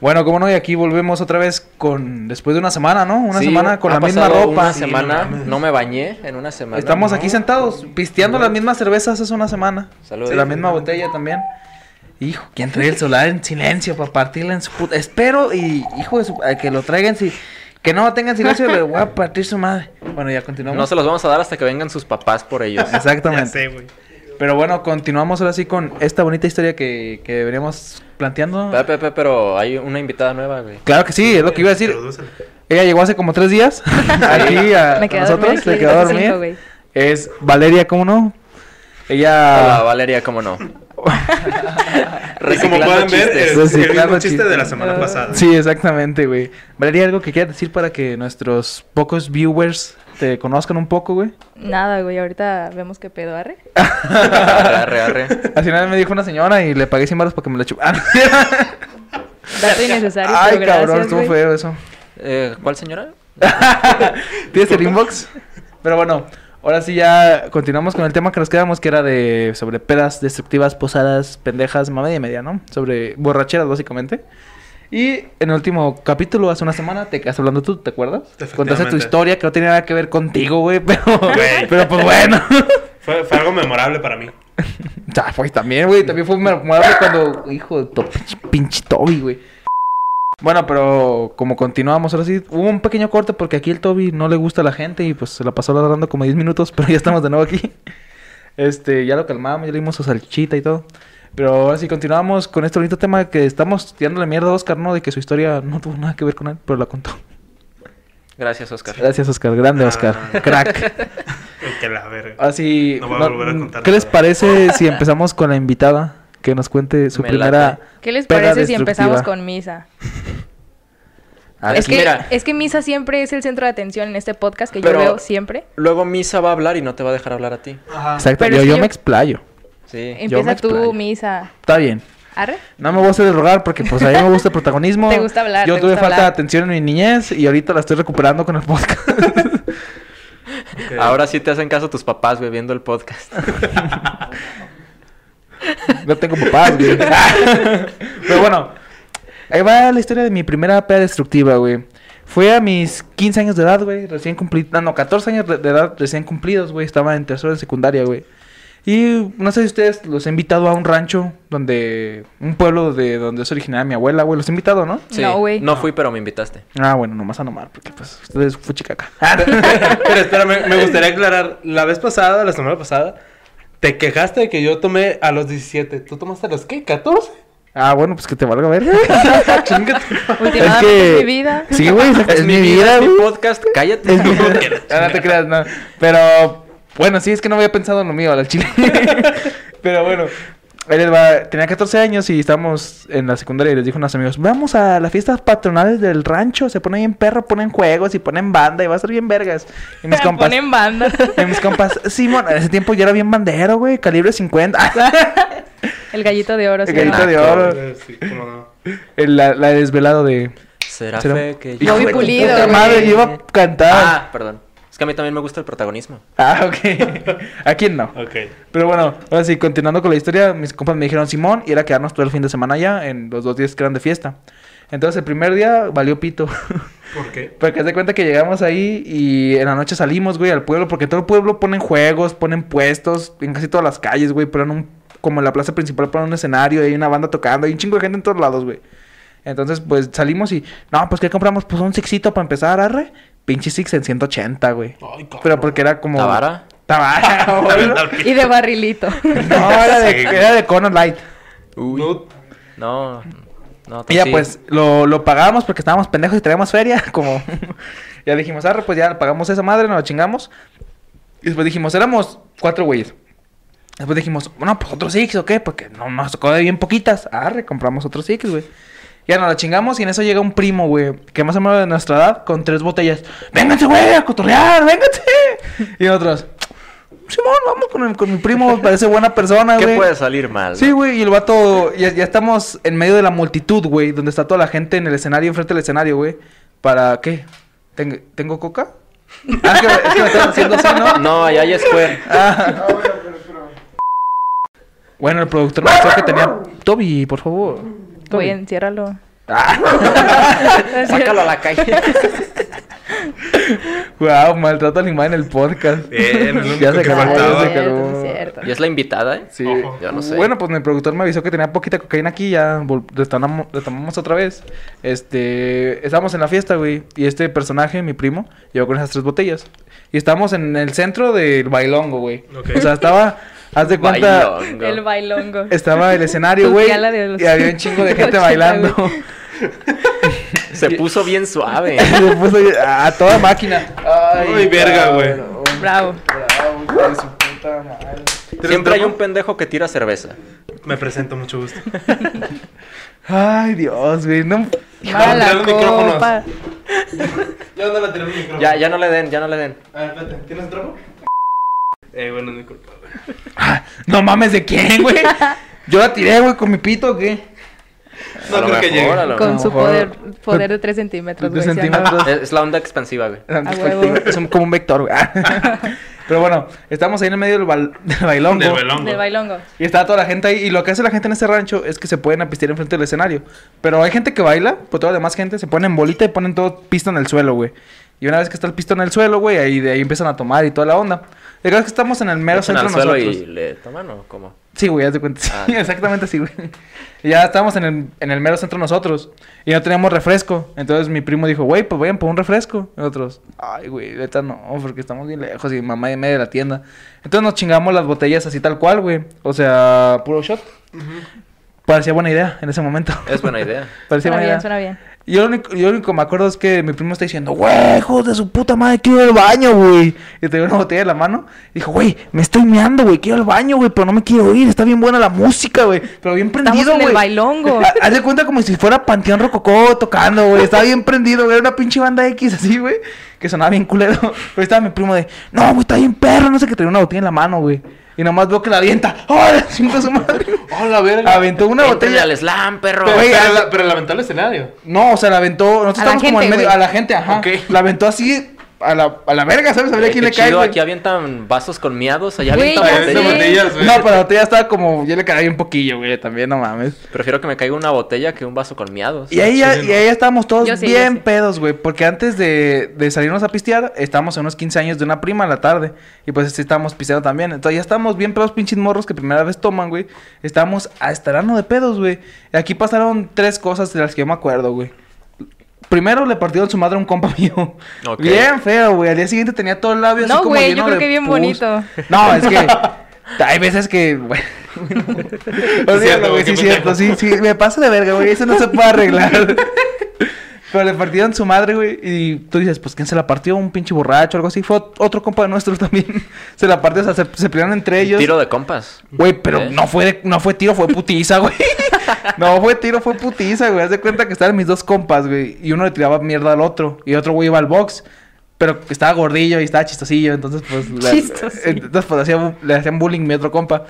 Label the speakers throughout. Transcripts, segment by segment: Speaker 1: Bueno, cómo no, y aquí volvemos otra vez con, después de una semana, ¿no? Una
Speaker 2: Sí,
Speaker 1: semana con
Speaker 2: ha
Speaker 1: la misma
Speaker 2: pasado
Speaker 1: ropa.
Speaker 2: Una
Speaker 1: Sí,
Speaker 2: semana,
Speaker 1: no mames.
Speaker 2: no me bañé en una semana.
Speaker 1: Estamos
Speaker 2: no.
Speaker 1: aquí sentados, pisteando las mismas cervezas hace una semana.
Speaker 2: Salud.
Speaker 1: De la misma botella también. Hijo, ¿quién trae el celular en silencio para partirla en su puta? Espero y, hijo de su, a que lo traigan si... Que no lo tengan silencio, le voy a partir su madre. Bueno, ya continuamos.
Speaker 2: No se los vamos a dar hasta que vengan sus papás por ellos.
Speaker 3: Ya
Speaker 1: Exactamente.
Speaker 3: sé, güey.
Speaker 1: Pero bueno, continuamos ahora sí con esta bonita historia que, que veníamos planteando.
Speaker 2: Pepe, Pepe, pero hay una invitada nueva, güey.
Speaker 1: Claro que sí, es lo que iba a decir.
Speaker 3: Introdúcela.
Speaker 1: Ella llegó hace como tres días aquí a
Speaker 4: Me quedé a dormir,
Speaker 1: nosotros,
Speaker 4: sí,
Speaker 1: le quedó a
Speaker 4: entonces cinco,
Speaker 1: dormir.
Speaker 4: güey.
Speaker 1: Es Valeria, ¿cómo no?
Speaker 2: Hola,
Speaker 1: Ella...
Speaker 2: Valeria, ¿cómo no?
Speaker 3: Y como
Speaker 2: Reciclando
Speaker 3: pueden ver,
Speaker 2: chistes.
Speaker 3: es
Speaker 1: Reciclando
Speaker 3: el mismo chiste
Speaker 1: chistes.
Speaker 3: de la semana pasada.
Speaker 1: Sí, exactamente, güey. Valeria, ¿algo que quieras decir para que nuestros pocos viewers te conozcan un poco, güey?
Speaker 4: Nada, güey, ahorita vemos qué pedo arre.
Speaker 2: Arre, arre, arre.
Speaker 1: Al final me dijo una señora y le pagué 100 baros para que me la chupara.
Speaker 4: Dato innecesario,
Speaker 1: Ay,
Speaker 4: pero
Speaker 1: cabrón,
Speaker 4: gracias,
Speaker 1: estuvo
Speaker 4: güey.
Speaker 1: feo eso.
Speaker 2: Eh, ¿Cuál señora?
Speaker 1: ¿Tienes el inbox? Pero bueno, ahora sí ya continuamos con el tema que nos quedamos, que era de sobre pedas destructivas, posadas, pendejas, mamá y media, ¿no? Sobre borracheras, básicamente. Y en el último capítulo, hace una semana, te quedaste hablando tú, ¿te acuerdas?
Speaker 3: Efectivamente.
Speaker 1: Contaste tu historia que no tenía nada que ver contigo, güey, pero,
Speaker 3: Güey.
Speaker 1: pero pues bueno.
Speaker 3: Fue, fue algo memorable para mí.
Speaker 1: Ya, pues también, güey, también fue memorable cuando, hijo de tu pinche- pinche Toby, güey. Bueno, pero como continuamos, ahora sí, hubo un pequeño corte porque aquí el Toby no le gusta a la gente y pues se la pasó ladrando como 10 minutos, pero ya estamos de nuevo aquí. Este, ya lo calmamos, ya le dimos su salchita y todo. Pero ahora sí, continuamos con este bonito tema que estamos tirándole mierda a Oscar, ¿no? De que su historia no tuvo nada que ver con él, pero la contó.
Speaker 2: Gracias, Oscar.
Speaker 1: Gracias, Oscar. Grande, Oscar.
Speaker 3: Ah.
Speaker 1: Crack.
Speaker 3: Que la
Speaker 1: Ah,
Speaker 3: verga.
Speaker 1: Así,
Speaker 3: No voy a volver a contar
Speaker 1: mm, ¿qué les
Speaker 3: nada.
Speaker 1: parece si empezamos con la invitada? Que nos cuente su
Speaker 2: Me
Speaker 1: primera...
Speaker 2: late.
Speaker 4: ¿Qué les
Speaker 1: peda
Speaker 4: parece si empezamos
Speaker 1: destructiva. Ah,
Speaker 4: con misa?
Speaker 2: Aquí,
Speaker 4: es, que,
Speaker 2: Ah, mira,
Speaker 4: es que misa siempre es el centro de atención en este podcast que
Speaker 2: Pero-
Speaker 4: yo veo siempre.
Speaker 2: luego Misa va a hablar y no te va a dejar hablar a ti.
Speaker 1: Exacto, yo,
Speaker 4: Pero es que
Speaker 1: yo
Speaker 4: yo-
Speaker 1: me explayo.
Speaker 2: Sí.
Speaker 1: Yo me
Speaker 4: Empieza
Speaker 1: explayo.
Speaker 4: tú, misa.
Speaker 1: Está bien.
Speaker 4: ¿Arre?
Speaker 1: No me voy a hacer rogar porque pues a mí me gusta el protagonismo.
Speaker 4: Te gusta hablar,
Speaker 1: Yo
Speaker 4: te
Speaker 1: tuve
Speaker 4: gusta
Speaker 1: falta de
Speaker 4: hablar.
Speaker 1: atención en mi niñez y ahorita la estoy recuperando con el podcast.
Speaker 2: Ahora sí te hacen caso tus papás, güey, viendo el podcast.
Speaker 1: no tengo papás, güey. Pero bueno, ahí va la historia de mi primera peda destructiva, güey. Fue a mis 15 años de edad, güey, recién cumplidos. No, no, 14 años de de edad recién cumplidos, güey. Estaba en tercero de secundaria, güey. Y no sé si ustedes los he invitado a un rancho donde. Un pueblo de donde es originaria mi abuela, güey. Los he invitado, ¿no?
Speaker 2: Sí.
Speaker 4: No, güey.
Speaker 2: No fui, pero me invitaste.
Speaker 1: Ah, bueno, nomás a nomar, porque pues ustedes fue chicaca.
Speaker 5: Pero espérame, me gustaría aclarar. La vez pasada, la semana pasada, te quejaste de que yo tomé a los 17. ¿Tú tomaste a los qué? ¿14?
Speaker 1: Ah, bueno, pues que te valga ver.
Speaker 4: Últimamente es mi vida.
Speaker 1: Sí, güey, es, es mi vida,
Speaker 2: es
Speaker 1: güey.
Speaker 2: mi podcast, cállate.
Speaker 1: Es mi vida. Ah, no te creas, no. Pero, bueno, sí, es que no había pensado en lo mío, al chile. Pero bueno, ahí les va. Tenía 14 años y estábamos en la secundaria y les dije a unos amigos, vamos a las fiestas patronales del rancho. Se ponen bien perro, ponen juegos y ponen banda y va a ser bien vergas. Y mis compas...
Speaker 4: Ponen banda.
Speaker 1: Y mis compas, Simón, en ese tiempo yo era bien bandero, güey, calibre 50.
Speaker 4: El gallito de oro.
Speaker 1: El
Speaker 4: sí,
Speaker 1: gallito
Speaker 4: ¿no?
Speaker 1: de oro.
Speaker 3: Sí, cómo no.
Speaker 1: El- la, la desvelado de...
Speaker 2: ¿Será,
Speaker 1: Será-
Speaker 2: fe que
Speaker 1: Hijo
Speaker 4: Bobby
Speaker 1: de tu
Speaker 4: Pulido,
Speaker 1: puta
Speaker 4: güey.
Speaker 1: madre, yo iba a cantar.
Speaker 2: Ah, perdón. Es que a mí también me gusta el protagonismo.
Speaker 1: Ah, ok. ¿A quién no?
Speaker 3: Ok.
Speaker 1: Pero bueno, ahora sí, continuando con la historia, mis compas me dijeron Simón y era quedarnos todo el fin de semana allá en los dos días que eran de fiesta. Entonces el primer día valió pito.
Speaker 3: ¿Por qué?
Speaker 1: Porque haz de cuenta que llegamos ahí y en la noche salimos, güey, al pueblo. Porque en todo el pueblo ponen juegos, ponen puestos, en casi todas las calles, güey. Ponen un, como en la plaza principal ponen un escenario, y hay una banda tocando, hay un chingo de gente en todos lados, güey. Entonces, pues salimos y, no, pues ¿qué compramos? Pues un sixito para empezar, arre. Pinche six en 180, güey.
Speaker 3: Ay, cabrón.
Speaker 1: Pero porque era como...
Speaker 2: ¿Tabara?
Speaker 1: Tabara, güey.
Speaker 4: Y de barrilito.
Speaker 1: No, era de,
Speaker 3: Sí.
Speaker 1: era de Conan Light.
Speaker 2: Uy.
Speaker 3: No,
Speaker 2: No. No,
Speaker 1: Y ya
Speaker 2: sí.
Speaker 1: pues lo, lo pagamos porque estábamos pendejos y traíamos feria, como ya dijimos, arre, pues ya pagamos esa madre, nos la chingamos. Y después dijimos, éramos cuatro güeyes. Después dijimos, bueno, pues otros six o qué, porque no nos tocó de bien poquitas. Arre, compramos otros six, güey. Ya nos la chingamos y en eso llega un primo, güey, que más o menos de nuestra edad, con tres botellas. Vénganse, güey, a cotorrear, vénganse. Y nosotros, Simón, vamos con, el- con mi primo, parece buena persona,
Speaker 2: ¿Qué
Speaker 1: güey.
Speaker 2: puede salir mal?
Speaker 1: Sí, güey, y el vato, ya, ya estamos en medio de la multitud, güey, donde está toda la gente en el escenario, enfrente del escenario, güey. ¿Para qué? ¿Tengo, tengo coca? Ah, es que, es que me están haciendo así, ¿no?
Speaker 2: No, allá hay Square.
Speaker 1: Ah. Bueno, el productor me dijo que tenía... Toby, por favor.
Speaker 4: Güey, enciérralo.
Speaker 1: Ah.
Speaker 2: Sácalo a la calle.
Speaker 1: Wow, maltrato animal en el podcast.
Speaker 3: Bien, es lo
Speaker 1: ya
Speaker 3: Eh, único
Speaker 1: se
Speaker 3: que
Speaker 1: acabó,
Speaker 3: faltaba.
Speaker 1: ya
Speaker 4: es
Speaker 1: se acabó.
Speaker 4: cierto, es cierto.
Speaker 2: Y es la invitada, ¿eh?
Speaker 1: Sí.
Speaker 3: Ojo.
Speaker 2: Yo no sé.
Speaker 1: Bueno, pues mi productor me avisó que tenía poquita cocaína aquí, ya vol- retomamos, retomamos otra vez. Este, estábamos en la fiesta, güey, y este personaje, mi primo, llegó con esas tres botellas. Y estábamos en el centro del bailongo, güey.
Speaker 3: Ok.
Speaker 1: O sea, estaba, haz de cuenta,
Speaker 2: Bailongo.
Speaker 4: El bailongo.
Speaker 1: estaba el escenario,
Speaker 4: Tu
Speaker 1: güey,
Speaker 4: gala de los-
Speaker 1: y había un chingo de gente
Speaker 4: ochenta,
Speaker 1: bailando.
Speaker 4: güey.
Speaker 2: Se puso bien suave.
Speaker 1: Y me puso a a toda máquina. Ay,
Speaker 3: Uy, verga, güey.
Speaker 1: cabrón.
Speaker 4: Bravo.
Speaker 1: Bravo, hijo de su puta madre.
Speaker 2: Siempre hay un pendejo que tira cerveza.
Speaker 3: Me presento, mucho gusto.
Speaker 1: Ay, Dios, güey, no...
Speaker 4: Mala
Speaker 3: tirar los micrófonos.
Speaker 4: copa.
Speaker 3: Yo no la tiré mi micrófono.
Speaker 2: Ya, ya no le den, ya no le den.
Speaker 3: A
Speaker 5: Ah,
Speaker 3: ver, espérate, ¿tienes otro? Eh, bueno, no es mi culpa, güey.
Speaker 1: No mames, ¿de quién, güey? Yo la tiré, güey, con mi pito, ¿o ¿qué?
Speaker 3: No
Speaker 2: A lo
Speaker 3: creo que
Speaker 2: mejor,
Speaker 3: llegue.
Speaker 2: a lo
Speaker 4: Con su
Speaker 1: mejor-
Speaker 4: poder, poder de 3 centímetros.
Speaker 1: Tres
Speaker 4: güey, se llama.
Speaker 1: centímetros.
Speaker 2: Es es la onda expansiva, güey.
Speaker 4: huevo.
Speaker 1: Ah, Es un- como un vector, güey. Pero bueno, estamos ahí en el medio del, bal- del bailongo.
Speaker 3: Del bailongo.
Speaker 4: Del bailongo.
Speaker 1: Y está toda la gente ahí. Y lo que hace la gente en ese rancho es que se pueden apistear enfrente del escenario. Pero hay gente que baila, pues toda la demás gente se pone en bolita y ponen todo pisto en el suelo, güey. Y una vez que está el pisto en el suelo, güey, ahí de ahí empiezan a tomar y toda la onda. El caso es que estamos en el mero
Speaker 2: Echan
Speaker 1: centro
Speaker 2: al suelo
Speaker 1: nosotros.
Speaker 2: y le toman o cómo.
Speaker 1: Sí, güey, haz de cuenta. Sí,
Speaker 2: Ah.
Speaker 1: exactamente así, güey. Y ya estábamos en el, en el mero centro nosotros. Y no teníamos refresco. Entonces mi primo dijo, güey, pues vayan por un refresco. Y nosotros, ay, güey, neta no, porque estamos bien lejos y mamá y media de la tienda. Entonces nos chingamos las botellas así tal cual, güey. O sea, puro shot. Parecía buena idea en ese momento.
Speaker 2: Es buena idea.
Speaker 1: Parecía
Speaker 4: Suena
Speaker 1: buena idea.
Speaker 4: bien, suena bien.
Speaker 1: Yo lo, único, yo lo único que me acuerdo es que mi primo está diciendo, güey, hijo de su puta madre, quiero ir al baño, güey. Y te dio una botella en la mano. Y dijo, güey, me estoy meando, güey, quiero ir al baño, güey, pero no me quiero ir. Está bien buena la música, güey. Pero bien
Speaker 4: Estamos
Speaker 1: prendido,
Speaker 4: en el
Speaker 1: güey.
Speaker 4: bailongo.
Speaker 1: Ha- Haz de cuenta como si fuera Panteón Rococó tocando, güey. Estaba bien prendido, güey. Era una pinche banda X así, güey. Que sonaba bien culero. Pero estaba mi primo de, no, güey, está bien perro. No sé qué, tenía una botella en la mano, güey. Y nomás veo que la avienta. ¡Hola, chingo su madre!
Speaker 5: Hola, verga.
Speaker 1: Aventó una
Speaker 2: Éntrenle
Speaker 1: botella.
Speaker 2: al slam, perro.
Speaker 5: Pero,
Speaker 1: Güey,
Speaker 5: pero
Speaker 1: al-
Speaker 5: la- pero lamentable escenario.
Speaker 1: No, o sea, la aventó. Nosotros
Speaker 4: A la
Speaker 1: estamos como en
Speaker 4: gente,
Speaker 1: medio.
Speaker 4: güey.
Speaker 1: A la gente, ajá.
Speaker 5: Ok.
Speaker 1: La aventó así a la, a la verga, ¿sabes? Sabría
Speaker 2: Ay,
Speaker 1: quién
Speaker 2: Eh,
Speaker 1: le
Speaker 2: qué
Speaker 1: cae.
Speaker 2: chido,
Speaker 1: güey.
Speaker 2: aquí avientan vasos con miados, allá
Speaker 4: Güey,
Speaker 5: Ah,
Speaker 2: avientan
Speaker 4: ya
Speaker 2: Ah, botellas.
Speaker 4: sé.
Speaker 5: botellas, güey.
Speaker 1: No, pero la botella estaba como. Yo le caí un poquillo, güey, también, no mames.
Speaker 2: Prefiero que me caiga una botella que un vaso con miados.
Speaker 1: Y ahí, ya, y ahí ya estábamos todos
Speaker 4: Yo sí, yo
Speaker 1: bien
Speaker 4: sí.
Speaker 1: pedos, güey. Porque antes de, de salirnos a pistear, estábamos en unos 15 años de una prima en la tarde. Y pues sí, estábamos pisteando también. Entonces ya estábamos bien pedos, pinches morros que primera vez toman, güey. Estábamos a estarano de pedos, güey. Y Aquí pasaron tres cosas de las que yo me acuerdo, güey. Primero le partieron su madre a un compa mío.
Speaker 2: Ok.
Speaker 1: Bien feo, güey. Al día siguiente tenía todo el labio así
Speaker 4: No,
Speaker 1: como
Speaker 4: güey,
Speaker 1: lleno
Speaker 4: yo creo
Speaker 1: de
Speaker 4: que bien
Speaker 1: pus.
Speaker 4: bonito.
Speaker 1: No, es que hay veces que, güey. Olvídalo, güey, sí,
Speaker 3: qué
Speaker 1: cierto,
Speaker 3: pendejo.
Speaker 1: sí, sí, me pasa de verga, güey, eso no se puede arreglar. Pero le partieron su madre, güey, y tú dices, pues, ¿quién se la partió? ¿Un pinche borracho o algo así? Fue ot- otro compa nuestro también. se la partió, o sea, se, se pelearon entre ellos.
Speaker 2: Tiro de compas.
Speaker 1: Güey, pero
Speaker 2: ¿Eh?
Speaker 1: no fue de- no fue tiro, fue putiza, güey. No fue tiro, fue putiza, güey. Haz de cuenta que estaban mis dos compas, güey. Y uno le tiraba mierda al otro. Y otro güey iba al box. Pero que estaba gordillo y estaba chistosillo. Entonces, pues. la-
Speaker 4: Chistosillo.
Speaker 1: entonces, pues hacía bu- le hacían bullying a mi otro compa.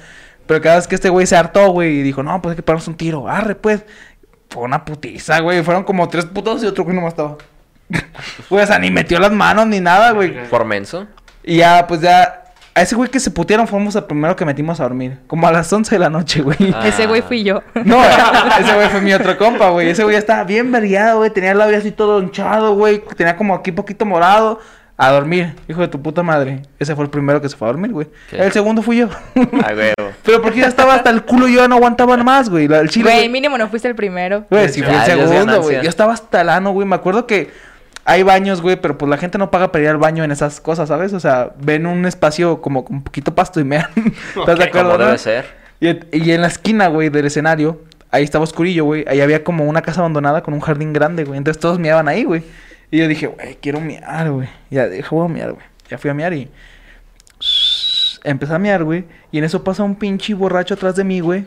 Speaker 1: Pero cada vez que este güey se hartó, güey, y dijo, no, pues hay que pararnos un tiro. Arre, pues. Fue una putiza, güey. Fueron como tres putos y otro güey nomás estaba. Güey, o sea, ni metió las manos ni nada, güey.
Speaker 2: Por menso.
Speaker 1: Y ya, pues ya. A ese güey que se putearon fuimos el primero que metimos a dormir. Como a las 11 de la noche, güey.
Speaker 2: Ah.
Speaker 4: Ese güey fui yo.
Speaker 1: No, ese güey fue mi otro compa, güey. Ese güey ya estaba bien vergueado, güey. Tenía el labio así todo hinchado, güey. Tenía como aquí poquito morado. A dormir, hijo de tu puta madre. Ese fue el primero que se fue a dormir, güey.
Speaker 2: ¿Qué?
Speaker 1: El segundo fui yo.
Speaker 2: A huevo.
Speaker 1: Pero porque ya estaba hasta el culo y yo ya no aguantaba más, güey. La- El chile.
Speaker 4: Güey,
Speaker 1: güey.
Speaker 4: mínimo no fuiste el primero.
Speaker 1: Güey, sí,
Speaker 2: Ya,
Speaker 1: fue el
Speaker 2: ya es
Speaker 1: segundo,
Speaker 2: ganancia.
Speaker 1: güey. Yo estaba hasta el ano, güey. Me acuerdo que hay baños, güey, pero pues la gente no paga para ir al baño en esas cosas, ¿sabes? O sea, ven un espacio como con poquito pasto y mean. ¿Estás de
Speaker 2: Ok,
Speaker 1: acuerdo?
Speaker 2: Como
Speaker 1: no?
Speaker 2: debe ser.
Speaker 1: Y, y en la esquina, güey, del escenario, ahí estaba oscurillo, güey. Ahí había como una casa abandonada con un jardín grande, güey. Entonces todos meaban ahí, güey. Y yo dije, güey, quiero mear, güey. Ya dije, voy a mear, güey. Ya fui a mear y. Empecé a mear, güey. Y en eso pasa un pinche borracho atrás de mí, güey.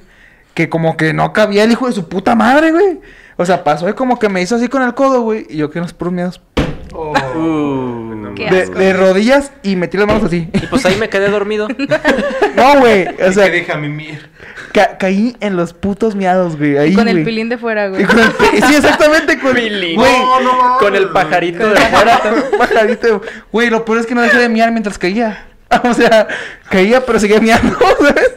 Speaker 1: Que como que no cabía el hijo de su puta madre, güey. O sea, pasó y como que me hizo así con el codo, güey. Y yo que los puros miedos.
Speaker 3: Oh.
Speaker 2: Uh.
Speaker 4: Qué
Speaker 1: De,
Speaker 4: asco.
Speaker 1: de rodillas y metí las manos así.
Speaker 2: Y pues ahí me quedé dormido.
Speaker 1: no, güey. O
Speaker 3: O
Speaker 1: sea,
Speaker 3: sea, deja mimir.
Speaker 1: ca- caí en los putos miados, güey. Ahí,
Speaker 4: Y con el
Speaker 1: güey.
Speaker 4: pilín de fuera,
Speaker 1: Y
Speaker 4: güey.
Speaker 1: con el pi- sí, exactamente, con
Speaker 2: Pilín.
Speaker 1: Güey,
Speaker 3: No, no, no.
Speaker 2: Con el pajarito de
Speaker 1: fuera,
Speaker 2: fuera.
Speaker 1: pajarito. Güey, lo peor es que no dejé de miar mientras caía. O sea, caía, pero seguía miando, ¿sabes?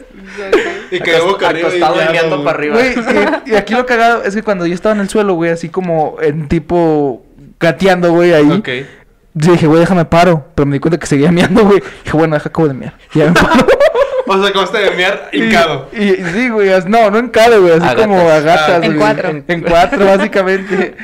Speaker 3: Y que de boca arriba. y
Speaker 2: Acostado y
Speaker 3: ya,
Speaker 2: mirando
Speaker 3: güey.
Speaker 2: para arriba.
Speaker 1: Güey, eh, y, y aquí lo cagado es que cuando yo estaba en el suelo, güey, así como en tipo gateando, güey, ahí.
Speaker 5: Ok.
Speaker 1: Yo dije, güey, déjame paro. Pero me di cuenta que seguía meando, güey. Dije, bueno, deja acabo de mear. Y Ya me paro.
Speaker 5: O sea, acabaste de mear hincado.
Speaker 1: Y, y sí, güey. as- No, no en cada, güey. Así
Speaker 2: A
Speaker 1: como
Speaker 2: gatas.
Speaker 1: a gatas,
Speaker 5: Ah,
Speaker 1: güey.
Speaker 4: En cuatro.
Speaker 1: En cuatro, básicamente.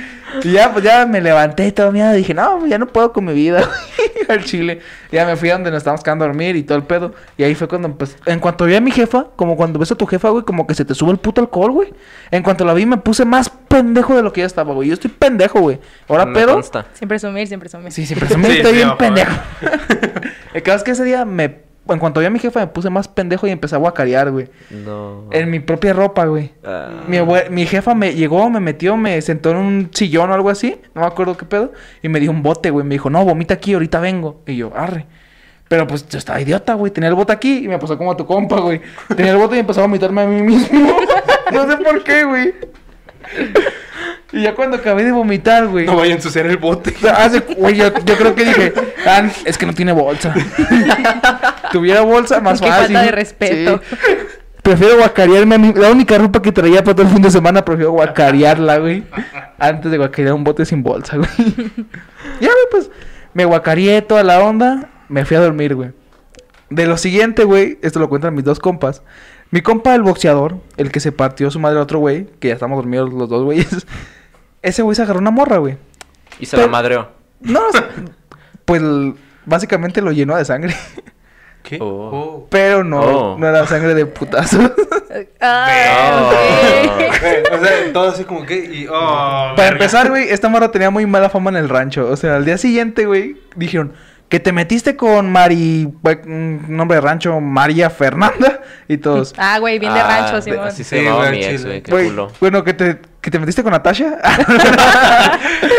Speaker 1: Y ya, pues ya me levanté todo meado. Dije, no, pues, ya no puedo con mi vida, güey. Al chile. Ya me fui a donde nos estábamos quedando a dormir y todo el pedo. Y ahí fue cuando empezó. En cuanto vi a mi jefa, como cuando ves a tu jefa, güey, como que se te sube el puto alcohol, güey. En cuanto la vi, me puse más pendejo de lo que ya estaba, güey. Yo estoy pendejo, güey. Ahora
Speaker 2: Me
Speaker 1: pedo.
Speaker 2: consta.
Speaker 4: Sin presumir, sin presumir.
Speaker 1: Sí, sí, presumí,
Speaker 5: Sí,
Speaker 1: estoy
Speaker 5: sí,
Speaker 1: bien
Speaker 5: ojo,
Speaker 1: pendejo. el caso es que ese día me... En cuanto vi a mi jefa me puse más pendejo y empecé a guacarear, güey.
Speaker 2: No.
Speaker 1: En mi propia ropa, güey.
Speaker 2: Ah.
Speaker 1: Mi, abue- mi jefa me llegó, me metió, me sentó en un sillón o algo así. No me acuerdo qué pedo. Y me dio un bote, güey. Me dijo, no, vomita aquí, ahorita vengo. Y yo, arre. Pero pues yo estaba idiota, güey. Tenía el bote aquí y me pasó como a tu compa, güey. Tenía el bote y empezó a vomitarme a mí mismo. no sé por qué, güey. Y ya cuando acabé de vomitar, güey.
Speaker 5: No vaya a ensuciar el bote.
Speaker 1: O sea, hace- Ah, güey, yo, yo creo que dije, "Dan, es que no tiene bolsa. Tuviera bolsa, más
Speaker 4: Qué
Speaker 1: fácil.
Speaker 4: falta de respeto.
Speaker 1: Sí. Prefiero guacarearme a mí. La única ropa que traía para todo el fin de semana, prefiero guacarearla, güey. Antes de guacarear un bote sin bolsa, güey. ya, güey, pues me guacareé toda la onda. Me fui a dormir, güey. De lo siguiente, güey, esto lo cuentan mis dos compas. Mi compa, el boxeador, el que se partió su madre al otro güey, que ya estamos dormidos los dos güeyes. Ese güey se agarró una morra, güey.
Speaker 2: Y se la
Speaker 1: Pero-
Speaker 2: madreó.
Speaker 1: No, o sea, pues l- básicamente lo llenó de sangre.
Speaker 5: ¿Qué?
Speaker 2: Oh.
Speaker 1: Pero no,
Speaker 2: Oh.
Speaker 1: no era sangre de putazos.
Speaker 4: Ah,
Speaker 2: No.
Speaker 4: ok.
Speaker 5: Eh, o sea, todo así como que. Y, oh,
Speaker 1: Para
Speaker 5: verga.
Speaker 1: empezar, güey, esta morra tenía muy mala fama en el rancho. O sea, al día siguiente, güey, dijeron que te metiste con Mari. güey, mm, Nombre de rancho, María Fernanda. Y todos.
Speaker 4: Ah, güey, bien de
Speaker 2: Ah,
Speaker 4: rancho,
Speaker 2: de-
Speaker 4: Simón.
Speaker 2: Así se
Speaker 5: Sí,
Speaker 2: llamaba
Speaker 5: güey,
Speaker 2: mi ex,
Speaker 5: chile.
Speaker 2: güey. Qué
Speaker 1: güey,
Speaker 2: culo.
Speaker 1: bueno, que te, que te metiste con Natasha.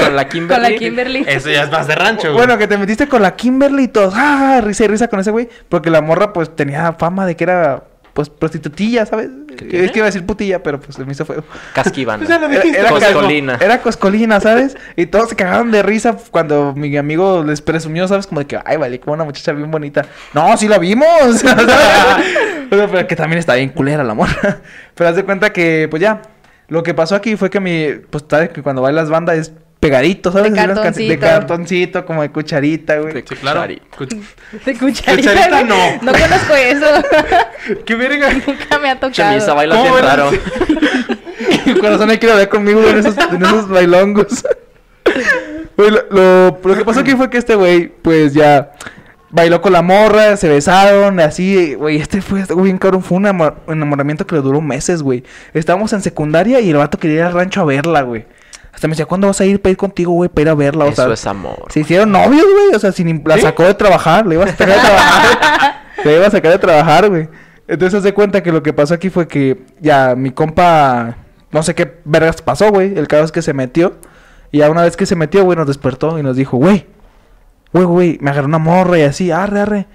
Speaker 2: Con la Kimberly.
Speaker 4: Con la Kimberly.
Speaker 5: Eso ya es más de rancho, güey.
Speaker 1: bueno, que te metiste con la Kimberly y todos. Ah, risa y risa con ese güey. Porque la morra, pues, tenía fama de que era. Pues prostitutilla, ¿sabes?
Speaker 2: tiene?
Speaker 1: Es que iba a decir putilla, pero pues se me hizo feo.
Speaker 2: Casquivana.
Speaker 5: Pues ya lo dijiste.
Speaker 1: Era, era
Speaker 2: Coscolina.
Speaker 1: coscolina. Era coscolina, ¿sabes? Y todos se cagaron de risa cuando mi amigo les presumió, ¿sabes? Como de que, ay, vale, como una muchacha bien bonita. No, sí la vimos. O sea, pero, pero que también está bien culera la morra. Pero haz de cuenta que, pues ya, lo que pasó aquí fue que mi, pues sabes que cuando bailas banda es pegadito, ¿sabes?
Speaker 4: De
Speaker 1: Así unas canci- de
Speaker 4: cartoncito.
Speaker 1: cartoncito, como de cucharita, güey.
Speaker 5: Sí, claro.
Speaker 2: Cucharita.
Speaker 5: Cuch-
Speaker 4: De cucharita.
Speaker 5: Cucharita,
Speaker 4: güey.
Speaker 5: no.
Speaker 4: No conozco eso.
Speaker 5: ¿Qué verga?
Speaker 4: Nunca me ha tocado.
Speaker 2: Chamisa baila
Speaker 5: ¿Cómo
Speaker 2: bien
Speaker 5: era?
Speaker 2: raro.
Speaker 1: Mi corazón hay que ir a ver conmigo güey, en esos, en esos bailongos. Güey, lo, lo- lo que pasó aquí fue que este güey, pues ya bailó con la morra, se besaron, así, güey. Este fue estuvo bien cabrón, fue un amor- enamoramiento que le duró meses, güey. Estábamos en secundaria y el vato quería ir al rancho a verla, güey. Hasta me decía, ¿cuándo vas a ir para ir contigo, güey, para ir a verla? O
Speaker 2: Eso
Speaker 1: sea,
Speaker 2: es amor.
Speaker 1: se hicieron novios, güey. O sea, sin, im- la
Speaker 5: ¿Sí?
Speaker 1: sacó de trabajar. Le iba a sacar de trabajar. le iba a sacar de trabajar, güey. Entonces, se cuenta que lo que pasó aquí fue que ya mi compa. No sé qué vergas pasó, güey. El caso es que se metió. Y ya una vez que se metió, güey, nos despertó y nos dijo, güey. Güey, güey, me agarró una morra y así, arre, arre.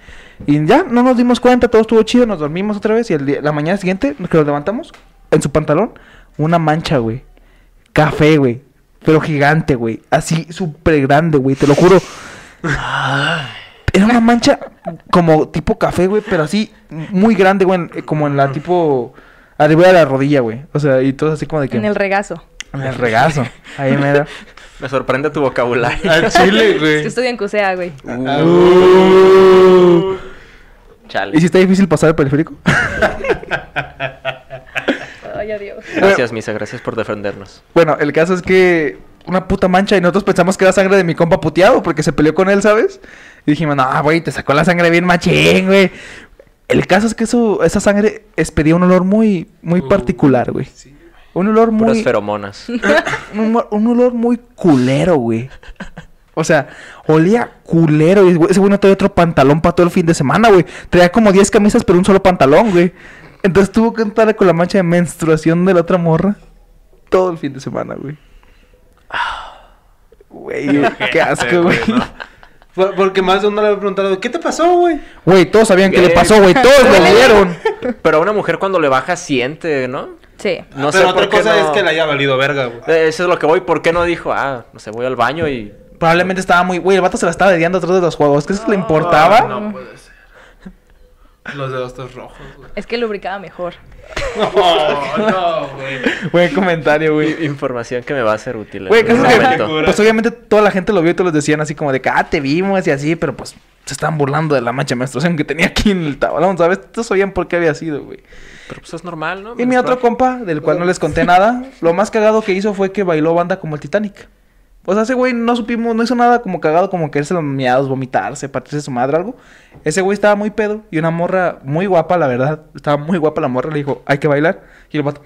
Speaker 1: Y ya, no nos dimos cuenta, todo estuvo chido, nos dormimos otra vez y el día- la mañana siguiente que nos levantamos, en su pantalón, una mancha, güey. Café, güey. Pero gigante, güey. Así, súper grande, güey. Te lo juro. Era una mancha como tipo café, güey. Pero así, muy grande, güey. en- eh, Como en la tipo... Arriba de la rodilla, güey. O sea, y todo así como de que...
Speaker 4: En el regazo.
Speaker 1: en el regazo. Ahí me da.
Speaker 2: Me sorprende tu vocabulario.
Speaker 5: Al chile,
Speaker 4: Es que
Speaker 5: güey. Ah.
Speaker 4: estudio en CUSEA, güey.
Speaker 5: Uh.
Speaker 2: Chale.
Speaker 1: ¿Y si está difícil pasar el periférico?
Speaker 4: Ay, adiós.
Speaker 2: Gracias, Misa. Gracias por defendernos.
Speaker 1: Bueno, el caso es que una puta mancha y nosotros pensamos que era sangre de mi compa puteado porque se peleó con él, ¿sabes? Y dijimos, no, güey, te sacó la sangre bien machín, güey. El caso es que eso, esa sangre expedía un olor muy, muy
Speaker 5: Uh,
Speaker 1: particular, güey.
Speaker 5: sí.
Speaker 1: Un olor
Speaker 2: Puras
Speaker 1: muy...
Speaker 2: feromonas.
Speaker 1: Un, olor- un olor muy culero, güey. O sea, olía culero. Y güey, ese güey no traía otro pantalón para todo el fin de semana, güey. Traía como 10 camisas, pero un solo pantalón, güey. Entonces tuvo que entrar con la mancha de menstruación de la otra morra todo el fin de semana, güey. Güey, qué asco, güey.
Speaker 5: Por- Porque más de uno le había preguntado, ¿qué te pasó, güey?
Speaker 1: Güey, todos sabían que le
Speaker 2: Güey.
Speaker 1: pasó, güey. Todos lo vieron.
Speaker 2: Pero a una mujer cuando le baja siente, ¿no?
Speaker 4: Sí.
Speaker 2: No
Speaker 5: Ah, Pero otra
Speaker 2: por qué
Speaker 5: cosa
Speaker 2: no-
Speaker 5: es que le haya valido verga, güey.
Speaker 2: Eh, Eso es lo que voy. ¿Por qué no dijo? Ah, no sé, voy al baño y...
Speaker 1: Probablemente estaba muy... Güey, el vato se la estaba dediando atrás de los juegos. ¿Qué eso le importaba?
Speaker 3: No puede ser.
Speaker 5: Los dedos todos rojos, güey.
Speaker 4: Es que lubricaba mejor.
Speaker 5: No, no,
Speaker 1: pues.
Speaker 5: güey.
Speaker 1: Buen comentario, güey.
Speaker 2: I- Información que me va a ser útil. en
Speaker 1: Güey, que
Speaker 2: un
Speaker 1: eso que-
Speaker 2: momento.
Speaker 5: cura.
Speaker 1: pues obviamente toda la gente lo vio y todos les decían así como de que, ah, te vimos y así, pero pues se estaban burlando de la mancha de menstruación que tenía aquí en el tablón, ¿sabes? Todos sabían por qué había sido, güey.
Speaker 2: Pero pues es normal, ¿no?
Speaker 1: Y mi otro compa, del cual no les conté nada, lo más cagado que hizo fue que bailó banda como el Titanic. O sea, ese güey no supimos, no hizo nada como cagado, como quererse los miados, vomitarse, partirse su madre, algo. Ese güey estaba muy pedo y una morra muy guapa, la verdad. Estaba muy guapa la morra, le dijo, hay que bailar. Y el vato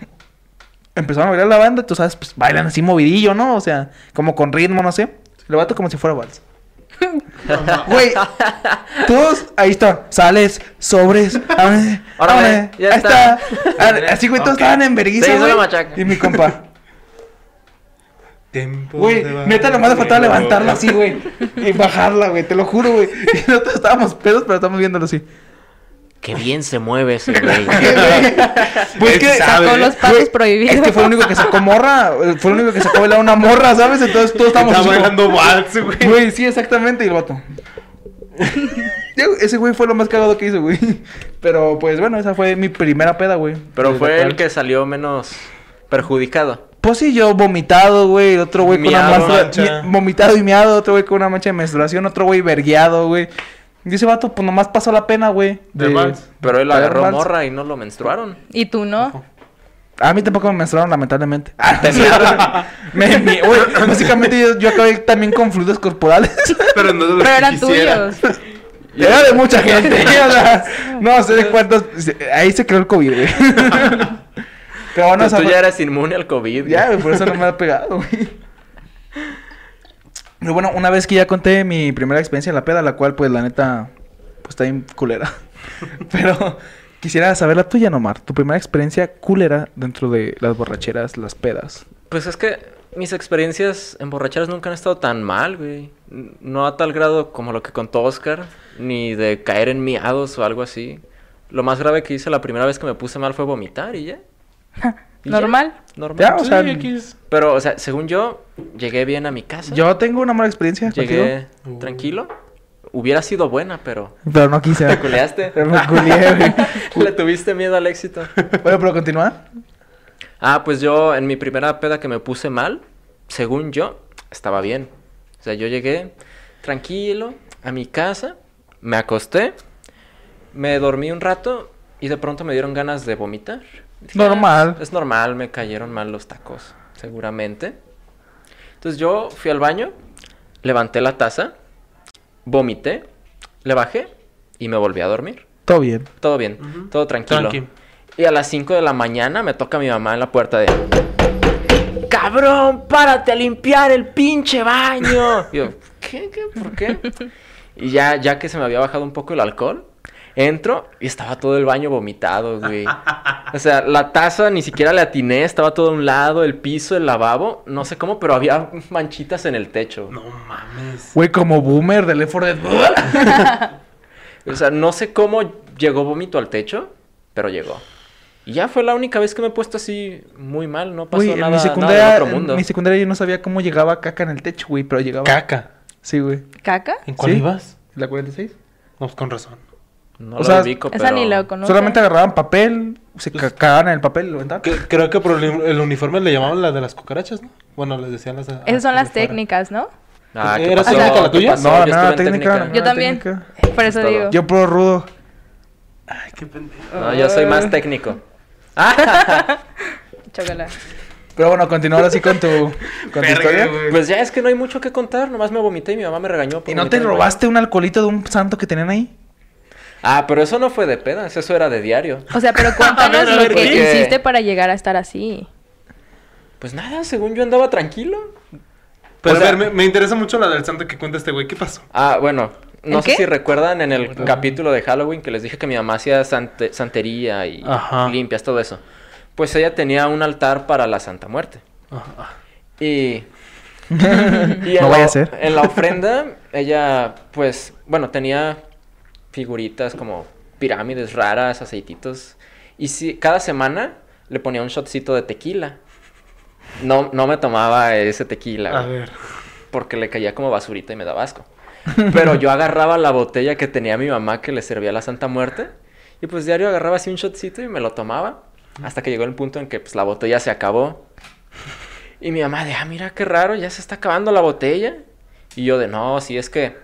Speaker 1: empezaron a bailar la banda, tú sabes, pues bailan así movidillo, ¿no? O sea, como con ritmo, no sé. El vato como si fuera vals. Güey, todos, ahí está, sales, sobres, ábrele,
Speaker 2: Órale,
Speaker 1: ábrele,
Speaker 2: ya
Speaker 1: ahí
Speaker 2: está.
Speaker 1: está. Ábrele. Así, güey, todos
Speaker 5: Ok.
Speaker 1: estaban en vergüenza,
Speaker 2: Se hizo
Speaker 1: güey.
Speaker 2: la machaca.
Speaker 1: Y mi compa,
Speaker 5: Tiempo.
Speaker 1: güey,
Speaker 5: de
Speaker 1: neta, nomás le faltaba
Speaker 5: barrio.
Speaker 1: levantarla así, güey, y bajarla, güey, te lo juro, güey. Y nosotros estábamos pedos, pero estamos viéndolo así.
Speaker 2: Qué bien se mueve ese güey.
Speaker 1: Pues
Speaker 5: Él
Speaker 1: que
Speaker 5: sabe.
Speaker 4: Con los pasos
Speaker 1: Güey,
Speaker 4: prohibidos.
Speaker 1: es que fue el único que sacó morra, fue el único que sacó bailar una morra, ¿sabes? Entonces todos estábamos
Speaker 5: Está
Speaker 1: así como-
Speaker 5: bailando vals, güey.
Speaker 1: Güey, sí, exactamente, y el vato. Ya, güey, Ese güey fue lo más cagado que hizo, güey. Pero pues bueno, esa fue mi primera peda, güey.
Speaker 2: Pero
Speaker 1: De
Speaker 2: fue
Speaker 1: la
Speaker 2: el
Speaker 1: cual-
Speaker 2: que salió menos perjudicado.
Speaker 1: Pues sí, yo vomitado, güey. El otro güey con una
Speaker 2: Miado,
Speaker 1: mancha.
Speaker 5: mancha.
Speaker 1: mi- vomitado y miado. Otro güey con una mancha de menstruación. Otro güey vergueado, güey. Y ese vato, pues nomás pasó la pena, güey.
Speaker 5: Del vals.
Speaker 2: Pero él
Speaker 1: Pagar
Speaker 2: agarró
Speaker 1: vals.
Speaker 2: morra y no lo menstruaron.
Speaker 4: Y tú no.
Speaker 1: A mí tampoco me menstruaron, lamentablemente. Me- me- güey, básicamente yo, yo acabé también con fluidos corporales.
Speaker 5: Pero no
Speaker 4: Pero eran tuyos.
Speaker 1: Era de mucha gente. o sea, no sé de cuántos. Ahí se creó el COVID, güey. Pero bueno,
Speaker 2: Tú-
Speaker 1: esa
Speaker 2: tú
Speaker 1: fue-
Speaker 2: ya eras inmune al COVID.
Speaker 1: Ya,
Speaker 2: güey.
Speaker 1: güey, por eso no me ha pegado, güey. Pero bueno, una vez que ya conté mi primera experiencia en la peda, la cual, pues, la neta, pues, está bien culera. Pero quisiera saber la tuya, Nomar. Tu primera experiencia culera dentro de las borracheras, las pedas.
Speaker 2: Pues es que mis experiencias en borracheras nunca han estado tan mal, güey. N- No a tal grado como lo que contó Oscar, ni de caer en miados o algo así. Lo más grave que hice la primera vez que me puse mal fue vomitar y ya. ¿Y ya?
Speaker 4: Normal.
Speaker 2: Normal.
Speaker 1: Ya, o sea,
Speaker 2: Pero, o sea, según yo, llegué bien a mi casa.
Speaker 1: yo tengo una mala experiencia contigo,
Speaker 2: llegué
Speaker 5: Uh.
Speaker 2: tranquilo. Hubiera sido buena, pero
Speaker 1: pero no quise.
Speaker 2: te culeaste.
Speaker 1: Me culié, güey.
Speaker 2: Le tuviste miedo al éxito.
Speaker 1: Bueno, pero continúa.
Speaker 2: Ah, pues yo en mi primera peda que me puse mal, según yo, estaba bien. O sea, yo llegué tranquilo a mi casa, me acosté, me dormí un rato y de pronto me dieron ganas de vomitar. Dije, "Ah,
Speaker 1: Normal.
Speaker 2: Es normal, me cayeron mal los tacos, seguramente. Entonces yo fui al baño, levanté la taza, vomité, le bajé y me volví a dormir.
Speaker 1: Todo bien.
Speaker 2: Todo bien, todo tranquilo.
Speaker 5: Tranqui.
Speaker 2: Y a las 5 de la mañana me toca mi mamá en la puerta de... ¡Cabrón, párate a limpiar el pinche baño! Y yo, ¿qué? ¿Qué? ¿Por qué? Y ya, ya que se me había bajado un poco el alcohol, entro y estaba todo el baño vomitado, güey. O sea, la taza ni siquiera le atiné, estaba todo a un lado, el piso, el lavabo, no sé cómo, pero había manchitas en el techo.
Speaker 5: No mames.
Speaker 1: Güey, como boomer del Left 4 Dead.
Speaker 2: O sea, no sé cómo llegó vómito al techo, pero llegó. Y ya fue la única vez que me he puesto así muy mal, no pasó
Speaker 1: Güey, en
Speaker 2: nada,
Speaker 1: mi
Speaker 2: nada
Speaker 1: secundaria,
Speaker 2: del otro mundo.
Speaker 1: en mi secundaria yo no sabía cómo llegaba caca en el techo, güey, pero llegaba.
Speaker 5: Caca.
Speaker 1: Sí, güey.
Speaker 4: ¿Caca?
Speaker 5: ¿En cuál
Speaker 1: ¿Sí?
Speaker 5: ibas?
Speaker 1: ¿La 46?
Speaker 5: No, pues con razón.
Speaker 2: No
Speaker 1: o
Speaker 2: lo
Speaker 1: sea,
Speaker 2: ubico,
Speaker 4: Esa
Speaker 2: pero-
Speaker 4: ni la conozco.
Speaker 1: Solamente agarraban papel, se ca- cagaban en el papel y lo aventaban.
Speaker 5: Que- creo que por el, el uniforme le llamaban la de las cucarachas, ¿no? Bueno, les decían las. a-
Speaker 4: Esas son las
Speaker 5: de fuera.
Speaker 4: técnicas, ¿no?
Speaker 2: Ah, ¿qué
Speaker 5: ¿Era
Speaker 2: pasó?
Speaker 5: técnica la
Speaker 2: ¿Qué
Speaker 5: tuya?
Speaker 2: pasó?
Speaker 1: No,
Speaker 2: Yo
Speaker 1: la
Speaker 2: estuve
Speaker 1: mera
Speaker 2: en
Speaker 1: técnica, la
Speaker 4: Yo
Speaker 1: mera- Ah,
Speaker 4: también.
Speaker 1: técnica.
Speaker 4: Por eso
Speaker 2: Todo.
Speaker 4: digo.
Speaker 1: Yo pro rudo.
Speaker 5: Ay, qué pendejo.
Speaker 2: No, yo soy
Speaker 1: Eh.
Speaker 2: más técnico. Ah,
Speaker 4: Chócala.
Speaker 1: Pero bueno, continúa ahora sí con tu, con tu
Speaker 5: Verga,
Speaker 1: historia.
Speaker 5: güey.
Speaker 2: pues ya es que no hay mucho que contar, nomás me vomité y mi mamá me regañó. por
Speaker 1: ¿Y no
Speaker 2: vomitar
Speaker 1: te
Speaker 2: en el baño.
Speaker 1: robaste un alcoholito de un santo que tenían ahí?
Speaker 2: Ah, pero eso no fue de pedas, eso era de diario.
Speaker 4: O sea, pero
Speaker 5: A ver, a
Speaker 4: cuéntanos
Speaker 5: ver,
Speaker 4: lo que
Speaker 2: ¿qué?
Speaker 4: hiciste para llegar a estar así.
Speaker 2: Pues nada, según yo andaba tranquilo. Pues
Speaker 5: Pero
Speaker 2: O
Speaker 5: Pues a
Speaker 2: sea-
Speaker 5: ver, me, me interesa mucho la del santo que cuenta este güey. ¿Qué pasó?
Speaker 2: Ah, bueno, no
Speaker 4: ¿El
Speaker 2: sé
Speaker 4: qué?
Speaker 2: si recuerdan en el capítulo de Halloween que les dije que mi mamá hacía sante- santería y
Speaker 5: Ajá.
Speaker 2: limpias, todo eso. Pues ella tenía un altar para la Santa Muerte. ah, Y. y en
Speaker 1: No vaya
Speaker 2: la-
Speaker 1: a ser.
Speaker 2: En la ofrenda, ella, pues, bueno, tenía figuritas como pirámides raras, aceititos. Y si cada semana le ponía un shotcito de tequila. No, no me tomaba ese tequila.
Speaker 5: A
Speaker 2: güey
Speaker 5: ver.
Speaker 2: porque le caía como basurita y me daba asco. Pero yo agarraba la botella que tenía mi mamá que le servía la Santa Muerte Y pues diario agarraba así un shotcito y me lo tomaba. Hasta que llegó el punto en que pues la botella se acabó. Y mi mamá de, ah, mira qué raro, ya se está acabando la botella. Y yo de, no, si es que,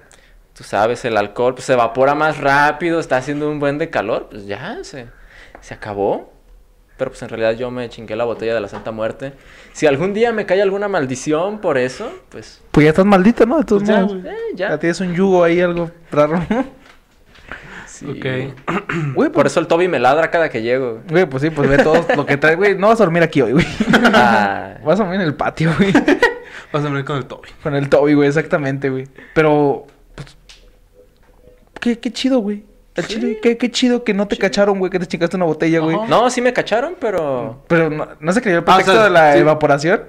Speaker 2: tú sabes, el alcohol pues, se evapora más rápido, está haciendo un buen de calor, pues ya se, se acabó. Pero pues en realidad yo me chingué la botella de la Santa Muerte. Si algún día me cae alguna maldición por eso, pues
Speaker 1: Pues ya estás maldito, ¿no? De todos
Speaker 5: Pues ya,
Speaker 1: modos.
Speaker 5: güey.
Speaker 2: eh,
Speaker 1: Ya
Speaker 2: ya.
Speaker 1: tienes un yugo ahí, algo raro.
Speaker 2: Sí,
Speaker 5: Ok.
Speaker 2: güey.
Speaker 1: Güey,
Speaker 2: Por
Speaker 1: pues,
Speaker 2: eso el Toby me ladra cada que llego. güey.
Speaker 1: güey, pues sí, pues ve todo lo que traes, güey. No vas a dormir aquí hoy, güey.
Speaker 2: Ah,
Speaker 1: Vas a dormir en el patio, güey.
Speaker 5: Vas a venir con el Toby.
Speaker 1: Con el Toby, güey, exactamente, güey. Pero, pues, qué, qué chido, güey. Al chile, Qué, qué chido que no te cacharon, güey, que te chingaste una botella, güey.
Speaker 5: Ajá.
Speaker 2: no, sí me cacharon, pero...
Speaker 1: Pero no, ¿no se creyó el
Speaker 5: Ah, o sea,
Speaker 1: pretexto de la
Speaker 5: sí.
Speaker 1: evaporación.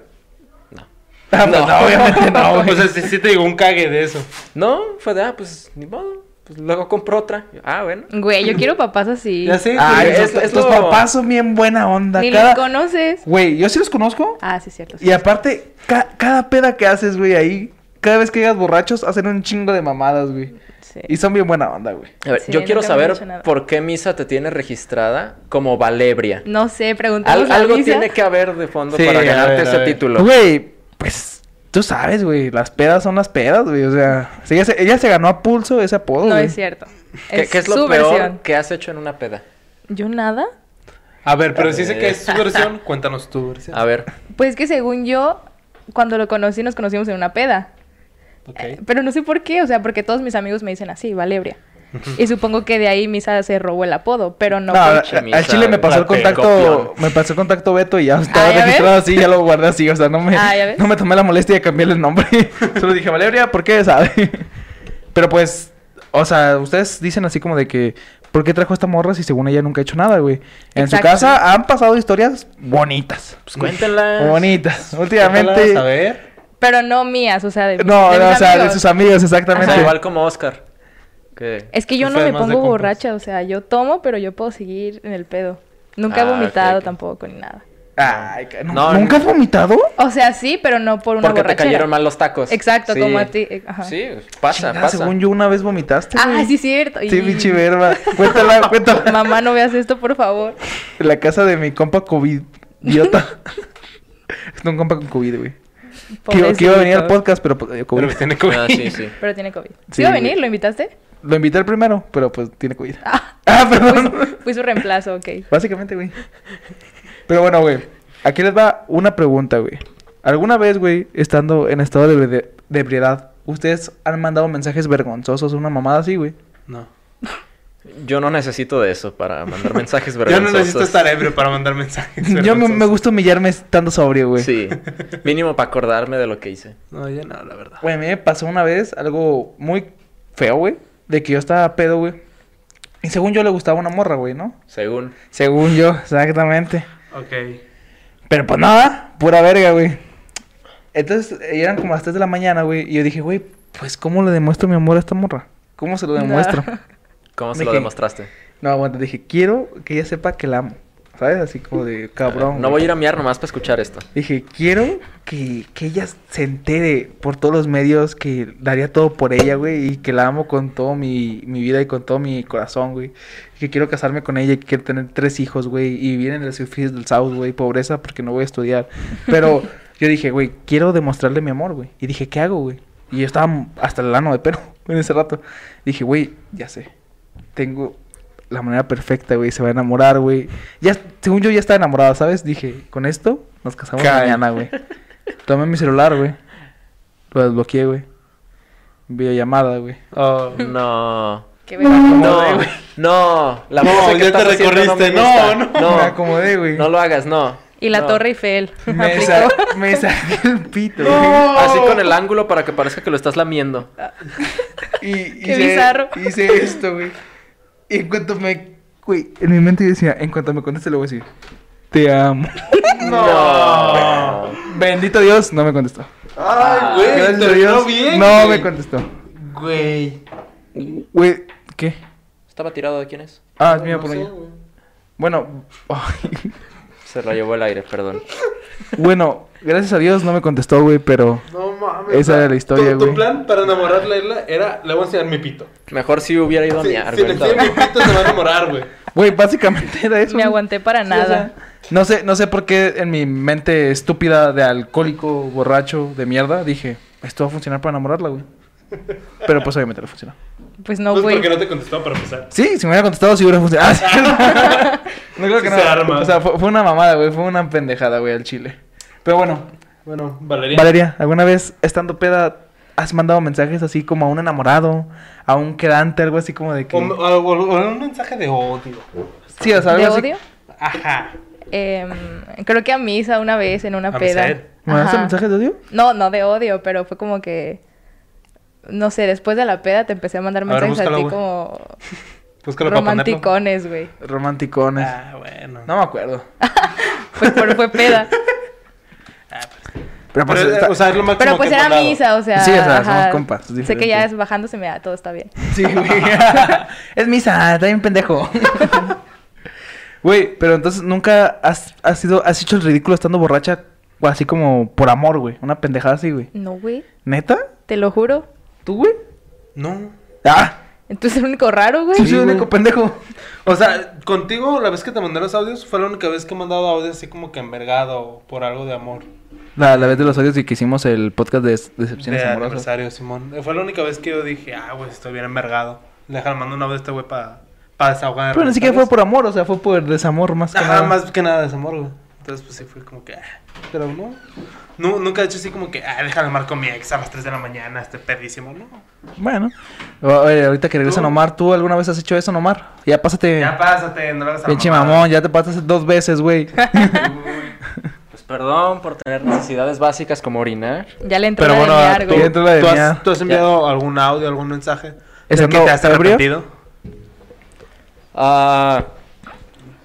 Speaker 2: No.
Speaker 1: Ah, pues, no, obviamente no, güey.
Speaker 5: O sea, pues, sí, sí te digo un cague de eso.
Speaker 2: No, fue de, ah, pues ni modo. Pues luego compro otra. Yo, ah, bueno.
Speaker 4: Güey, yo quiero papás así.
Speaker 5: Ya sé.
Speaker 1: Ay,
Speaker 5: güey.
Speaker 2: es-
Speaker 1: esos-
Speaker 2: es
Speaker 1: los
Speaker 2: lo-
Speaker 1: Ah, papás son bien buena onda.
Speaker 4: Ni
Speaker 1: Cada-
Speaker 4: los conoces.
Speaker 1: Güey, yo sí los conozco.
Speaker 4: Ah, sí, cierto. sí.
Speaker 1: Y aparte, ca- cada peda que haces, güey, ahí, cada vez que llegas borrachos, hacen un chingo de mamadas, güey.
Speaker 4: Sí.
Speaker 1: Y son bien buena onda, güey.
Speaker 2: A ver,
Speaker 4: Sí,
Speaker 2: yo
Speaker 4: nunca
Speaker 2: quiero
Speaker 4: me han dicho
Speaker 2: saber
Speaker 4: nada.
Speaker 2: por qué Misa te tiene registrada como Valebria.
Speaker 4: No sé, preguntamos
Speaker 2: Al-
Speaker 4: a
Speaker 2: algo
Speaker 4: Lisa.
Speaker 2: tiene que haber de fondo
Speaker 5: Sí,
Speaker 2: para
Speaker 5: a
Speaker 2: ganarte
Speaker 5: ver, a
Speaker 2: ese
Speaker 5: ver.
Speaker 2: título.
Speaker 1: Güey, pues tú sabes, güey, las pedas son las pedas, güey. O sea, sí, ella se, ella se ganó a pulso ese apodo,
Speaker 4: No
Speaker 1: güey.
Speaker 4: es cierto.
Speaker 2: ¿Qué, qué es
Speaker 4: su
Speaker 2: lo peor
Speaker 4: versión.
Speaker 2: que has hecho en una peda?
Speaker 4: Yo nada.
Speaker 5: A ver, pero si sé que es tu versión, cuéntanos tu versión.
Speaker 2: A ver,
Speaker 4: Pues que según yo, cuando lo conocí, nos conocimos en una peda.
Speaker 5: Ok.
Speaker 4: Eh, Pero no sé por qué, o sea, porque todos mis amigos me dicen así, Valebria. Y supongo que de ahí Misa se robó el apodo, pero no.
Speaker 1: No, eh, a-
Speaker 4: fue-
Speaker 2: pinche
Speaker 1: a- al
Speaker 2: misa,
Speaker 1: chile me
Speaker 2: güey.
Speaker 1: pasó el
Speaker 5: Papel
Speaker 1: contacto, me pasó el contacto Beto y ya estaba
Speaker 4: Ah, ¿ya
Speaker 1: registrado así, ya lo guardé así, o sea, no me,
Speaker 4: Ah, ¿ya ves?
Speaker 1: no me tomé la molestia de cambiarle el nombre. Solo dije, Valeria, ¿por qué sabe? Pero pues, o sea, ustedes dicen así como de que, ¿por qué trajo esta morra si según ella nunca ha hecho nada, güey? En su
Speaker 4: Exacto.
Speaker 1: casa han pasado historias bonitas.
Speaker 2: pues
Speaker 4: Ah.
Speaker 2: cuéntala.
Speaker 1: Bonitas.
Speaker 5: Cuéntalas, Pues, A
Speaker 1: Últimamente.
Speaker 5: ver.
Speaker 4: Pero no mías, o sea, de,
Speaker 1: No,
Speaker 4: de
Speaker 1: no,
Speaker 4: mis
Speaker 1: o sea, de
Speaker 4: amigos.
Speaker 1: sus amigos, exactamente.
Speaker 2: Ajá, Ah, igual como Oscar. Que-
Speaker 4: Es que yo
Speaker 5: Tú
Speaker 4: no
Speaker 5: sabes
Speaker 4: me
Speaker 5: más de
Speaker 4: pongo
Speaker 5: compas.
Speaker 4: borracha, o sea, yo tomo, pero yo puedo seguir en el pedo. Nunca
Speaker 2: Ah,
Speaker 4: he
Speaker 2: ok,
Speaker 4: vomitado
Speaker 2: ok.
Speaker 4: tampoco ni nada.
Speaker 1: Ay, ca-
Speaker 2: No,
Speaker 1: ¿Nunca
Speaker 2: no.
Speaker 1: has vomitado?
Speaker 4: O sea, sí, pero no por una
Speaker 2: Porque te
Speaker 4: borrachera.
Speaker 2: cayeron mal los tacos.
Speaker 4: Exacto,
Speaker 2: Sí.
Speaker 4: como a ti. eh, Ajá.
Speaker 2: Sí, pasa,
Speaker 1: Chinga,
Speaker 2: pasa.
Speaker 1: Según yo, una vez vomitaste.
Speaker 4: Ah,
Speaker 1: güey.
Speaker 4: sí, cierto.
Speaker 1: Sí,
Speaker 4: Y-
Speaker 1: pinche verba. Cuéntala, cuéntala.
Speaker 4: Mamá, no veas esto, por favor.
Speaker 1: En la casa de mi compa COVID. Idiota. es un compa con COVID, güey. Que, iba- que iba a venir al
Speaker 4: Pobrecito.
Speaker 1: podcast, pero pues, eh,
Speaker 5: Pero
Speaker 1: COVID.
Speaker 5: pues tiene que
Speaker 2: Ah, sí, sí.
Speaker 4: Pero tiene COVID.
Speaker 1: Sí,
Speaker 4: Sí, iba a
Speaker 1: güey.
Speaker 4: venir, ¿lo invitaste?
Speaker 1: Lo invité al primero, pero pues tiene COVID.
Speaker 4: Ah,
Speaker 1: Ah,
Speaker 4: fui,
Speaker 1: perdón.
Speaker 4: fui su reemplazo, ok.
Speaker 1: Básicamente, güey. Pero bueno, güey. Aquí les va una pregunta, güey. ¿Alguna vez, güey, estando en estado de, ebri- de ebriedad, ustedes han mandado mensajes vergonzosos, una mamada así, güey?
Speaker 5: No.
Speaker 2: Yo no necesito de eso para mandar mensajes
Speaker 5: Yo
Speaker 2: vergonzosos.
Speaker 5: no necesito estar ebrio para mandar mensajes.
Speaker 1: Yo me, me
Speaker 5: vergonzosos.
Speaker 1: gusta humillarme estando sobrio, güey.
Speaker 2: Sí, mínimo para acordarme de lo que hice.
Speaker 5: No, ya no, la verdad.
Speaker 1: Güey, a mí me pasó una vez algo muy feo, güey. De que yo estaba pedo, güey. Y según yo le gustaba una morra, güey, ¿no?
Speaker 2: Según.
Speaker 1: Según yo, exactamente.
Speaker 5: Ok.
Speaker 1: Pero pues nada, pura verga, güey. Entonces, eh, eran como las 3 de la mañana, güey. Y yo dije, güey, pues ¿cómo le demuestro mi amor a esta morra? ¿Cómo se lo
Speaker 4: No.
Speaker 1: demuestro?
Speaker 2: ¿Cómo se lo
Speaker 1: Dije-
Speaker 2: demostraste?
Speaker 1: No, aguanta, dije, quiero que ella sepa que la amo. ¿Sabes? Así como de cabrón.
Speaker 2: No
Speaker 1: güey.
Speaker 2: voy a ir a miar nomás para escuchar esto.
Speaker 1: Dije, quiero que, que ella se entere por todos los medios que daría todo por ella, güey, y que la amo con todo mi, mi vida y con todo mi corazón, güey. Y Que quiero casarme con ella y que quiero tener tres hijos, güey, y vivir en el Sufis del South, güey, pobreza porque no voy a estudiar. Pero yo dije, güey, quiero demostrarle mi amor, güey. Y dije, ¿qué hago, güey? Y yo estaba hasta el lano de pelo en ese rato. Dije, güey, ya sé. Tengo la manera perfecta, güey. Se va a enamorar, güey. Ya, según yo ya estaba enamorada, ¿sabes? Dije, con esto nos casamos
Speaker 5: Cae.
Speaker 1: mañana, güey. Tomé mi celular, güey. Lo desbloqueé, güey. Videollamada, güey.
Speaker 5: Oh.
Speaker 2: No.
Speaker 4: Qué verga.
Speaker 2: No, no. La
Speaker 5: No,
Speaker 2: pose
Speaker 5: ya te
Speaker 2: estás haciendo
Speaker 5: recorriste.
Speaker 2: me
Speaker 5: No,
Speaker 2: gusta.
Speaker 1: Me acomodé, güey.
Speaker 2: No, no lo hagas, no.
Speaker 4: Y la
Speaker 2: No.
Speaker 4: Torre Eiffel.
Speaker 1: Me,
Speaker 4: aplicó.
Speaker 1: sa- me saqué el pito, güey.
Speaker 2: Así con el ángulo para que parezca que lo estás lamiendo.
Speaker 1: Y,
Speaker 4: Qué
Speaker 1: hice,
Speaker 4: bizarro.
Speaker 1: Hice esto, güey. Y en cuanto me... Güey, en mi mente yo decía, en cuanto me conteste le voy a decir, te amo.
Speaker 5: Ah.
Speaker 2: No.
Speaker 1: Bendito Dios, no me contestó.
Speaker 5: Ay, güey,
Speaker 1: Gracias a
Speaker 5: terminó
Speaker 1: Dios,
Speaker 5: bien.
Speaker 1: Ah, no
Speaker 5: güey.
Speaker 1: me contestó.
Speaker 5: Güey.
Speaker 1: Güey, ¿qué?
Speaker 2: Estaba tirado de quién es.
Speaker 1: Ah, es mía
Speaker 5: No
Speaker 1: por
Speaker 5: sé,
Speaker 1: ella.
Speaker 5: güey.
Speaker 1: Bueno, ay,
Speaker 2: Se lo llevó el aire, perdón.
Speaker 1: Bueno, gracias a Dios no me contestó, güey, pero.
Speaker 5: No mames.
Speaker 1: Esa
Speaker 5: o sea,
Speaker 1: era la historia,
Speaker 5: tu-
Speaker 1: güey.
Speaker 5: Tu plan para enamorarla era- era, le voy a enseñar mi pito.
Speaker 2: Mejor si hubiera ido a
Speaker 5: Si,
Speaker 2: miar,
Speaker 5: si
Speaker 2: güey.
Speaker 5: le enseño mi
Speaker 2: entonces.
Speaker 5: pito, se va a enamorar, güey.
Speaker 1: Güey, básicamente era eso.
Speaker 4: Me
Speaker 1: güey.
Speaker 4: aguanté
Speaker 1: Sí,
Speaker 4: para
Speaker 1: o
Speaker 4: nada.
Speaker 1: sea, no sé, no sé por qué en mi mente estúpida de alcohólico, borracho, de mierda, dije, esto va a funcionar para enamorarla, güey. Pero pues obviamente no funcionó.
Speaker 4: Pues no,
Speaker 5: pues
Speaker 4: güey.
Speaker 5: porque no te contestó para empezar.
Speaker 1: Sí, si me hubiera contestado, sí hubiera funcionado. Ah, sí. no creo que
Speaker 5: Sí
Speaker 1: no.
Speaker 5: se arma.
Speaker 1: O sea, fue, fue una mamada, güey. Fue una pendejada, güey, al chile. Pero bueno,
Speaker 5: Bueno, Valeria.
Speaker 1: Valeria, ¿alguna vez estando peda has mandado mensajes así como a un enamorado, a un quedante, algo así como de que.
Speaker 5: O, o- o- o un mensaje de odio.
Speaker 1: Sí, o sea, algo
Speaker 4: ¿De
Speaker 1: así-
Speaker 4: odio?
Speaker 5: Ajá.
Speaker 4: Em, creo que a misa una vez en una
Speaker 5: ¿A
Speaker 4: peda.
Speaker 5: Misael?
Speaker 1: ¿Mandaste
Speaker 4: Ajá.
Speaker 1: mensajes de odio?
Speaker 4: No, no de odio, pero fue como que. No sé, después de la peda te empecé a mandar
Speaker 5: A ver,
Speaker 4: mensajes
Speaker 5: búscalo,
Speaker 4: a, ti
Speaker 5: güey.
Speaker 4: como
Speaker 5: Búscalo para ponerlo.
Speaker 4: romanticones, güey.
Speaker 1: Romanticones.
Speaker 5: Ah, bueno.
Speaker 1: No me acuerdo.
Speaker 4: Ah. Fue, por- fue peda.
Speaker 1: Pero pues.
Speaker 5: Pero, eh,
Speaker 1: está-
Speaker 5: o sea, es lo máximo
Speaker 4: Pero pues
Speaker 5: que he
Speaker 4: era
Speaker 5: mandado.
Speaker 4: misa, o sea.
Speaker 1: Sí, o sea,
Speaker 4: ajá.
Speaker 1: somos compas, es
Speaker 4: Sé que
Speaker 1: diferente.
Speaker 4: ya es bajándose me da, todo está bien.
Speaker 1: Sí, güey. es misa, está bien pendejo. Güey, pero entonces nunca has, has, sido, has hecho el ridículo estando borracha, o así como por amor, güey. Una pendejada así, güey.
Speaker 4: No, güey.
Speaker 1: ¿Neta?
Speaker 4: Te lo juro.
Speaker 1: ¿Tú, güey?
Speaker 5: No.
Speaker 1: Ah,
Speaker 4: Entonces el único raro, güey.
Speaker 1: tú soy el único pendejo.
Speaker 5: O sea, contigo la vez que te mandé los audios fue la única vez que he mandado audios así como que envergado por algo de amor.
Speaker 1: La, la vez de los audios y que hicimos el podcast de des- decepciones
Speaker 5: de
Speaker 1: amorosas.
Speaker 5: aniversario, Simón. Eh, Fue la única vez que yo dije, ah, güey, estoy bien envergado. Déjame mandar un audio a este güey para desahogar.
Speaker 1: Pero ni siquiera fue
Speaker 5: ¿sabes?
Speaker 1: por amor, o sea, fue por desamor más que
Speaker 5: Ajá,
Speaker 1: nada.
Speaker 5: más que nada desamor, güey. Entonces, pues sí, fue como que, ah, pero no. Nu- nunca he hecho así como que, ah, déjame marco a mi ex a las 3 de la mañana, este pedísimo, ¿no?
Speaker 1: Bueno. Oye, ahorita que regresa
Speaker 5: Tú.
Speaker 1: Nomar, ¿tú alguna vez has hecho eso, Nomar? Ya pásate.
Speaker 5: Ya pásate, no lo hagas a la
Speaker 1: Pinche
Speaker 5: mamada.
Speaker 1: mamón, ya te pasaste dos veces, güey.
Speaker 2: Pues perdón por tener necesidades básicas como orinar.
Speaker 4: Ya le entró
Speaker 5: Pero
Speaker 4: la
Speaker 5: bueno,
Speaker 4: de miar,
Speaker 5: tú,
Speaker 1: Ya
Speaker 4: güey.
Speaker 1: entró la de
Speaker 5: tú
Speaker 1: mía.
Speaker 5: has, tú has enviado algún audio, algún mensaje. ¿De
Speaker 1: ¿Estando
Speaker 5: que te has
Speaker 1: ebrio?
Speaker 5: arrepentido?
Speaker 2: Ah,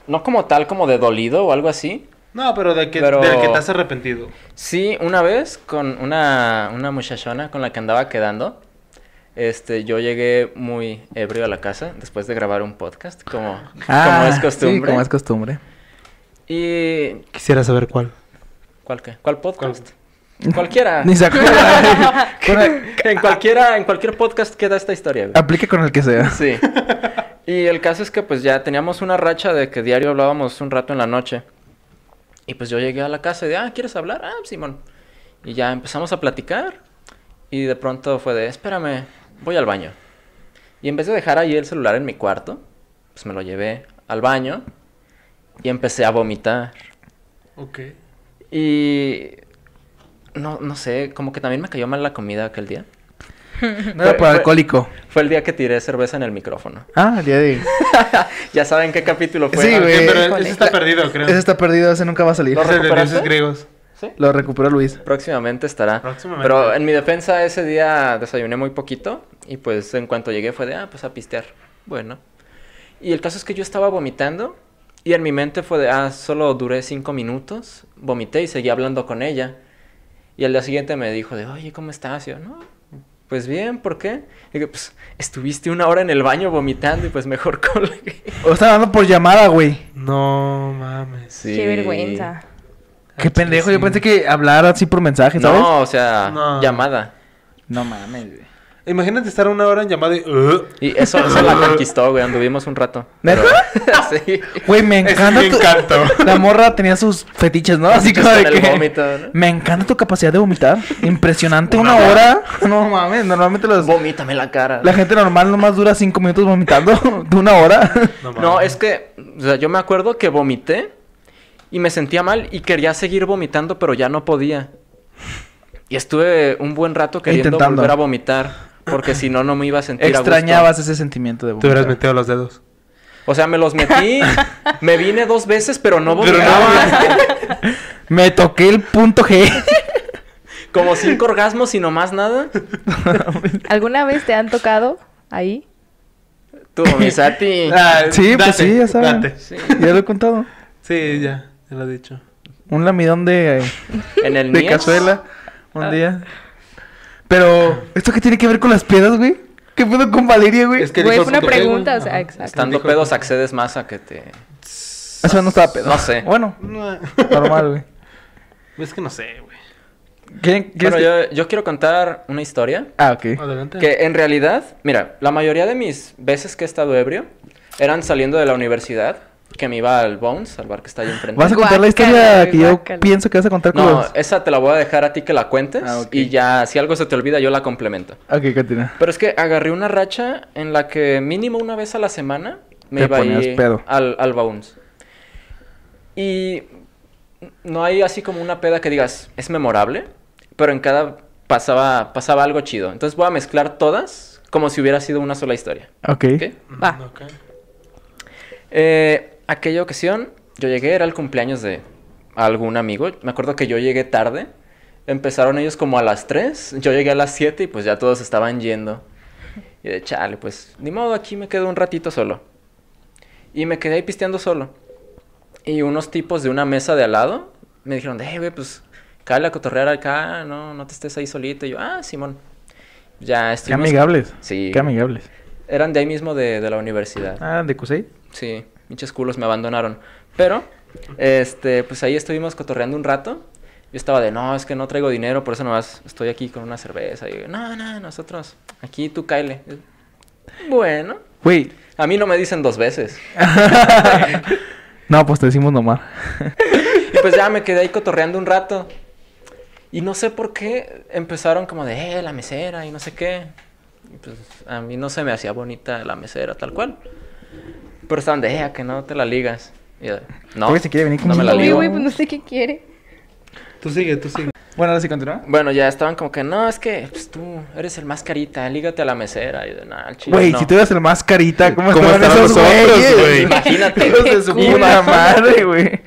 Speaker 2: no como tal, como de dolido o algo así.
Speaker 5: No, pero, de que,
Speaker 2: Pero-
Speaker 5: del que te has arrepentido.
Speaker 2: Sí, una vez con una, una muchachona con la que andaba quedando, este, yo llegué muy ebrio a la casa después de grabar un podcast, como,
Speaker 1: Ah,
Speaker 2: como es
Speaker 1: Sí,
Speaker 2: costumbre.
Speaker 1: como es costumbre.
Speaker 2: Y...
Speaker 5: Quisiera saber cuál.
Speaker 2: ¿Cuál qué? ¿Cuál podcast? Cualquiera.
Speaker 1: Ni se acuerda. güey. Con el-
Speaker 2: en, cualquiera en cualquier podcast queda esta historia, güey.
Speaker 1: aplique con el que sea.
Speaker 2: Sí. Y el caso es que pues ya teníamos una racha de que diario hablábamos un rato en la noche. Y pues yo llegué a la casa y de, ah, ¿quieres hablar? Ah, Simón. Y ya empezamos a platicar. Y de pronto fue de, espérame, voy al baño. Y en vez de dejar ahí el celular en mi cuarto, pues me lo llevé al baño y empecé a vomitar.
Speaker 5: Ok.
Speaker 2: Y no, no sé, como que también me cayó mal la comida aquel día.
Speaker 1: No era
Speaker 2: Fue-
Speaker 1: por
Speaker 2: fue-
Speaker 1: alcohólico.
Speaker 2: Fue el día que tiré cerveza en el micrófono.
Speaker 1: Ah, el día de.
Speaker 2: Ya saben qué capítulo fue.
Speaker 1: Sí,
Speaker 5: Ah, Ok,
Speaker 1: güey.
Speaker 5: pero
Speaker 1: Híjole.
Speaker 5: ese está perdido, creo.
Speaker 1: Ese está perdido, ese nunca va a salir.
Speaker 2: ¿Lo
Speaker 5: Ese de
Speaker 2: recuperaste?
Speaker 5: dioses griegos.
Speaker 2: Sí.
Speaker 1: Lo recuperó Luis.
Speaker 2: Próximamente estará.
Speaker 5: Próximamente.
Speaker 2: Pero en mi defensa ese día desayuné muy poquito y pues en cuanto llegué fue de, ah, pues a pistear. Bueno. Y el caso es que yo estaba vomitando y en mi mente fue de, ah, solo duré cinco minutos, vomité y seguí hablando con ella. Y al día siguiente me dijo de, oye, ¿cómo estás? Y yo, no, pues bien, ¿por qué? Y digo, pues estuviste una hora en el baño vomitando y pues mejor con
Speaker 1: O estaba hablando por llamada, güey.
Speaker 5: No mames.
Speaker 2: Sí.
Speaker 4: Qué vergüenza.
Speaker 1: Qué pendejo, yo
Speaker 5: sí.
Speaker 1: pensé que hablar así por mensaje, ¿sabes?
Speaker 2: No, o sea,
Speaker 5: No.
Speaker 2: llamada.
Speaker 1: no mames, güey.
Speaker 5: Imagínate estar una hora en llamada y. "Ugh".
Speaker 2: Y eso, eso la conquistó, güey. Anduvimos un rato.
Speaker 1: ¿Neta?
Speaker 2: sí.
Speaker 1: Güey, me
Speaker 5: Es-
Speaker 1: encanta.
Speaker 5: me
Speaker 1: tu-
Speaker 5: encanta.
Speaker 1: La morra tenía sus fetiches, ¿no? Así como
Speaker 2: Con
Speaker 1: de
Speaker 2: el
Speaker 1: que.
Speaker 2: vómito, ¿no?
Speaker 1: Me encanta tu capacidad de vomitar. Impresionante, una hora. No mames, normalmente los.
Speaker 2: Vomítame la cara.
Speaker 1: La gente normal nomás dura cinco minutos vomitando de una hora.
Speaker 2: No, es que, o sea, yo me acuerdo que vomité y me sentía mal y quería seguir vomitando, pero ya no podía. Y estuve un buen rato queriendo
Speaker 1: Intentando.
Speaker 2: volver a vomitar, porque si no, no me iba a sentir a gusto.
Speaker 1: Extrañabas ese sentimiento de
Speaker 5: Te hubieras
Speaker 1: vomitar.
Speaker 5: metido los dedos.
Speaker 2: O sea, me los metí, me vine dos veces, pero no
Speaker 5: Pero
Speaker 2: vomitaba.
Speaker 5: no,
Speaker 1: Me toqué el punto G.
Speaker 2: Como cinco orgasmos y no más nada.
Speaker 4: ¿Alguna vez te han tocado ahí?
Speaker 2: Tú, Misati.
Speaker 5: Ah,
Speaker 1: Sí, pues
Speaker 5: date,
Speaker 1: sí, ya sabes.
Speaker 5: date.
Speaker 2: Sí.
Speaker 1: Ya lo he contado.
Speaker 5: Sí, ya, ya lo he dicho.
Speaker 1: Un lamidón de, eh,
Speaker 2: En el
Speaker 1: de
Speaker 2: Nies.
Speaker 1: cazuela. Un día. Pero, ¿esto qué tiene que ver con las piedras, güey? ¿Qué pedo con Valeria, güey?
Speaker 5: Es que
Speaker 4: Güey,
Speaker 5: dijo
Speaker 4: fue una
Speaker 5: punto G, güey.
Speaker 4: pregunta, o sea,
Speaker 5: Ajá.
Speaker 4: exacto.
Speaker 2: Estando
Speaker 5: Dijo-
Speaker 2: pedos accedes más a que te...
Speaker 1: Eso no estaba pedo.
Speaker 2: No sé.
Speaker 1: Bueno,
Speaker 5: No.
Speaker 1: normal, güey.
Speaker 5: Es que no sé, güey.
Speaker 1: ¿Quieren- quieres
Speaker 2: Bueno,
Speaker 1: que-
Speaker 2: yo, yo quiero contar una historia.
Speaker 1: Ah, ok.
Speaker 5: Adelante.
Speaker 2: Que en realidad, mira, la mayoría de mis veces que he estado ebrio eran saliendo de la universidad, que me iba al Bones, al bar que está ahí enfrente.
Speaker 1: ¿Vas a contar la
Speaker 4: Guácala,
Speaker 1: historia que yo
Speaker 4: guácala.
Speaker 1: pienso que vas a contar con
Speaker 2: No, eh.
Speaker 1: los-
Speaker 2: esa te la voy a dejar a ti que la cuentes
Speaker 1: Ah, ok.
Speaker 2: y ya si algo se te olvida yo la complemento.
Speaker 1: Ok, continúa.
Speaker 2: Pero es que agarré una racha en la que mínimo una vez a la semana me
Speaker 1: Te
Speaker 2: iba
Speaker 1: ponías
Speaker 2: ahí
Speaker 1: pedo.
Speaker 2: al, al Bounce. Y no hay así como una peda que digas, es memorable, pero en cada pasaba, pasaba algo chido. Entonces voy a mezclar todas como si hubiera sido una sola historia.
Speaker 1: Ok.
Speaker 2: ¿ok?
Speaker 4: Va.
Speaker 5: Ah. Ok.
Speaker 2: Eh, aquella ocasión, yo llegué, era el cumpleaños de algún amigo. Me acuerdo que yo llegué tarde. Empezaron ellos como a las 3. Yo llegué a las 7 y pues ya todos estaban yendo. Y de chale, pues ni modo, aquí me quedo un ratito solo. Y me quedé ahí pisteando solo. Y unos tipos de una mesa de al lado me dijeron, eh, güey, pues cállate a cotorrear acá, no, no te estés ahí solito. Y yo, ah, Simón. Ya
Speaker 1: Qué
Speaker 2: estuvimos.
Speaker 1: amigables.
Speaker 2: Sí.
Speaker 1: Qué amigables.
Speaker 2: Eran de ahí mismo de, de la universidad.
Speaker 1: Ah, de Kusei.
Speaker 2: Sí, pinches culos me abandonaron. Pero, este, pues ahí estuvimos cotorreando un rato. Yo estaba de, no, es que no traigo dinero, por eso nomás estoy aquí con una cerveza. Y yo, no, no, nosotros, aquí tú cáele. Bueno,
Speaker 1: Güey.
Speaker 2: a mí no me dicen dos veces.
Speaker 1: no, pues te decimos nomás.
Speaker 2: Y pues ya me quedé ahí cotorreando un rato. Y no sé por qué empezaron como de, eh, la mesera y no sé qué. Y pues a mí no se me hacía bonita la mesera tal cual. Pero estaban de, eh, a que no te la ligas. Y yo, no,
Speaker 1: Porque se quiere venir
Speaker 2: no me la
Speaker 1: conmigo".
Speaker 4: Oye,
Speaker 2: ligo.
Speaker 4: güey, pues no sé qué quiere.
Speaker 5: Tú sigue, tú sigue.
Speaker 1: Bueno, ahora sí continúa.
Speaker 2: Bueno, ya estaban como que, no, es que pues, tú eres el más carita, lígate a la mesera. Y yo, "Nah, al chile,
Speaker 1: Güey,
Speaker 2: no".
Speaker 1: si tú eras el más carita, ¿cómo,
Speaker 5: ¿Cómo
Speaker 1: estaban
Speaker 5: estaban
Speaker 1: esos
Speaker 5: los otros, güey?
Speaker 1: güeyes?
Speaker 2: Imagínate.
Speaker 1: Hijos de su
Speaker 2: Qué
Speaker 1: puta
Speaker 2: culo.
Speaker 1: madre, güey.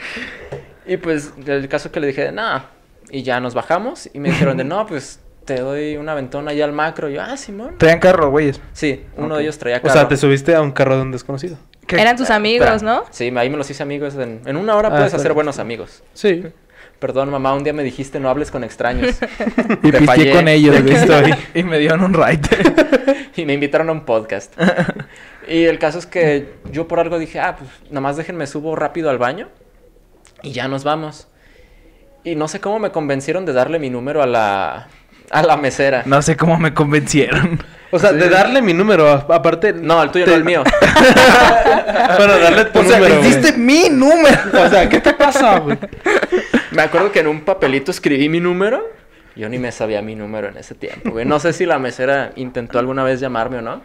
Speaker 2: Y pues, el caso que le dije, nada. Y ya nos bajamos y me dijeron de, no, pues te doy una ventona allá al macro. Y yo, ah, Simón.
Speaker 1: Traían carro, güeyes.
Speaker 2: Sí, uno
Speaker 1: Ok.
Speaker 2: de ellos traía
Speaker 5: O
Speaker 2: carro.
Speaker 5: sea, te subiste a un carro de un desconocido.
Speaker 1: ¿Qué?
Speaker 4: Eran tus amigos, ¿no?
Speaker 2: Sí, ahí me los hice amigos. En, en una hora
Speaker 1: Ah,
Speaker 2: puedes
Speaker 1: claro.
Speaker 2: hacer buenos amigos.
Speaker 5: Sí.
Speaker 2: Perdón, mamá, un día me dijiste no hables con extraños.
Speaker 1: Y
Speaker 2: Te
Speaker 1: pisteé
Speaker 2: fallé.
Speaker 1: con ellos,
Speaker 5: Aquí
Speaker 1: güey.
Speaker 5: estoy.
Speaker 1: Y me dieron un ride.
Speaker 2: y me invitaron a un podcast. y el caso es que yo por algo dije, ah, pues nada más déjenme subo rápido al baño y ya nos vamos. Y no sé cómo me convencieron de darle mi número a la, a la mesera. No,
Speaker 1: No sé cómo me convencieron.
Speaker 5: O sea, de darle mi número, a- aparte.
Speaker 2: el tuyo
Speaker 5: te-
Speaker 2: no el mío.
Speaker 5: Bueno, darle tu
Speaker 1: O sea,
Speaker 5: número.
Speaker 1: les
Speaker 5: güey.
Speaker 1: diste mi número.
Speaker 5: O sea, ¿qué te pasa, güey?
Speaker 2: Me acuerdo que en un papelito escribí mi número. Yo ni me sabía mi número en ese tiempo, güey. No sé si la mesera intentó alguna vez llamarme o no.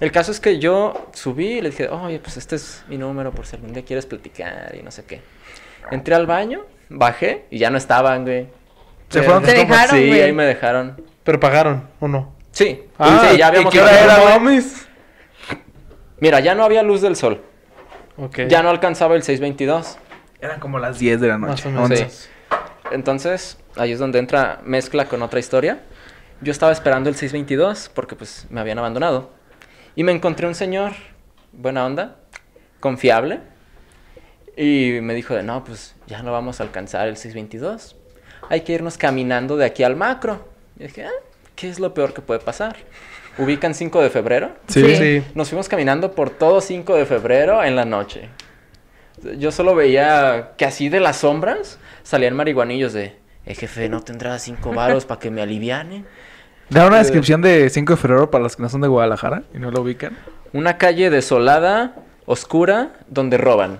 Speaker 2: El caso es que yo subí y le dije, oye, pues este es mi número por si algún día quieres platicar y no sé qué. Entré al baño, bajé y ya no estaban, güey.
Speaker 1: Se fueron
Speaker 4: Te
Speaker 1: tus compas.
Speaker 4: dejaron,
Speaker 2: Sí,
Speaker 4: güey.
Speaker 2: ahí me dejaron.
Speaker 5: Pero pagaron, ¿o no?
Speaker 2: Sí, Ah, sí, ya habíamos
Speaker 5: Ah, ¿Qué hora
Speaker 2: hablado,
Speaker 5: era,
Speaker 2: güey.
Speaker 5: mames?
Speaker 2: Mira, ya no había luz del sol.
Speaker 5: Ok.
Speaker 2: Ya no alcanzaba el 622.
Speaker 1: Eran como las 10 de la
Speaker 5: Más
Speaker 1: noche.
Speaker 5: o menos.
Speaker 1: once.
Speaker 2: Sí. Entonces, ahí es donde entra mezcla con otra historia. Yo estaba esperando el 622 porque pues me habían abandonado. Y me encontré un señor, buena onda, confiable. Y me dijo de, no, pues ya no vamos a alcanzar el 622. Hay que irnos caminando de aquí al macro. Y dije, "Ah, ¿qué es lo peor que puede pasar? Ubican 5 de febrero.
Speaker 5: Sí,
Speaker 4: Sí.
Speaker 5: sí.
Speaker 2: Nos fuimos caminando por todo 5 de febrero en la noche. Yo solo veía que así de las sombras salían marihuanillos de, eh, jefe, ¿no tendrás cinco varos para que me aliviane?
Speaker 1: Da una descripción de 5 de febrero para los que no son de Guadalajara y no lo ubican.
Speaker 2: Una calle desolada, oscura, donde roban.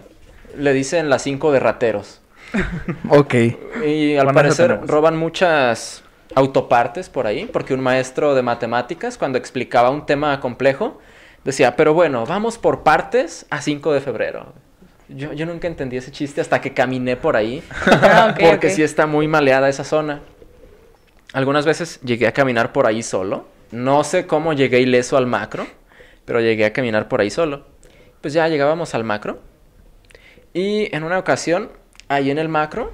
Speaker 2: Le dicen las 5 de rateros.
Speaker 1: Ok.
Speaker 2: Y al
Speaker 1: Bueno, eso
Speaker 2: parecer
Speaker 1: tenemos.
Speaker 2: roban muchas autopartes por ahí, porque un maestro de matemáticas cuando explicaba un tema complejo decía, pero bueno, vamos por partes a 5 de febrero. Yo, yo nunca entendí ese chiste hasta que caminé por ahí,
Speaker 4: Ah, ok,
Speaker 2: porque
Speaker 4: ok.
Speaker 2: sí está muy maleada esa zona. Algunas veces llegué a caminar por ahí solo. No sé cómo llegué ileso al macro, pero llegué a caminar por ahí solo. Pues ya llegábamos al macro. Y en una ocasión, ahí en el macro,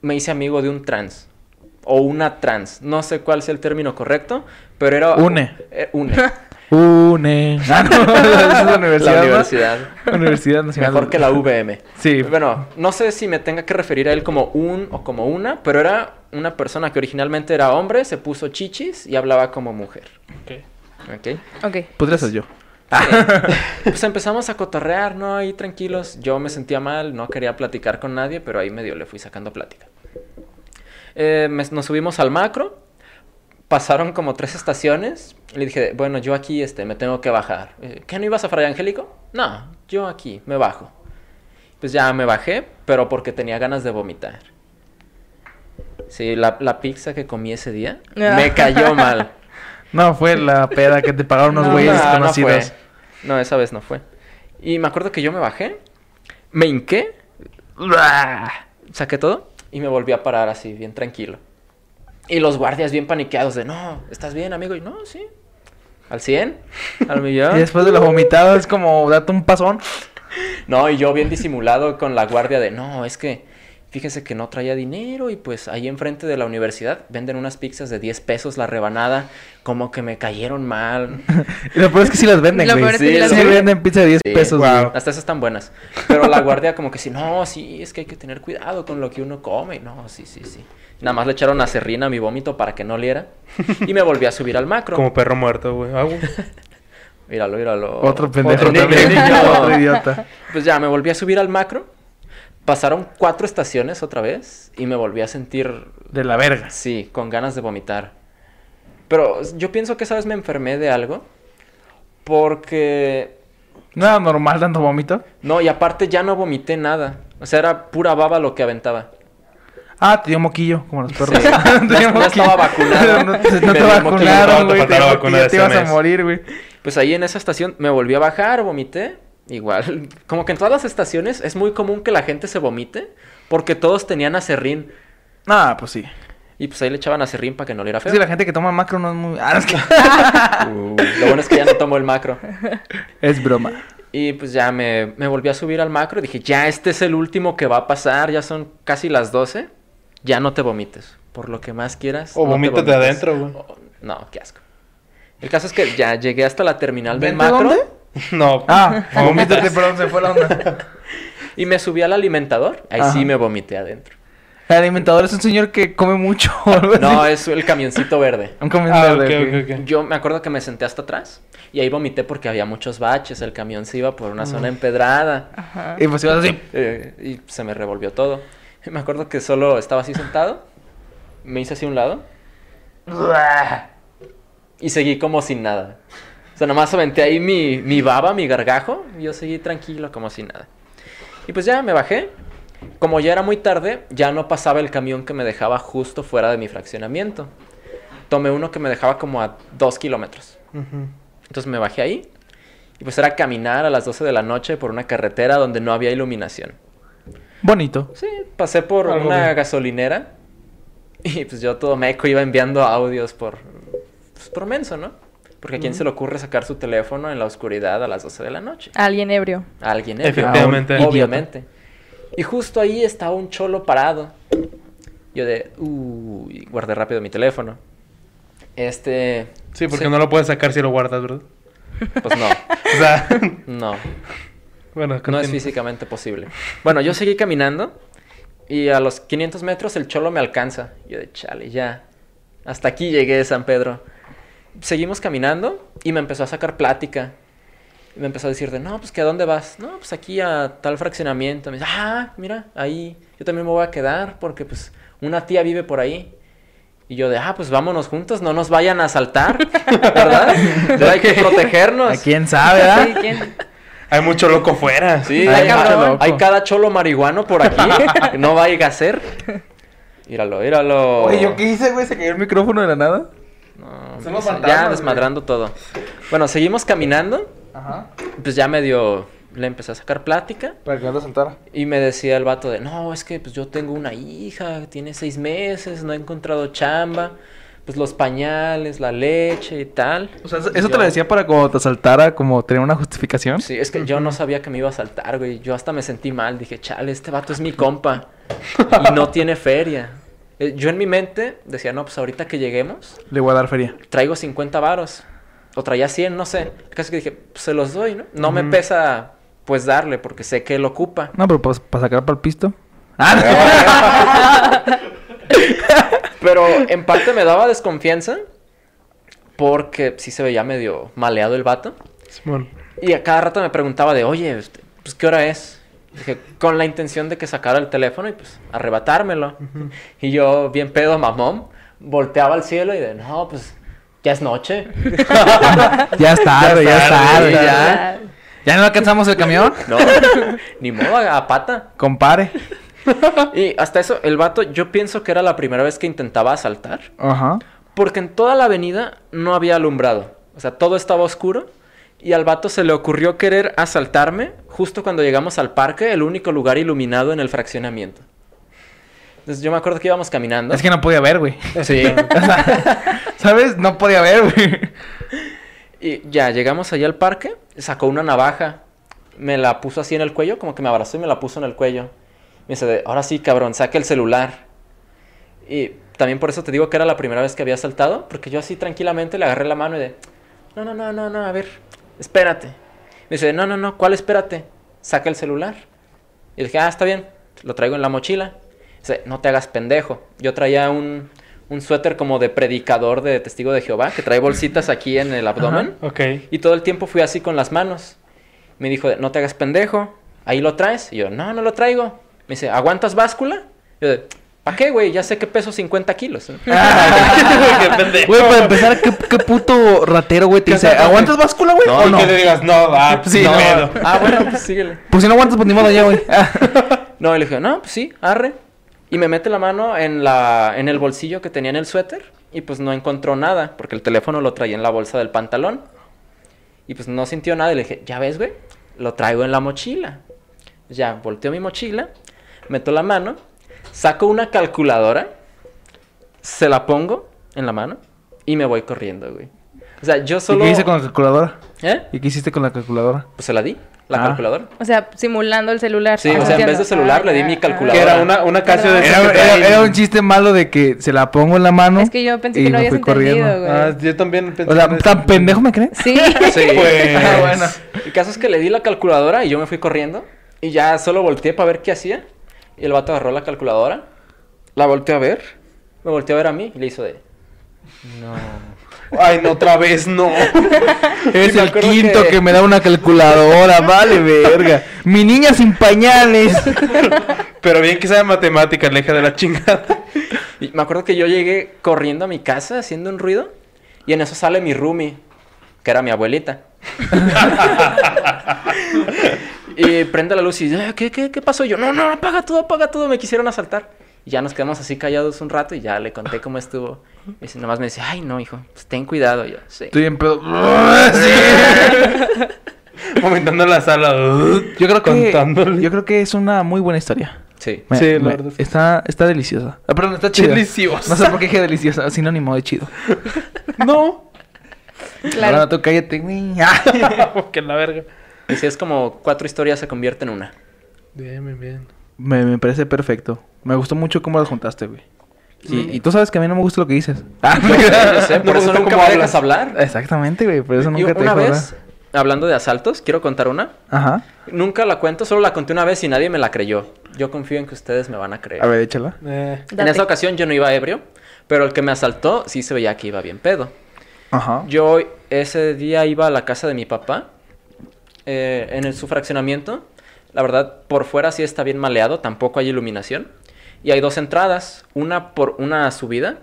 Speaker 2: me hice amigo de un trans. O una trans. No sé cuál sea el término correcto, pero era...
Speaker 1: Une.
Speaker 2: Eh, une.
Speaker 1: UNE. Ah, no, esa es la universidad.
Speaker 2: la
Speaker 1: ¿no?
Speaker 2: universidad.
Speaker 1: Universidad Nacional.
Speaker 2: Mejor que la VM.
Speaker 1: Sí.
Speaker 2: Bueno, no sé si me tenga que referir a él como un o como una, pero era una persona que originalmente era hombre, se puso chichis y hablaba como mujer.
Speaker 5: Ok.
Speaker 2: ¿Ok?
Speaker 4: Ok.
Speaker 1: Podría ser yo.
Speaker 2: pues empezamos a cotorrear, ¿no? Ahí tranquilos. Yo me sentía mal, no quería platicar con nadie, pero ahí medio le fui sacando plática. Eh, me- nos subimos al macro, pasaron como tres estaciones. Le dije, bueno, yo aquí este, me tengo que bajar. Eh, ¿Qué no ibas a Fray Angélico? No, yo aquí me bajo. Pues ya me bajé, pero porque tenía ganas de vomitar. Sí, la, la pizza que comí ese día me cayó mal.
Speaker 1: No fue la peda que te pagaron unos
Speaker 2: No,
Speaker 1: güeyes
Speaker 2: no, no fue.
Speaker 1: desconocidos.
Speaker 2: No, esa vez no fue. Y me acuerdo que yo me bajé, me hinqué, saqué todo y me volví a parar así, bien tranquilo. Y los guardias bien paniqueados de, no, ¿estás bien, amigo? Y no, sí. Al 100, al millón.
Speaker 1: Y después de la vomitada es como date un pasón.
Speaker 2: No, y yo bien disimulado con la guardia de, no, es que fíjese que no traía dinero y pues ahí enfrente de la universidad venden unas pizzas de 10 pesos la rebanada, como que me cayeron mal.
Speaker 1: Y lo peor es que sí las venden,
Speaker 4: Lo
Speaker 1: güey.
Speaker 4: peor es que
Speaker 1: sí,
Speaker 4: sí las
Speaker 1: sí
Speaker 4: venden.
Speaker 1: venden pizza de 10
Speaker 2: Sí,
Speaker 1: pesos,
Speaker 5: guau.
Speaker 1: güey.
Speaker 2: Hasta esas están buenas. Pero la guardia como que sí, no, sí, es que hay que tener cuidado con lo que uno come. No, sí, sí, sí. Nada más le echaron acerrina a mi vómito para que no oliera. Y me volví a subir al macro.
Speaker 5: Como perro muerto, güey. Ah, güey.
Speaker 2: Míralo, míralo.
Speaker 1: Otro pendejo
Speaker 2: Otro
Speaker 1: también.
Speaker 2: niño.
Speaker 1: Otro idiota.
Speaker 2: Pues ya, me volví a subir al macro. Pasaron cuatro estaciones otra vez y me volví a sentir,
Speaker 1: De la verga.
Speaker 2: sí, con ganas de vomitar. Pero yo pienso que esa vez me enfermé de algo. Porque
Speaker 1: ¿No era normal tanto vómito?
Speaker 2: No, y aparte ya no vomité nada. O sea, era pura baba lo que aventaba.
Speaker 1: Ah, te dio moquillo, como los perros.
Speaker 2: Sí.
Speaker 1: Te dio
Speaker 2: Ya- ya
Speaker 1: moquillo.
Speaker 2: estaba vacunado.
Speaker 1: No, te- no
Speaker 2: Me
Speaker 1: te
Speaker 2: dio moquillo.
Speaker 1: vacunaron,
Speaker 5: No, te
Speaker 1: güey. Te,
Speaker 5: faltaba
Speaker 1: dio
Speaker 5: vacuna
Speaker 1: moquillo,
Speaker 5: de
Speaker 1: te ibas a
Speaker 5: SMS.
Speaker 1: morir, güey.
Speaker 2: Pues ahí en esa estación me volví a bajar, vomité. Igual, como que en todas las estaciones es muy común que la gente se vomite porque todos tenían acerrín.
Speaker 1: Ah, pues sí.
Speaker 2: Y pues ahí le echaban acerrín para que no le era
Speaker 1: Es
Speaker 2: feo.
Speaker 1: que la gente que toma macro no es muy... Ah, no, es que...
Speaker 2: Lo bueno es que ya no tomó el macro.
Speaker 1: es broma.
Speaker 2: Y pues ya me, me volví a subir al macro y dije, ya este es el último que va a pasar, ya son casi las 12, ya no te vomites, por lo que más quieras.
Speaker 5: O
Speaker 2: no te
Speaker 5: vomítate
Speaker 2: vomites.
Speaker 5: adentro, güey.
Speaker 2: O- No, qué asco. El caso es que ya llegué hasta la terminal del
Speaker 1: ¿Vente
Speaker 2: macro
Speaker 1: dónde?
Speaker 5: No.
Speaker 1: Ah,
Speaker 5: vomitas.
Speaker 1: vomítate, perdón, se fue la onda.
Speaker 2: y me subí al alimentador, ahí
Speaker 1: Ajá.
Speaker 2: sí me vomité adentro.
Speaker 1: El alimentador es un señor que come mucho. o algo
Speaker 2: No,
Speaker 1: así.
Speaker 2: es el camioncito verde.
Speaker 1: Un comentario
Speaker 5: Ah, ok,
Speaker 1: de-
Speaker 5: ok, ok.
Speaker 2: Yo me acuerdo que me senté hasta atrás y ahí vomité porque había muchos baches, el camión se iba por
Speaker 1: Mm.
Speaker 2: una zona empedrada.
Speaker 4: Ajá.
Speaker 1: Y pues ibas así.
Speaker 2: Eh, y se me revolvió todo. Me acuerdo que solo estaba así sentado, me hice así a un lado y seguí como sin nada. O sea, nomás aventé ahí mi, mi baba, mi gargajo, y yo seguí tranquilo como sin nada. Y pues ya me bajé. Como ya era muy tarde, ya no pasaba el camión que me dejaba justo fuera de mi fraccionamiento. Tomé uno que me dejaba como a dos kilómetros.
Speaker 5: Ujú.
Speaker 2: Entonces me bajé ahí y pues era caminar a las 12 de la noche por una carretera donde no había iluminación.
Speaker 1: Bonito.
Speaker 2: Sí, pasé por
Speaker 5: Algo
Speaker 2: una
Speaker 5: bien.
Speaker 2: gasolinera y pues yo todo meco iba enviando audios por, pues, por menso, ¿no? Porque a quién se le ocurre sacar su teléfono en la oscuridad a las 12 de la noche.
Speaker 4: Alguien ebrio.
Speaker 2: A alguien, ebrio,
Speaker 5: Efectivamente.
Speaker 2: obviamente. Y justo ahí estaba un cholo parado. Yo de, uy, guardé rápido mi teléfono. Este,
Speaker 5: Sí, porque no lo puedes sacar si lo guardas, ¿verdad?
Speaker 2: pues no,
Speaker 5: O sea,
Speaker 2: no.
Speaker 5: bueno,
Speaker 2: No
Speaker 5: continúa.
Speaker 2: es físicamente posible. Bueno, yo seguí caminando y a los 500 metros el cholo me alcanza. Yo de chale, ya. Hasta aquí llegué de San Pedro. Seguimos caminando y me empezó a sacar plática. Y me empezó a decir de, no, pues que a dónde vas. No, pues aquí a tal fraccionamiento. Me dice, ah, mira, ahí. Yo también me voy a quedar porque pues una tía vive por ahí. Y yo de, ah, pues vámonos juntos, no nos vayan a asaltar, ¿verdad? Pero hay que protegernos.
Speaker 1: ¿A quién sabe, ah?
Speaker 4: Sí, ¿quién?
Speaker 5: Hay mucho loco fuera.
Speaker 2: Sí,
Speaker 1: Ay,
Speaker 2: hay,
Speaker 1: está
Speaker 2: hay-
Speaker 1: loco.
Speaker 2: hay cada cholo marihuano por aquí. no vaya a ser. Míralo, míralo.
Speaker 1: Oye, ¿yo qué hice, güey? Se cayó el micrófono de la nada.
Speaker 2: No,
Speaker 1: Son los
Speaker 2: ya
Speaker 1: fantasmas,
Speaker 2: desmadrando todo. Bueno, seguimos caminando.
Speaker 1: Ajá.
Speaker 2: Pues ya medio le empecé a sacar plática.
Speaker 1: Para que no te sentara.
Speaker 2: Y me decía el vato de, no, es que pues yo tengo una hija, tiene seis meses, no ha encontrado chamba. Pues los pañales, la leche y tal.
Speaker 1: O sea,
Speaker 2: Y
Speaker 1: ¿eso te
Speaker 2: yo-
Speaker 1: lo decía para cuando te asaltara, como tener una justificación?
Speaker 2: Sí, es que yo no sabía que me iba a saltar, güey. Yo hasta me sentí mal. Dije, chale, este vato es mi compa. Y no tiene feria. Eh, Yo en mi mente decía, no, pues ahorita que lleguemos,
Speaker 1: Le voy a dar feria.
Speaker 2: traigo 50 varos. O traía 100, no sé. Casi que dije, pues, se los doy, ¿no? No me pesa, pues, darle, porque sé que él ocupa.
Speaker 1: No, pero pues, para sacar para el pisto. Ah,
Speaker 2: Pero en parte me daba desconfianza. Porque sí se veía medio maleado el vato.
Speaker 5: Simón.
Speaker 2: Y a cada rato me preguntaba de, oye, este, pues, ¿qué hora es? Dije, con la intención de que sacara el teléfono y pues arrebatármelo. Y yo, bien pedo mamón, volteaba al cielo y de, no, pues ya es noche.
Speaker 1: Ya es tarde, ya es tarde,
Speaker 2: Ah, ya.
Speaker 1: ya. ¿Ya no alcanzamos el camión?
Speaker 2: no, ni modo, a, a pata.
Speaker 1: Compare.
Speaker 2: Y hasta eso, el vato, yo pienso que era la primera vez que intentaba asaltar.
Speaker 1: Ajá.
Speaker 2: Porque en toda la avenida no había alumbrado. O sea, todo estaba oscuro. Y al vato se le ocurrió querer asaltarme justo cuando llegamos al parque, el único lugar iluminado en el fraccionamiento. Entonces yo me acuerdo que íbamos caminando.
Speaker 1: Es que no podía ver, güey.
Speaker 2: Sí.
Speaker 1: O sea, ¿Sabes? No podía ver, güey.
Speaker 2: Y ya llegamos allá al parque, sacó una navaja, me la puso así en el cuello, como que me abrazó y me la puso en el cuello. Me dice, de, ahora sí, cabrón, saca el celular. Y también por eso te digo que era la primera vez que había saltado, porque yo así tranquilamente le agarré la mano y de, no, no, no, no, no, a ver, espérate. Me dice, no, no, no, ¿cuál espérate? Saca el celular. Y dije, ah, está bien, lo traigo en la mochila. Dice, no te hagas pendejo. Yo traía un, un suéter como de predicador de testigo de Jehová, que trae bolsitas aquí en el abdomen.
Speaker 5: Ok.
Speaker 2: Y todo el tiempo fui así con las manos. Me dijo, no te hagas pendejo, ahí lo traes. Y yo, no, no lo traigo. Me dice, ¿aguantas báscula? Y yo, ¿para qué, güey? Ya sé que peso 50 kilos. Ah,
Speaker 5: Qué pendejo.
Speaker 1: Güey, para empezar, ¿qué, qué puto ratero, güey, te dice, ¿aguantas báscula, güey?
Speaker 5: No,
Speaker 1: ¿O
Speaker 5: y
Speaker 1: no?
Speaker 5: que le digas, no, va,
Speaker 1: Sí,
Speaker 5: no,
Speaker 1: no.
Speaker 5: pedo.
Speaker 2: ah, bueno, pues síguele.
Speaker 1: Pues si no aguantas, pues ni modo ya, güey.
Speaker 2: No, y le dije, no, pues sí, arre. Y me mete la mano en, la, en el bolsillo que tenía en el suéter y pues no encontró nada porque el teléfono lo traía en la bolsa del pantalón. Y pues no sintió nada y le dije, ya ves, güey, lo traigo en la mochila. Ya, volteó mi mochila, meto la mano, saco una calculadora, se la pongo en la mano y me voy corriendo, güey. O sea, yo
Speaker 1: ¿Y
Speaker 2: solo...
Speaker 1: qué hiciste con la calculadora?
Speaker 2: ¿Eh?
Speaker 1: ¿Y qué hiciste con la calculadora?
Speaker 2: Pues se la di, la
Speaker 1: Ah.
Speaker 2: calculadora.
Speaker 4: O sea, simulando el celular.
Speaker 2: Sí, o sea, en
Speaker 4: Entiendo.
Speaker 2: vez de celular, le di
Speaker 4: Ah,
Speaker 2: mi
Speaker 4: ah,
Speaker 2: calculadora.
Speaker 5: Que era una, una casa de esas
Speaker 1: Era,
Speaker 5: que
Speaker 1: era-
Speaker 5: traen-
Speaker 1: era un chiste malo de que se la pongo en la mano.
Speaker 4: Es que yo pensé
Speaker 1: y
Speaker 4: que no
Speaker 1: me
Speaker 4: habías
Speaker 1: fui
Speaker 4: entendido, güey.
Speaker 5: Ah, yo también pensé.
Speaker 1: O sea,
Speaker 5: en eso.
Speaker 1: ¿tan pendejo me crees?
Speaker 4: Sí.
Speaker 2: Sí.
Speaker 5: Pues.
Speaker 1: Ah, bueno.
Speaker 2: El caso es que le di la calculadora y yo me fui corriendo. Y ya solo volteé para ver qué hacía. Y el vato agarró la calculadora. La volteó a ver. Me volteó a ver a mí y le hizo de. No.
Speaker 5: Ay, no, otra vez no.
Speaker 1: Es
Speaker 2: me
Speaker 1: el
Speaker 2: acuerdo
Speaker 1: quinto que...
Speaker 2: que-
Speaker 1: me da una calculadora, vale, verga. Mi niña sin pañales.
Speaker 5: Pero bien que sabe matemáticas, la hija de la chingada.
Speaker 2: Y me acuerdo que yo llegué corriendo a mi casa haciendo un ruido. Y en eso sale mi roomie, que era mi abuelita. y prende la luz y dice: "Eh, ¿Qué, qué, ¿Qué pasó? Y yo, no, no, apaga todo, apaga todo, me quisieron asaltar. Y ya nos quedamos así callados un rato y ya le conté cómo estuvo. Y dice- nomás me dice: Ay, no, hijo, pues ten cuidado. Y yo, sí.
Speaker 1: Estoy en pedo.
Speaker 5: Comentando en la sala.
Speaker 1: Yo creo que
Speaker 5: Contándole.
Speaker 1: yo creo que es una muy buena historia.
Speaker 2: Sí.
Speaker 1: Me-
Speaker 5: Sí, la
Speaker 1: me-
Speaker 5: verdad es que-
Speaker 1: está está deliciosa. Ah, perdón, está chida.
Speaker 5: Deliciosa.
Speaker 1: No sé por qué dije deliciosa, sinónimo de chido.
Speaker 5: No.
Speaker 4: Claro.
Speaker 1: Ahora tú cállate. güey.
Speaker 5: que la verga.
Speaker 2: Y si es como cuatro historias se convierten en una.
Speaker 5: Bien, bien, bien.
Speaker 1: Me, me parece perfecto. Me gustó mucho cómo las juntaste, güey. Y, y tú sabes que a mí no me gusta lo que dices. Ah,
Speaker 2: Yo sé, yo sé,
Speaker 5: No
Speaker 2: por
Speaker 5: me
Speaker 2: eso
Speaker 5: gusta
Speaker 2: nunca
Speaker 5: cómo
Speaker 2: me dejas hablar.
Speaker 1: Exactamente, güey. Por eso
Speaker 2: Y
Speaker 1: nunca te
Speaker 2: una
Speaker 1: dejo
Speaker 2: vez,
Speaker 1: hablar.
Speaker 2: hablando de asaltos, quiero contar una.
Speaker 1: Ajá.
Speaker 2: Nunca la cuento, solo la conté una vez y nadie me la creyó. Yo confío en que ustedes me van a creer.
Speaker 1: A ver, échala.
Speaker 5: Eh,
Speaker 2: En
Speaker 4: Date.
Speaker 2: esta ocasión yo no iba ebrio, pero el que me asaltó sí se veía que iba bien pedo.
Speaker 1: Ajá.
Speaker 2: Yo ese día iba a la casa de mi papá, eh, en el, su fraccionamiento. La verdad, por fuera sí está bien maleado, tampoco hay iluminación. Y hay dos entradas, una por una subida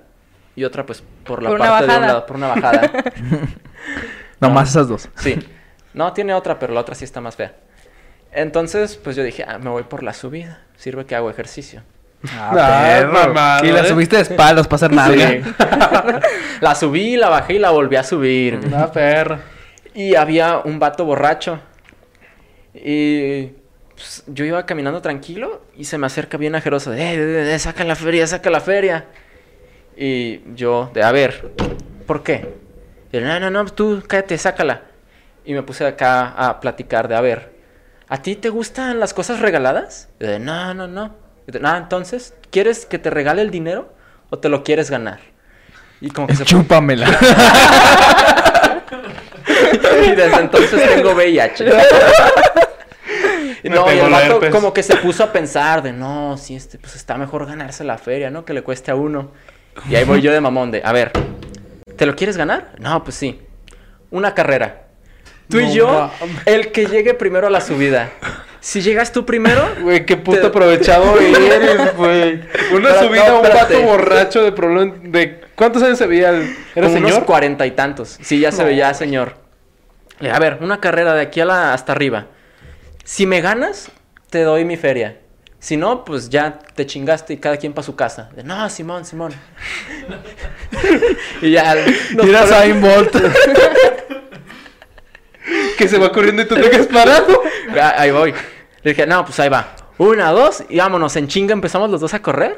Speaker 2: y otra pues por la
Speaker 4: Por una
Speaker 2: parte de un
Speaker 4: bajada.
Speaker 2: lado, por una bajada.
Speaker 1: Nomás esas dos.
Speaker 2: Sí. No, tiene otra, pero la otra sí está más fea. Entonces, pues yo dije, ah, me voy por la subida. Sirve que hago ejercicio.
Speaker 5: Ah,
Speaker 1: perro.
Speaker 5: mamado,
Speaker 1: Y la
Speaker 5: ¿eh?
Speaker 1: subiste de espaldas para hacer nada.
Speaker 2: la subí, la bajé y la volví a subir. güey.
Speaker 5: Una perra.
Speaker 2: Y había un vato borracho. Y pues, yo iba caminando tranquilo y se me acerca bien ajeroso. De, "Eh, eh, eh, saca la feria, saca la feria. Y yo, de, a ver, ¿por qué? Y él, no, no, no, tú cállate, sácala. Y me puse acá a platicar de, a ver, ¿a ti te gustan las cosas regaladas? Y de, no, no, no. Y de, "Ah, entonces, ¿quieres que te regale el dinero o te lo quieres ganar? Y como que se fue.
Speaker 1: Chúpamela.
Speaker 2: Y desde entonces tengo VIH. Y
Speaker 5: Me
Speaker 2: No, y
Speaker 5: pegó
Speaker 2: el
Speaker 5: la
Speaker 2: vato
Speaker 5: herpes.
Speaker 2: como que se puso a pensar de, no, si este, pues está mejor ganarse la feria, ¿no? Que le cueste a uno. Y ahí voy yo de mamón de, a ver, ¿te lo quieres ganar? No, pues sí. Una carrera. Tú
Speaker 5: No
Speaker 2: y yo,
Speaker 5: mames.
Speaker 2: el que llegue primero a la subida. Si llegas tú primero,
Speaker 5: Güey, qué puto
Speaker 2: Te-
Speaker 5: aprovechado eres, güey. Una
Speaker 2: Pero,
Speaker 5: subida
Speaker 2: no,
Speaker 5: a un vato
Speaker 2: espérate.
Speaker 5: borracho de problema de ¿cuántos años se veía? el- ¿Era
Speaker 2: como unos
Speaker 5: señor?
Speaker 2: cuarenta y tantos. Sí, ya se
Speaker 5: No,
Speaker 2: veía señor. Le dije, A ver, una carrera de aquí a la, hasta arriba. Si me ganas, te doy mi feria. Si no, pues ya te chingaste y cada quien para su casa. De, no, Simón, Simón. y ya. nos
Speaker 5: Mira a
Speaker 2: fueron-
Speaker 5: Usain Bolt. que se va corriendo y tú te quedas parado.
Speaker 2: Ah, Ahí voy. Le dije, no, pues ahí va. Una, dos, y vámonos. En chinga empezamos los dos a correr.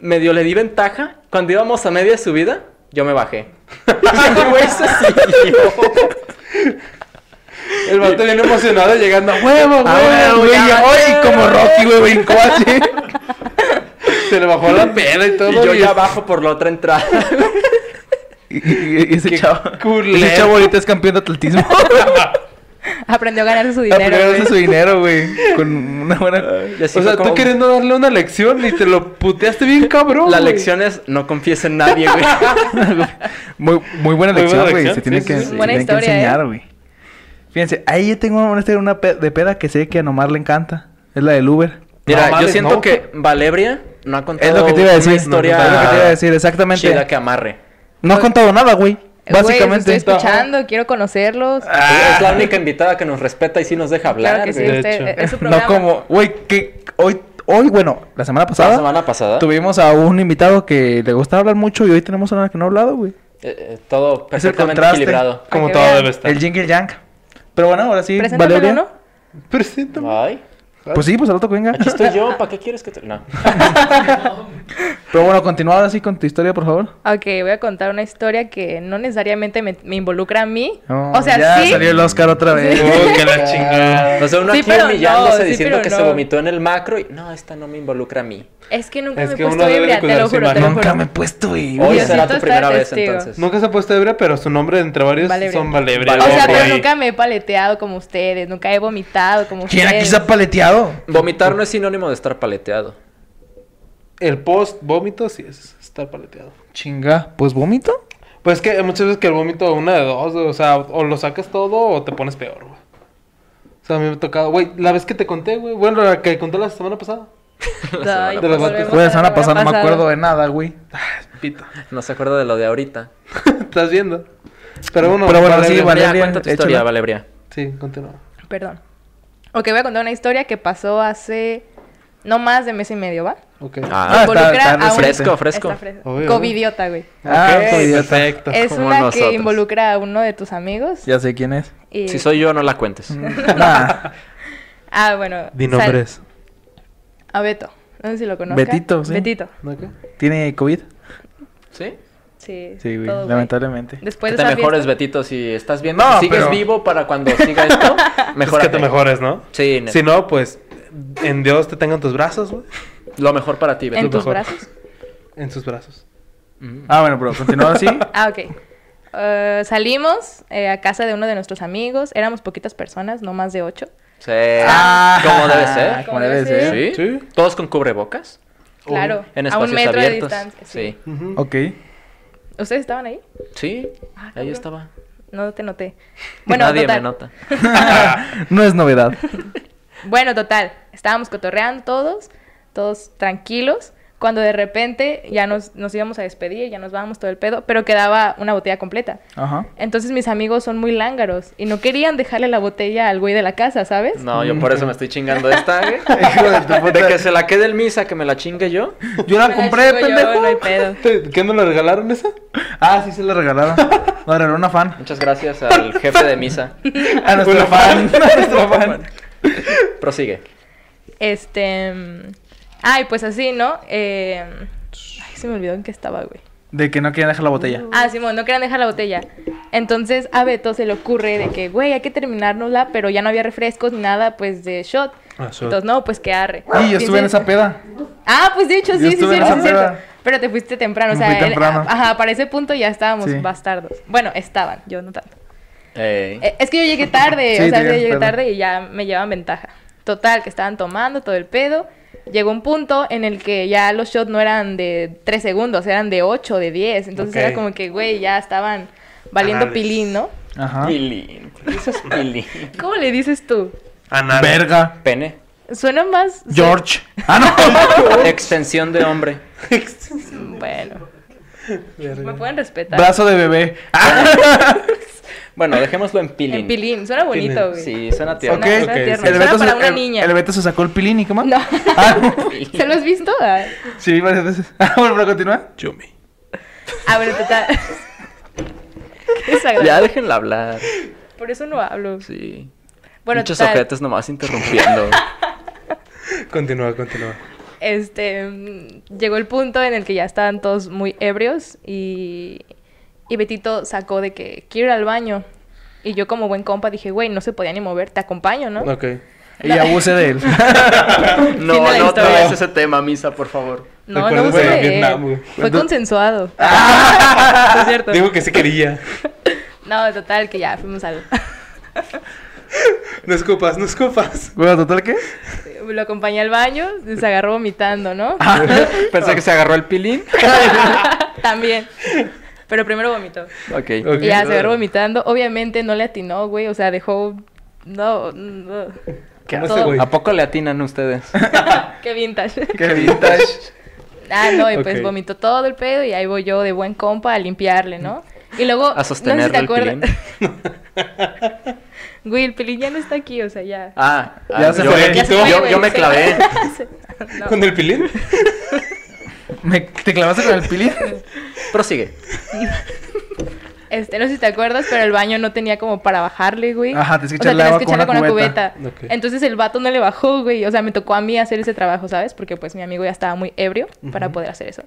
Speaker 2: Medio le di ventaja. Cuando íbamos a media subida, yo me bajé. Y el güey se siguió.
Speaker 5: El vato bien emocionado llegando a huevo,
Speaker 2: Ah, huevo,
Speaker 5: güey.
Speaker 2: ya,
Speaker 5: Ay,
Speaker 2: ya,
Speaker 5: como
Speaker 2: ya.
Speaker 5: Rocky, güey, brincó así. se le bajó la pena y todo.
Speaker 2: Y yo ya
Speaker 5: es-
Speaker 2: bajo por la otra entrada.
Speaker 1: Y, y- y ese
Speaker 5: Qué
Speaker 1: chavo.
Speaker 5: culero.
Speaker 1: Ese chavo ahorita es campeón de atletismo.
Speaker 4: Aprendió a ganarse su
Speaker 1: La
Speaker 4: dinero.
Speaker 1: primera vez de
Speaker 4: güey.
Speaker 1: su dinero, güey. Con una buena.
Speaker 2: Y así fue
Speaker 5: o sea, tú
Speaker 2: como-
Speaker 5: queriendo darle una lección y te lo puteaste bien cabrón.
Speaker 2: La
Speaker 5: güey.
Speaker 2: lección es no confíes en nadie, güey.
Speaker 1: Muy, muy buena
Speaker 5: Muy
Speaker 1: lección,
Speaker 5: buena
Speaker 1: güey.
Speaker 5: lección,
Speaker 1: Se tiene
Speaker 5: sí,
Speaker 1: que,
Speaker 5: sí, sí.
Speaker 1: se
Speaker 4: Buena
Speaker 1: tiene que
Speaker 4: historia, ¿eh?
Speaker 1: enseñar, güey. Fíjense, ahí yo tengo una, historia, una pe- de peda que sé que a Nomar le encanta. Es la del Uber.
Speaker 2: Mira,
Speaker 5: No
Speaker 2: yo
Speaker 5: mames,
Speaker 2: siento
Speaker 5: no.
Speaker 2: que Valebria no ha contado
Speaker 1: Es lo que te iba a decir.
Speaker 2: una historia
Speaker 1: Es lo que te iba a decir, exactamente.
Speaker 2: chida que amarre.
Speaker 1: No ha contado nada, güey.
Speaker 4: Güey,
Speaker 1: Básicamente.
Speaker 4: los estoy escuchando, quiero conocerlos.
Speaker 2: Es la única invitada que nos respeta y sí nos deja Ah, hablar.
Speaker 4: Ah. claro que sí,
Speaker 5: de
Speaker 2: güey.
Speaker 4: usted,
Speaker 5: hecho.
Speaker 4: eh, es su
Speaker 1: no
Speaker 4: programa.
Speaker 1: como, güey, que hoy, hoy, bueno, la semana pasada.
Speaker 2: La semana pasada.
Speaker 1: Tuvimos a un invitado que le gusta hablar mucho y hoy tenemos a una que no ha hablado, güey.
Speaker 2: Eh, eh, todo
Speaker 1: Es el
Speaker 2: perfectamente
Speaker 1: contraste.
Speaker 2: equilibrado.
Speaker 5: Como
Speaker 4: que
Speaker 5: todo
Speaker 4: vean.
Speaker 5: debe estar.
Speaker 1: El Jingle Jank. Pero bueno, ahora sí,
Speaker 4: Preséntamelo,
Speaker 1: Valeria.
Speaker 4: ¿no?
Speaker 5: Preséntame.
Speaker 2: Ay,
Speaker 1: Pues sí, pues al otro que venga.
Speaker 2: aquí estoy yo, ¿para qué quieres que te.? No.
Speaker 1: Pero bueno, continúa ahora sí con tu historia, por favor.
Speaker 4: Ok, voy a contar una historia que no necesariamente me, me involucra a mí.
Speaker 1: No,
Speaker 4: o sea,
Speaker 1: Oh, ya
Speaker 4: sí.
Speaker 1: salió el Oscar otra vez.
Speaker 5: Oh, que la chingada.
Speaker 2: O sea, uno
Speaker 4: Sí,
Speaker 2: aquí
Speaker 4: pero
Speaker 2: humillándose
Speaker 4: no, sí,
Speaker 2: diciendo
Speaker 4: pero
Speaker 2: que
Speaker 4: no.
Speaker 2: se vomitó en el macro y no, esta no me involucra a mí.
Speaker 4: Es que nunca
Speaker 5: Es
Speaker 4: me
Speaker 5: que
Speaker 4: he puesto
Speaker 5: uno debe de
Speaker 4: ebria, te lo
Speaker 5: cuidarse
Speaker 4: juro,
Speaker 5: más.
Speaker 4: te lo
Speaker 1: Nunca
Speaker 4: juro.
Speaker 1: me he puesto, güey.
Speaker 2: Hoy
Speaker 4: Diosito
Speaker 2: será tu
Speaker 4: está
Speaker 2: primera vez
Speaker 4: testigo.
Speaker 2: entonces.
Speaker 5: Nunca se ha puesto ebria, pero su nombre entre varios
Speaker 4: Valebria.
Speaker 5: son Valebria.
Speaker 4: O sea,
Speaker 2: Valebria.
Speaker 5: güey.
Speaker 4: pero nunca me he paleteado como ustedes, nunca he vomitado como
Speaker 1: ¿Quién aquí
Speaker 4: ustedes.
Speaker 1: se ha paleteado?
Speaker 2: Vomitar no es sinónimo de estar paleteado.
Speaker 5: El post vómito sí es estar paleteado.
Speaker 1: Chinga, pues vómito.
Speaker 5: Pues que hay muchas veces que el vómito una de dos, güey, o sea, o lo sacas todo o te pones peor, güey. O sea, a mí me ha tocado, güey, la vez que te conté, güey, bueno, la que conté la semana pasada.
Speaker 4: Ay, pues,
Speaker 5: De los vatos.
Speaker 4: volvemos
Speaker 1: Fue
Speaker 4: a
Speaker 1: la semana pasada, no me
Speaker 4: pasada.
Speaker 1: acuerdo eh. de nada, güey. Ah,
Speaker 5: Pita.
Speaker 2: No se acuerda de lo de ahorita.
Speaker 5: Estás viendo. Pero bueno,
Speaker 1: Pero bueno, sí,
Speaker 5: Valeria-
Speaker 1: Valeria,
Speaker 2: Ya, cuenta tu
Speaker 1: échala.
Speaker 2: historia, Valeria.
Speaker 5: Sí, continúa.
Speaker 4: Perdón. Ok, voy a contar una historia que pasó hace no más de mes y medio, ¿va?
Speaker 5: Ok.
Speaker 1: Ah, está- está
Speaker 4: a un-
Speaker 1: reciente.
Speaker 2: Fresco, fresco.
Speaker 4: Está fresco.
Speaker 5: Obvio,
Speaker 4: Covidiota, güey.
Speaker 1: Ah,
Speaker 5: Ok,
Speaker 1: soy idiota.
Speaker 5: perfecto.
Speaker 4: Es
Speaker 2: Como
Speaker 4: una
Speaker 2: nosotros.
Speaker 4: que involucra a uno de tus amigos.
Speaker 1: Ya sé quién es.
Speaker 4: y-
Speaker 2: Si soy yo, no la cuentes.
Speaker 1: Nah,
Speaker 4: Ah, bueno.
Speaker 5: Di
Speaker 4: sal-
Speaker 5: nombres.
Speaker 4: A Beto. No sé si lo conozco.
Speaker 1: Betito, sí.
Speaker 4: Betito.
Speaker 5: ¿No qué?
Speaker 1: ¿Tiene COVID?
Speaker 2: ¿Sí?
Speaker 4: Sí,
Speaker 1: Sí, güey,
Speaker 4: todo, güey.
Speaker 1: lamentablemente.
Speaker 4: Después
Speaker 2: que
Speaker 4: de
Speaker 2: te
Speaker 4: esa
Speaker 2: mejores,
Speaker 4: fiesta-
Speaker 2: Betito, si estás viendo.
Speaker 1: No,
Speaker 2: si sigues
Speaker 1: pero-
Speaker 2: vivo para cuando siga esto, mejor.
Speaker 5: Es que te mejores, ¿no?
Speaker 2: Sí, ne-
Speaker 5: Si no, pues en Dios te tengan tus brazos, güey.
Speaker 2: lo mejor para ti,
Speaker 4: ¿En
Speaker 2: Betito.
Speaker 4: tus
Speaker 5: mejor.
Speaker 4: brazos?
Speaker 5: En sus brazos.
Speaker 2: Mm.
Speaker 1: Ah, bueno, pero continúa así.
Speaker 4: Ah, ok. Eh, salimos eh, a casa de uno de nuestros amigos. Éramos poquitas personas, no más de ocho.
Speaker 2: Sí. ¿Cómo Eh, debe
Speaker 1: Ah,
Speaker 2: ser?
Speaker 1: Como debe ser.
Speaker 2: ¿Sí?
Speaker 5: Sí.
Speaker 2: ¿Todos con cubrebocas?
Speaker 4: Claro.
Speaker 2: Oh, En
Speaker 4: a
Speaker 2: espacios
Speaker 4: un metro
Speaker 2: abiertos.
Speaker 4: de distancia. Sí.
Speaker 5: Ujú.
Speaker 1: Ok.
Speaker 4: ¿Ustedes estaban ahí?
Speaker 2: Sí. Sí.
Speaker 4: Ah,
Speaker 2: Ahí
Speaker 4: cabrón.
Speaker 2: yo estaba.
Speaker 4: No te noté. Bueno,
Speaker 2: Nadie
Speaker 4: total.
Speaker 2: me nota.
Speaker 1: no es novedad.
Speaker 4: Bueno, total. Estábamos cotorreando todos, todos tranquilos. Cuando de repente ya nos, nos íbamos a despedir, ya nos vamos todo el pedo, pero quedaba una botella completa.
Speaker 1: Ajá.
Speaker 4: Entonces mis amigos son muy lángaros y no querían dejarle la botella al güey de la casa, ¿sabes?
Speaker 2: No, yo por eso me estoy chingando esta, güey.
Speaker 1: Hijo de tu puta.
Speaker 2: De que se la quede el misa, que me la chingue yo.
Speaker 1: Yo
Speaker 4: Me
Speaker 1: la
Speaker 4: la
Speaker 1: compré,
Speaker 4: chingo yo,
Speaker 1: pendejo.
Speaker 4: no hay pedo.
Speaker 5: ¿Te- ¿Qué no le regalaron esa?
Speaker 1: Ah, sí, se la regalaron. La regaló una fan.
Speaker 2: Muchas gracias al jefe de misa.
Speaker 1: A nuestro fan. A nuestro fan.
Speaker 2: Prosigue.
Speaker 4: Este... mm, Ay, pues así, ¿no? Eh, Ay, se me olvidó en qué estaba, güey.
Speaker 1: De que no quieren dejar la botella.
Speaker 4: Ah, Simón, no querían dejar la botella. Entonces a Beto se le ocurre de que, güey, hay que terminárnosla, pero ya no había refrescos ni nada, pues de shot.
Speaker 5: Ah, shot.
Speaker 4: Entonces, no, pues que arre.
Speaker 1: Y yo estuve en esa peda.
Speaker 4: Ah, pues de hecho,
Speaker 1: Yo
Speaker 4: sí, sí, sí,
Speaker 1: estuve en
Speaker 4: cierto,
Speaker 1: esa
Speaker 4: cierto.
Speaker 1: peda.
Speaker 4: Pero te fuiste temprano, o
Speaker 1: Me
Speaker 4: sea,
Speaker 1: fui
Speaker 4: él-
Speaker 1: temprano.
Speaker 4: ajá, para ese punto ya estábamos
Speaker 1: Sí.
Speaker 4: bastardos. Bueno, estaban, yo no tanto.
Speaker 2: Ey.
Speaker 4: Eh, Es que yo llegué tarde,
Speaker 1: Sí,
Speaker 4: o sea,
Speaker 1: te
Speaker 4: yo llegué
Speaker 1: llegaste tarde.
Speaker 4: tarde y ya me llevan ventaja. Total, que estaban tomando todo el pedo. Llegó un punto en el que ya los shots no eran de 3 segundos, eran de 8, de 10. Entonces
Speaker 5: Ok.
Speaker 4: era como que, güey, ya estaban valiendo
Speaker 5: Anales.
Speaker 4: pilín, ¿no?
Speaker 1: Ajá.
Speaker 2: Pilín. ¿Por qué dices pilín?
Speaker 4: ¿Cómo le dices tú?
Speaker 5: Ah,
Speaker 3: Anal.
Speaker 1: Verga.
Speaker 2: Pene.
Speaker 4: Suena más.
Speaker 1: George. Ah, no.
Speaker 2: Extensión de hombre.
Speaker 4: Bueno. Me pueden respetar.
Speaker 1: Brazo de bebé.
Speaker 2: Bueno, dejémoslo en pilín.
Speaker 4: En pilín. Suena bonito, güey.
Speaker 2: Sí, suena
Speaker 4: Suena,
Speaker 2: tierno.
Speaker 1: Ok.
Speaker 4: suena
Speaker 5: Ok,
Speaker 4: tierno.
Speaker 5: sí.
Speaker 4: Suena
Speaker 1: Beto
Speaker 4: para
Speaker 1: se-
Speaker 4: una
Speaker 1: el-
Speaker 4: niña.
Speaker 1: el Beto se sacó el pilín y qué más.
Speaker 4: No.
Speaker 1: Ah, no.
Speaker 4: ¿Se los has visto? Ah.
Speaker 1: Sí, varias veces. Ah, bueno, pero continúa.
Speaker 5: Yumi.
Speaker 4: Ah, bueno, total. Qué
Speaker 2: Ya
Speaker 4: desagradable.
Speaker 2: déjenla hablar.
Speaker 4: Por eso no hablo.
Speaker 2: Sí.
Speaker 4: Bueno,
Speaker 2: Muchos
Speaker 4: total.
Speaker 2: objetos nomás interrumpiendo.
Speaker 5: Continúa, continúa.
Speaker 4: Este, mm, llegó el punto en el que ya estaban todos muy ebrios y, y Betito sacó de que quiero ir al baño. Y yo como buen compa dije, güey, no se podía ni mover, te acompaño, ¿no?
Speaker 5: Ok.
Speaker 1: Y abuse de él.
Speaker 2: no,
Speaker 4: Fin de la
Speaker 2: no
Speaker 4: historia.
Speaker 2: traes ese tema, misa, por favor.
Speaker 4: No, no
Speaker 5: Recuerdo
Speaker 4: abusé
Speaker 5: de
Speaker 4: de él.
Speaker 5: Vietnam, güey.
Speaker 4: Fue
Speaker 1: Entonces-
Speaker 4: consensuado. es cierto.
Speaker 5: Digo que sí quería.
Speaker 4: No, total, que ya fuimos al...
Speaker 5: No escupas, no escupas.
Speaker 1: Bueno, total, ¿qué?
Speaker 4: Lo acompañé al baño, se agarró vomitando, ¿no?
Speaker 2: Pensé que se agarró el pilín.
Speaker 4: También. Pero primero vomitó.
Speaker 2: Ok.
Speaker 4: Y ya se agarró vomitando. Obviamente no le atinó, güey. O sea, dejó. No. no.
Speaker 5: ¿Qué
Speaker 4: Todo-
Speaker 5: hace, güey?
Speaker 2: ¿A poco le atinan ustedes?
Speaker 4: Qué vintage.
Speaker 1: Qué vintage.
Speaker 4: ah, no, y pues
Speaker 5: Ok.
Speaker 4: vomitó todo el pedo. Y ahí voy yo de buen compa a limpiarle, ¿no? Y luego.
Speaker 2: A sostenerle el pilín.
Speaker 4: güey, el pilín ya no está aquí, o sea, ya.
Speaker 2: Ah, ah,
Speaker 1: Ya se
Speaker 2: yo,
Speaker 1: fue.
Speaker 2: me-
Speaker 1: Ya
Speaker 4: se
Speaker 2: yo-
Speaker 4: fue,
Speaker 2: yo
Speaker 4: güey,
Speaker 2: me
Speaker 4: se
Speaker 2: clavé.
Speaker 4: fue. No.
Speaker 5: ¿Con el pilín?
Speaker 1: ¿Me, ¿Te clavaste con el pilín?
Speaker 2: Prosigue.
Speaker 4: Este, no sé si te acuerdas, pero el baño no tenía como para bajarle, güey.
Speaker 1: Ajá, tienes que
Speaker 4: O sea,
Speaker 1: echarle
Speaker 4: tenías
Speaker 1: agua
Speaker 4: que
Speaker 1: con
Speaker 4: echarle
Speaker 1: una
Speaker 4: con una
Speaker 1: cubeta.
Speaker 4: cubeta.
Speaker 5: Ok.
Speaker 4: Entonces el vato no le bajó, güey. O sea, me tocó a mí hacer ese trabajo, ¿sabes? Porque pues mi amigo ya estaba muy ebrio para poder hacer eso.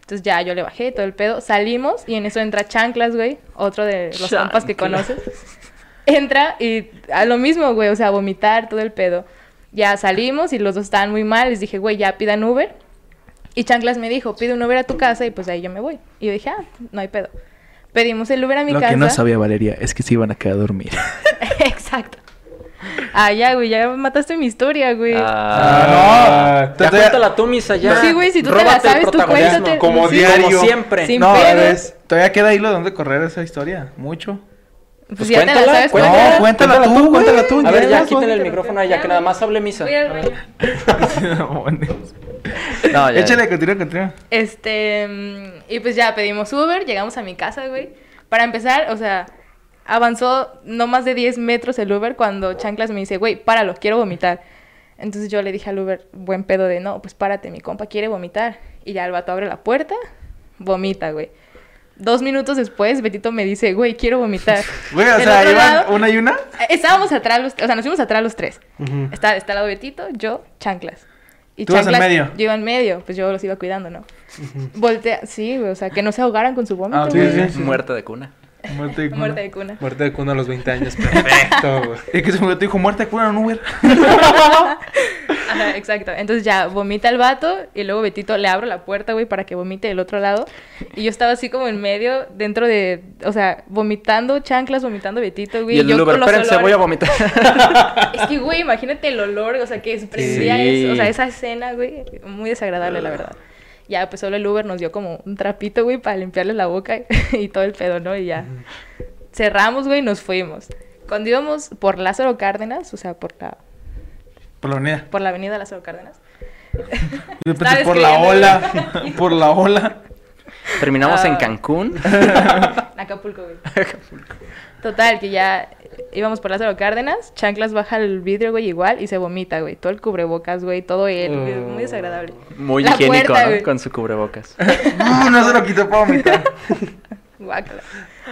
Speaker 4: Entonces ya yo le bajé todo el pedo. Salimos y en eso entra Chanclas, güey. Otro de los compas que
Speaker 2: Chanclas.
Speaker 4: conoces. Entra y a lo mismo, güey. O sea, vomitar todo el pedo. Ya salimos y los dos estaban muy mal. Les dije, güey, ya pidan Uber. Y Chanclas me dijo, pide un Uber a tu casa y pues ahí yo me voy. Y yo dije, ah, no hay pedo. Pedimos el Uber a mi
Speaker 1: Lo
Speaker 4: casa.
Speaker 1: que no sabía Valeria es que se iban a quedar a dormir.
Speaker 4: Exacto. Ah, ya, güey, ya mataste mi historia, güey.
Speaker 1: Ah, no.
Speaker 2: Ah, Ya
Speaker 1: Te- te-
Speaker 2: cuéntala tú, misa, ya.
Speaker 4: Sí, güey, si tú te
Speaker 2: Róbate
Speaker 4: la
Speaker 2: el
Speaker 4: sabes, tú
Speaker 2: protagonismo.
Speaker 4: cuéntate.
Speaker 5: Como
Speaker 4: Sí,
Speaker 5: diario.
Speaker 2: Como siempre.
Speaker 4: Sin
Speaker 1: No,
Speaker 4: pedo.
Speaker 1: es- todavía queda hilo de dónde correr esa historia. Mucho.
Speaker 4: Pues,
Speaker 2: Pues
Speaker 4: ya te
Speaker 2: cuéntala,
Speaker 4: la sabes.
Speaker 2: cuéntala.
Speaker 4: cuéntala.
Speaker 1: No, cuéntala tú, cuéntala tú.
Speaker 2: A ver, ya
Speaker 1: vas,
Speaker 2: quítale el
Speaker 1: güey.
Speaker 2: micrófono allá, que nada más hable misa.
Speaker 4: Voy al baño.
Speaker 2: No, ya.
Speaker 1: Échale, continúa, continúa.
Speaker 4: Este, mm, y pues ya pedimos Uber, llegamos a mi casa, güey. Para empezar, o sea, avanzó no más de 10 metros el Uber cuando Chanclas me dice, güey, páralo, quiero vomitar. Entonces yo le dije al Uber, buen pedo de, no, pues párate, mi compa quiere vomitar. Y ya el vato abre la puerta, vomita, güey. Dos minutos después, Betito me dice, güey, quiero vomitar.
Speaker 1: Güey, o
Speaker 4: Del
Speaker 1: sea,
Speaker 4: otro
Speaker 1: iban
Speaker 4: lado-
Speaker 1: una y una.
Speaker 4: Eh, Estábamos atrás, los, o sea, nos fuimos atrás los tres.
Speaker 5: Ujú.
Speaker 4: Está, está al lado Betito, yo, Chanclas. Y
Speaker 1: Tú ibas en medio.
Speaker 4: Yo iba en medio, pues yo los iba cuidando, ¿no? Voltea, sí, güey, o sea, que no se ahogaran con su vómito.
Speaker 1: Ah, ok,
Speaker 4: güey.
Speaker 1: sí, sí.
Speaker 2: Muerta de cuna.
Speaker 1: Muerte de cuna.
Speaker 4: Muerte de cuna.
Speaker 5: Muerte de cuna a los 20 años. Perfecto, güey.
Speaker 1: Es que se murió tu hijo muerte de cuna en un Uber.
Speaker 4: Ajá, exacto. Entonces ya vomita el vato y luego Betito le abro la puerta, güey, para que vomite del otro lado. Y yo estaba así como en medio, dentro de, o sea, vomitando chanclas, vomitando Betito, güey.
Speaker 2: Y el
Speaker 4: yo
Speaker 2: Uber,
Speaker 4: con los
Speaker 2: espérense, voy a
Speaker 4: olores.
Speaker 2: vomitar.
Speaker 4: Es que, güey, imagínate el olor, o sea, que desprendía
Speaker 2: Sí.
Speaker 4: eso, o sea, esa escena, güey, muy desagradable, la verdad. Ya, pues solo el Uber nos dio como un trapito, güey, para limpiarle la boca y todo el pedo, ¿no? Y ya. Cerramos, güey, y nos fuimos. Cuando íbamos por Lázaro Cárdenas, o sea, por la,
Speaker 1: Por la avenida.
Speaker 4: por la avenida Lázaro Cárdenas.
Speaker 1: Yo pensé,
Speaker 4: Estaba
Speaker 1: por la
Speaker 4: escribiendo.
Speaker 1: ola. por la ola.
Speaker 2: Terminamos en
Speaker 4: Ah.
Speaker 2: Cancún.
Speaker 4: En Acapulco, güey. Total, que ya íbamos por Lázaro Cárdenas, Chanclas baja el vidrio, güey, igual, y se vomita, güey. Todo el cubrebocas, güey, todo él, güey, muy desagradable.
Speaker 2: Muy
Speaker 4: La
Speaker 2: higiénico,
Speaker 4: puerta,
Speaker 2: ¿no?
Speaker 4: güey.
Speaker 2: Con su cubrebocas.
Speaker 1: Pues No, no se lo quitó para vomitar.
Speaker 4: Guácala.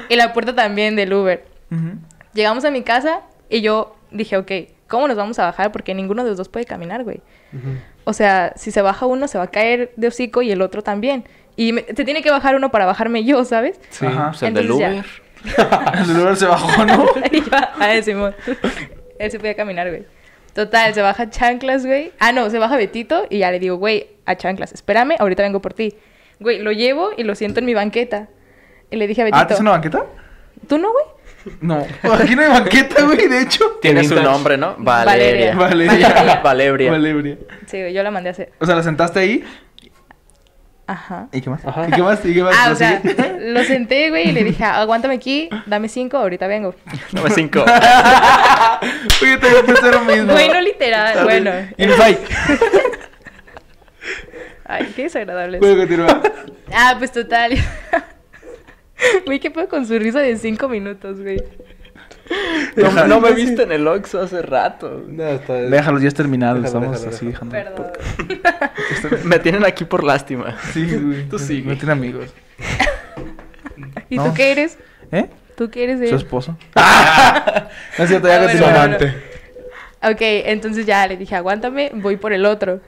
Speaker 4: Y la puerta también del Uber.
Speaker 1: Ujú.
Speaker 4: Llegamos a mi casa y yo dije, ok, ¿cómo nos vamos a bajar? Porque ninguno de los dos puede caminar, güey. O sea, si se baja uno, se va a caer de hocico y el otro también. Y me- se tiene que bajar uno para bajarme yo, ¿sabes?
Speaker 5: Sí.
Speaker 1: Ajá.
Speaker 2: Pues el del
Speaker 4: Entonces ya.
Speaker 2: Uber.
Speaker 1: El Uber se bajó, ¿no?
Speaker 4: y yo, ah, Simón. Él se podía caminar, güey. Total, se baja Chanclas, güey. Ah, no, se baja Betito y ya le digo, güey, a Chanclas, espérame, ahorita vengo por ti. Güey, lo llevo y lo siento en mi banqueta. Y le dije a Betito,
Speaker 1: ¿Ah, tienes una banqueta?
Speaker 4: ¿tú no, güey?
Speaker 1: No. Aquí no hay banqueta, güey, de hecho.
Speaker 2: Tiene su
Speaker 5: vintage.
Speaker 2: nombre, ¿no?
Speaker 4: Valeria.
Speaker 2: Valeria.
Speaker 1: Valeria.
Speaker 2: Valeria.
Speaker 1: Valeria.
Speaker 4: Sí, güey, yo la mandé a hacer.
Speaker 1: O sea, la sentaste ahí.
Speaker 4: Ajá.
Speaker 1: ¿Y qué más?
Speaker 5: Ajá.
Speaker 1: ¿Y qué más? ¿Y qué más?
Speaker 4: Ah, o
Speaker 1: ¿Lo
Speaker 4: sea,
Speaker 1: siguiente?
Speaker 4: lo senté, güey, y le dije, aguántame aquí, dame cinco, ahorita vengo.
Speaker 2: Dame cinco.
Speaker 1: Oye, yo también pensé lo mismo.
Speaker 4: Güey, no literal, bueno.
Speaker 1: Insight.
Speaker 4: Ay, qué desagradables.
Speaker 1: Puedo continuar.
Speaker 4: Ah, pues total. Güey, ¿qué puedo con su risa de cinco minutos, güey?
Speaker 2: No, no me viste en el Oxxo hace rato.
Speaker 5: No, está
Speaker 1: Déjalos, ya es terminado.
Speaker 5: Déjalo,
Speaker 1: Estamos
Speaker 5: déjalo,
Speaker 1: así
Speaker 5: déjalo.
Speaker 1: dejando.
Speaker 4: Perdón.
Speaker 2: Me tienen aquí por lástima.
Speaker 1: Sí, güey.
Speaker 2: Tú sigue.
Speaker 1: No tiene amigos.
Speaker 4: ¿Y
Speaker 1: No.
Speaker 4: tú qué eres?
Speaker 1: ¿Eh?
Speaker 4: ¿Tú qué eres? de
Speaker 1: Su
Speaker 4: él?
Speaker 1: esposo. No es cierto,
Speaker 4: Ah,
Speaker 1: ya
Speaker 4: bueno,
Speaker 5: Su
Speaker 1: continuamos.
Speaker 4: bueno,
Speaker 5: amante.
Speaker 4: Ok, entonces ya le dije, aguántame, voy por el otro.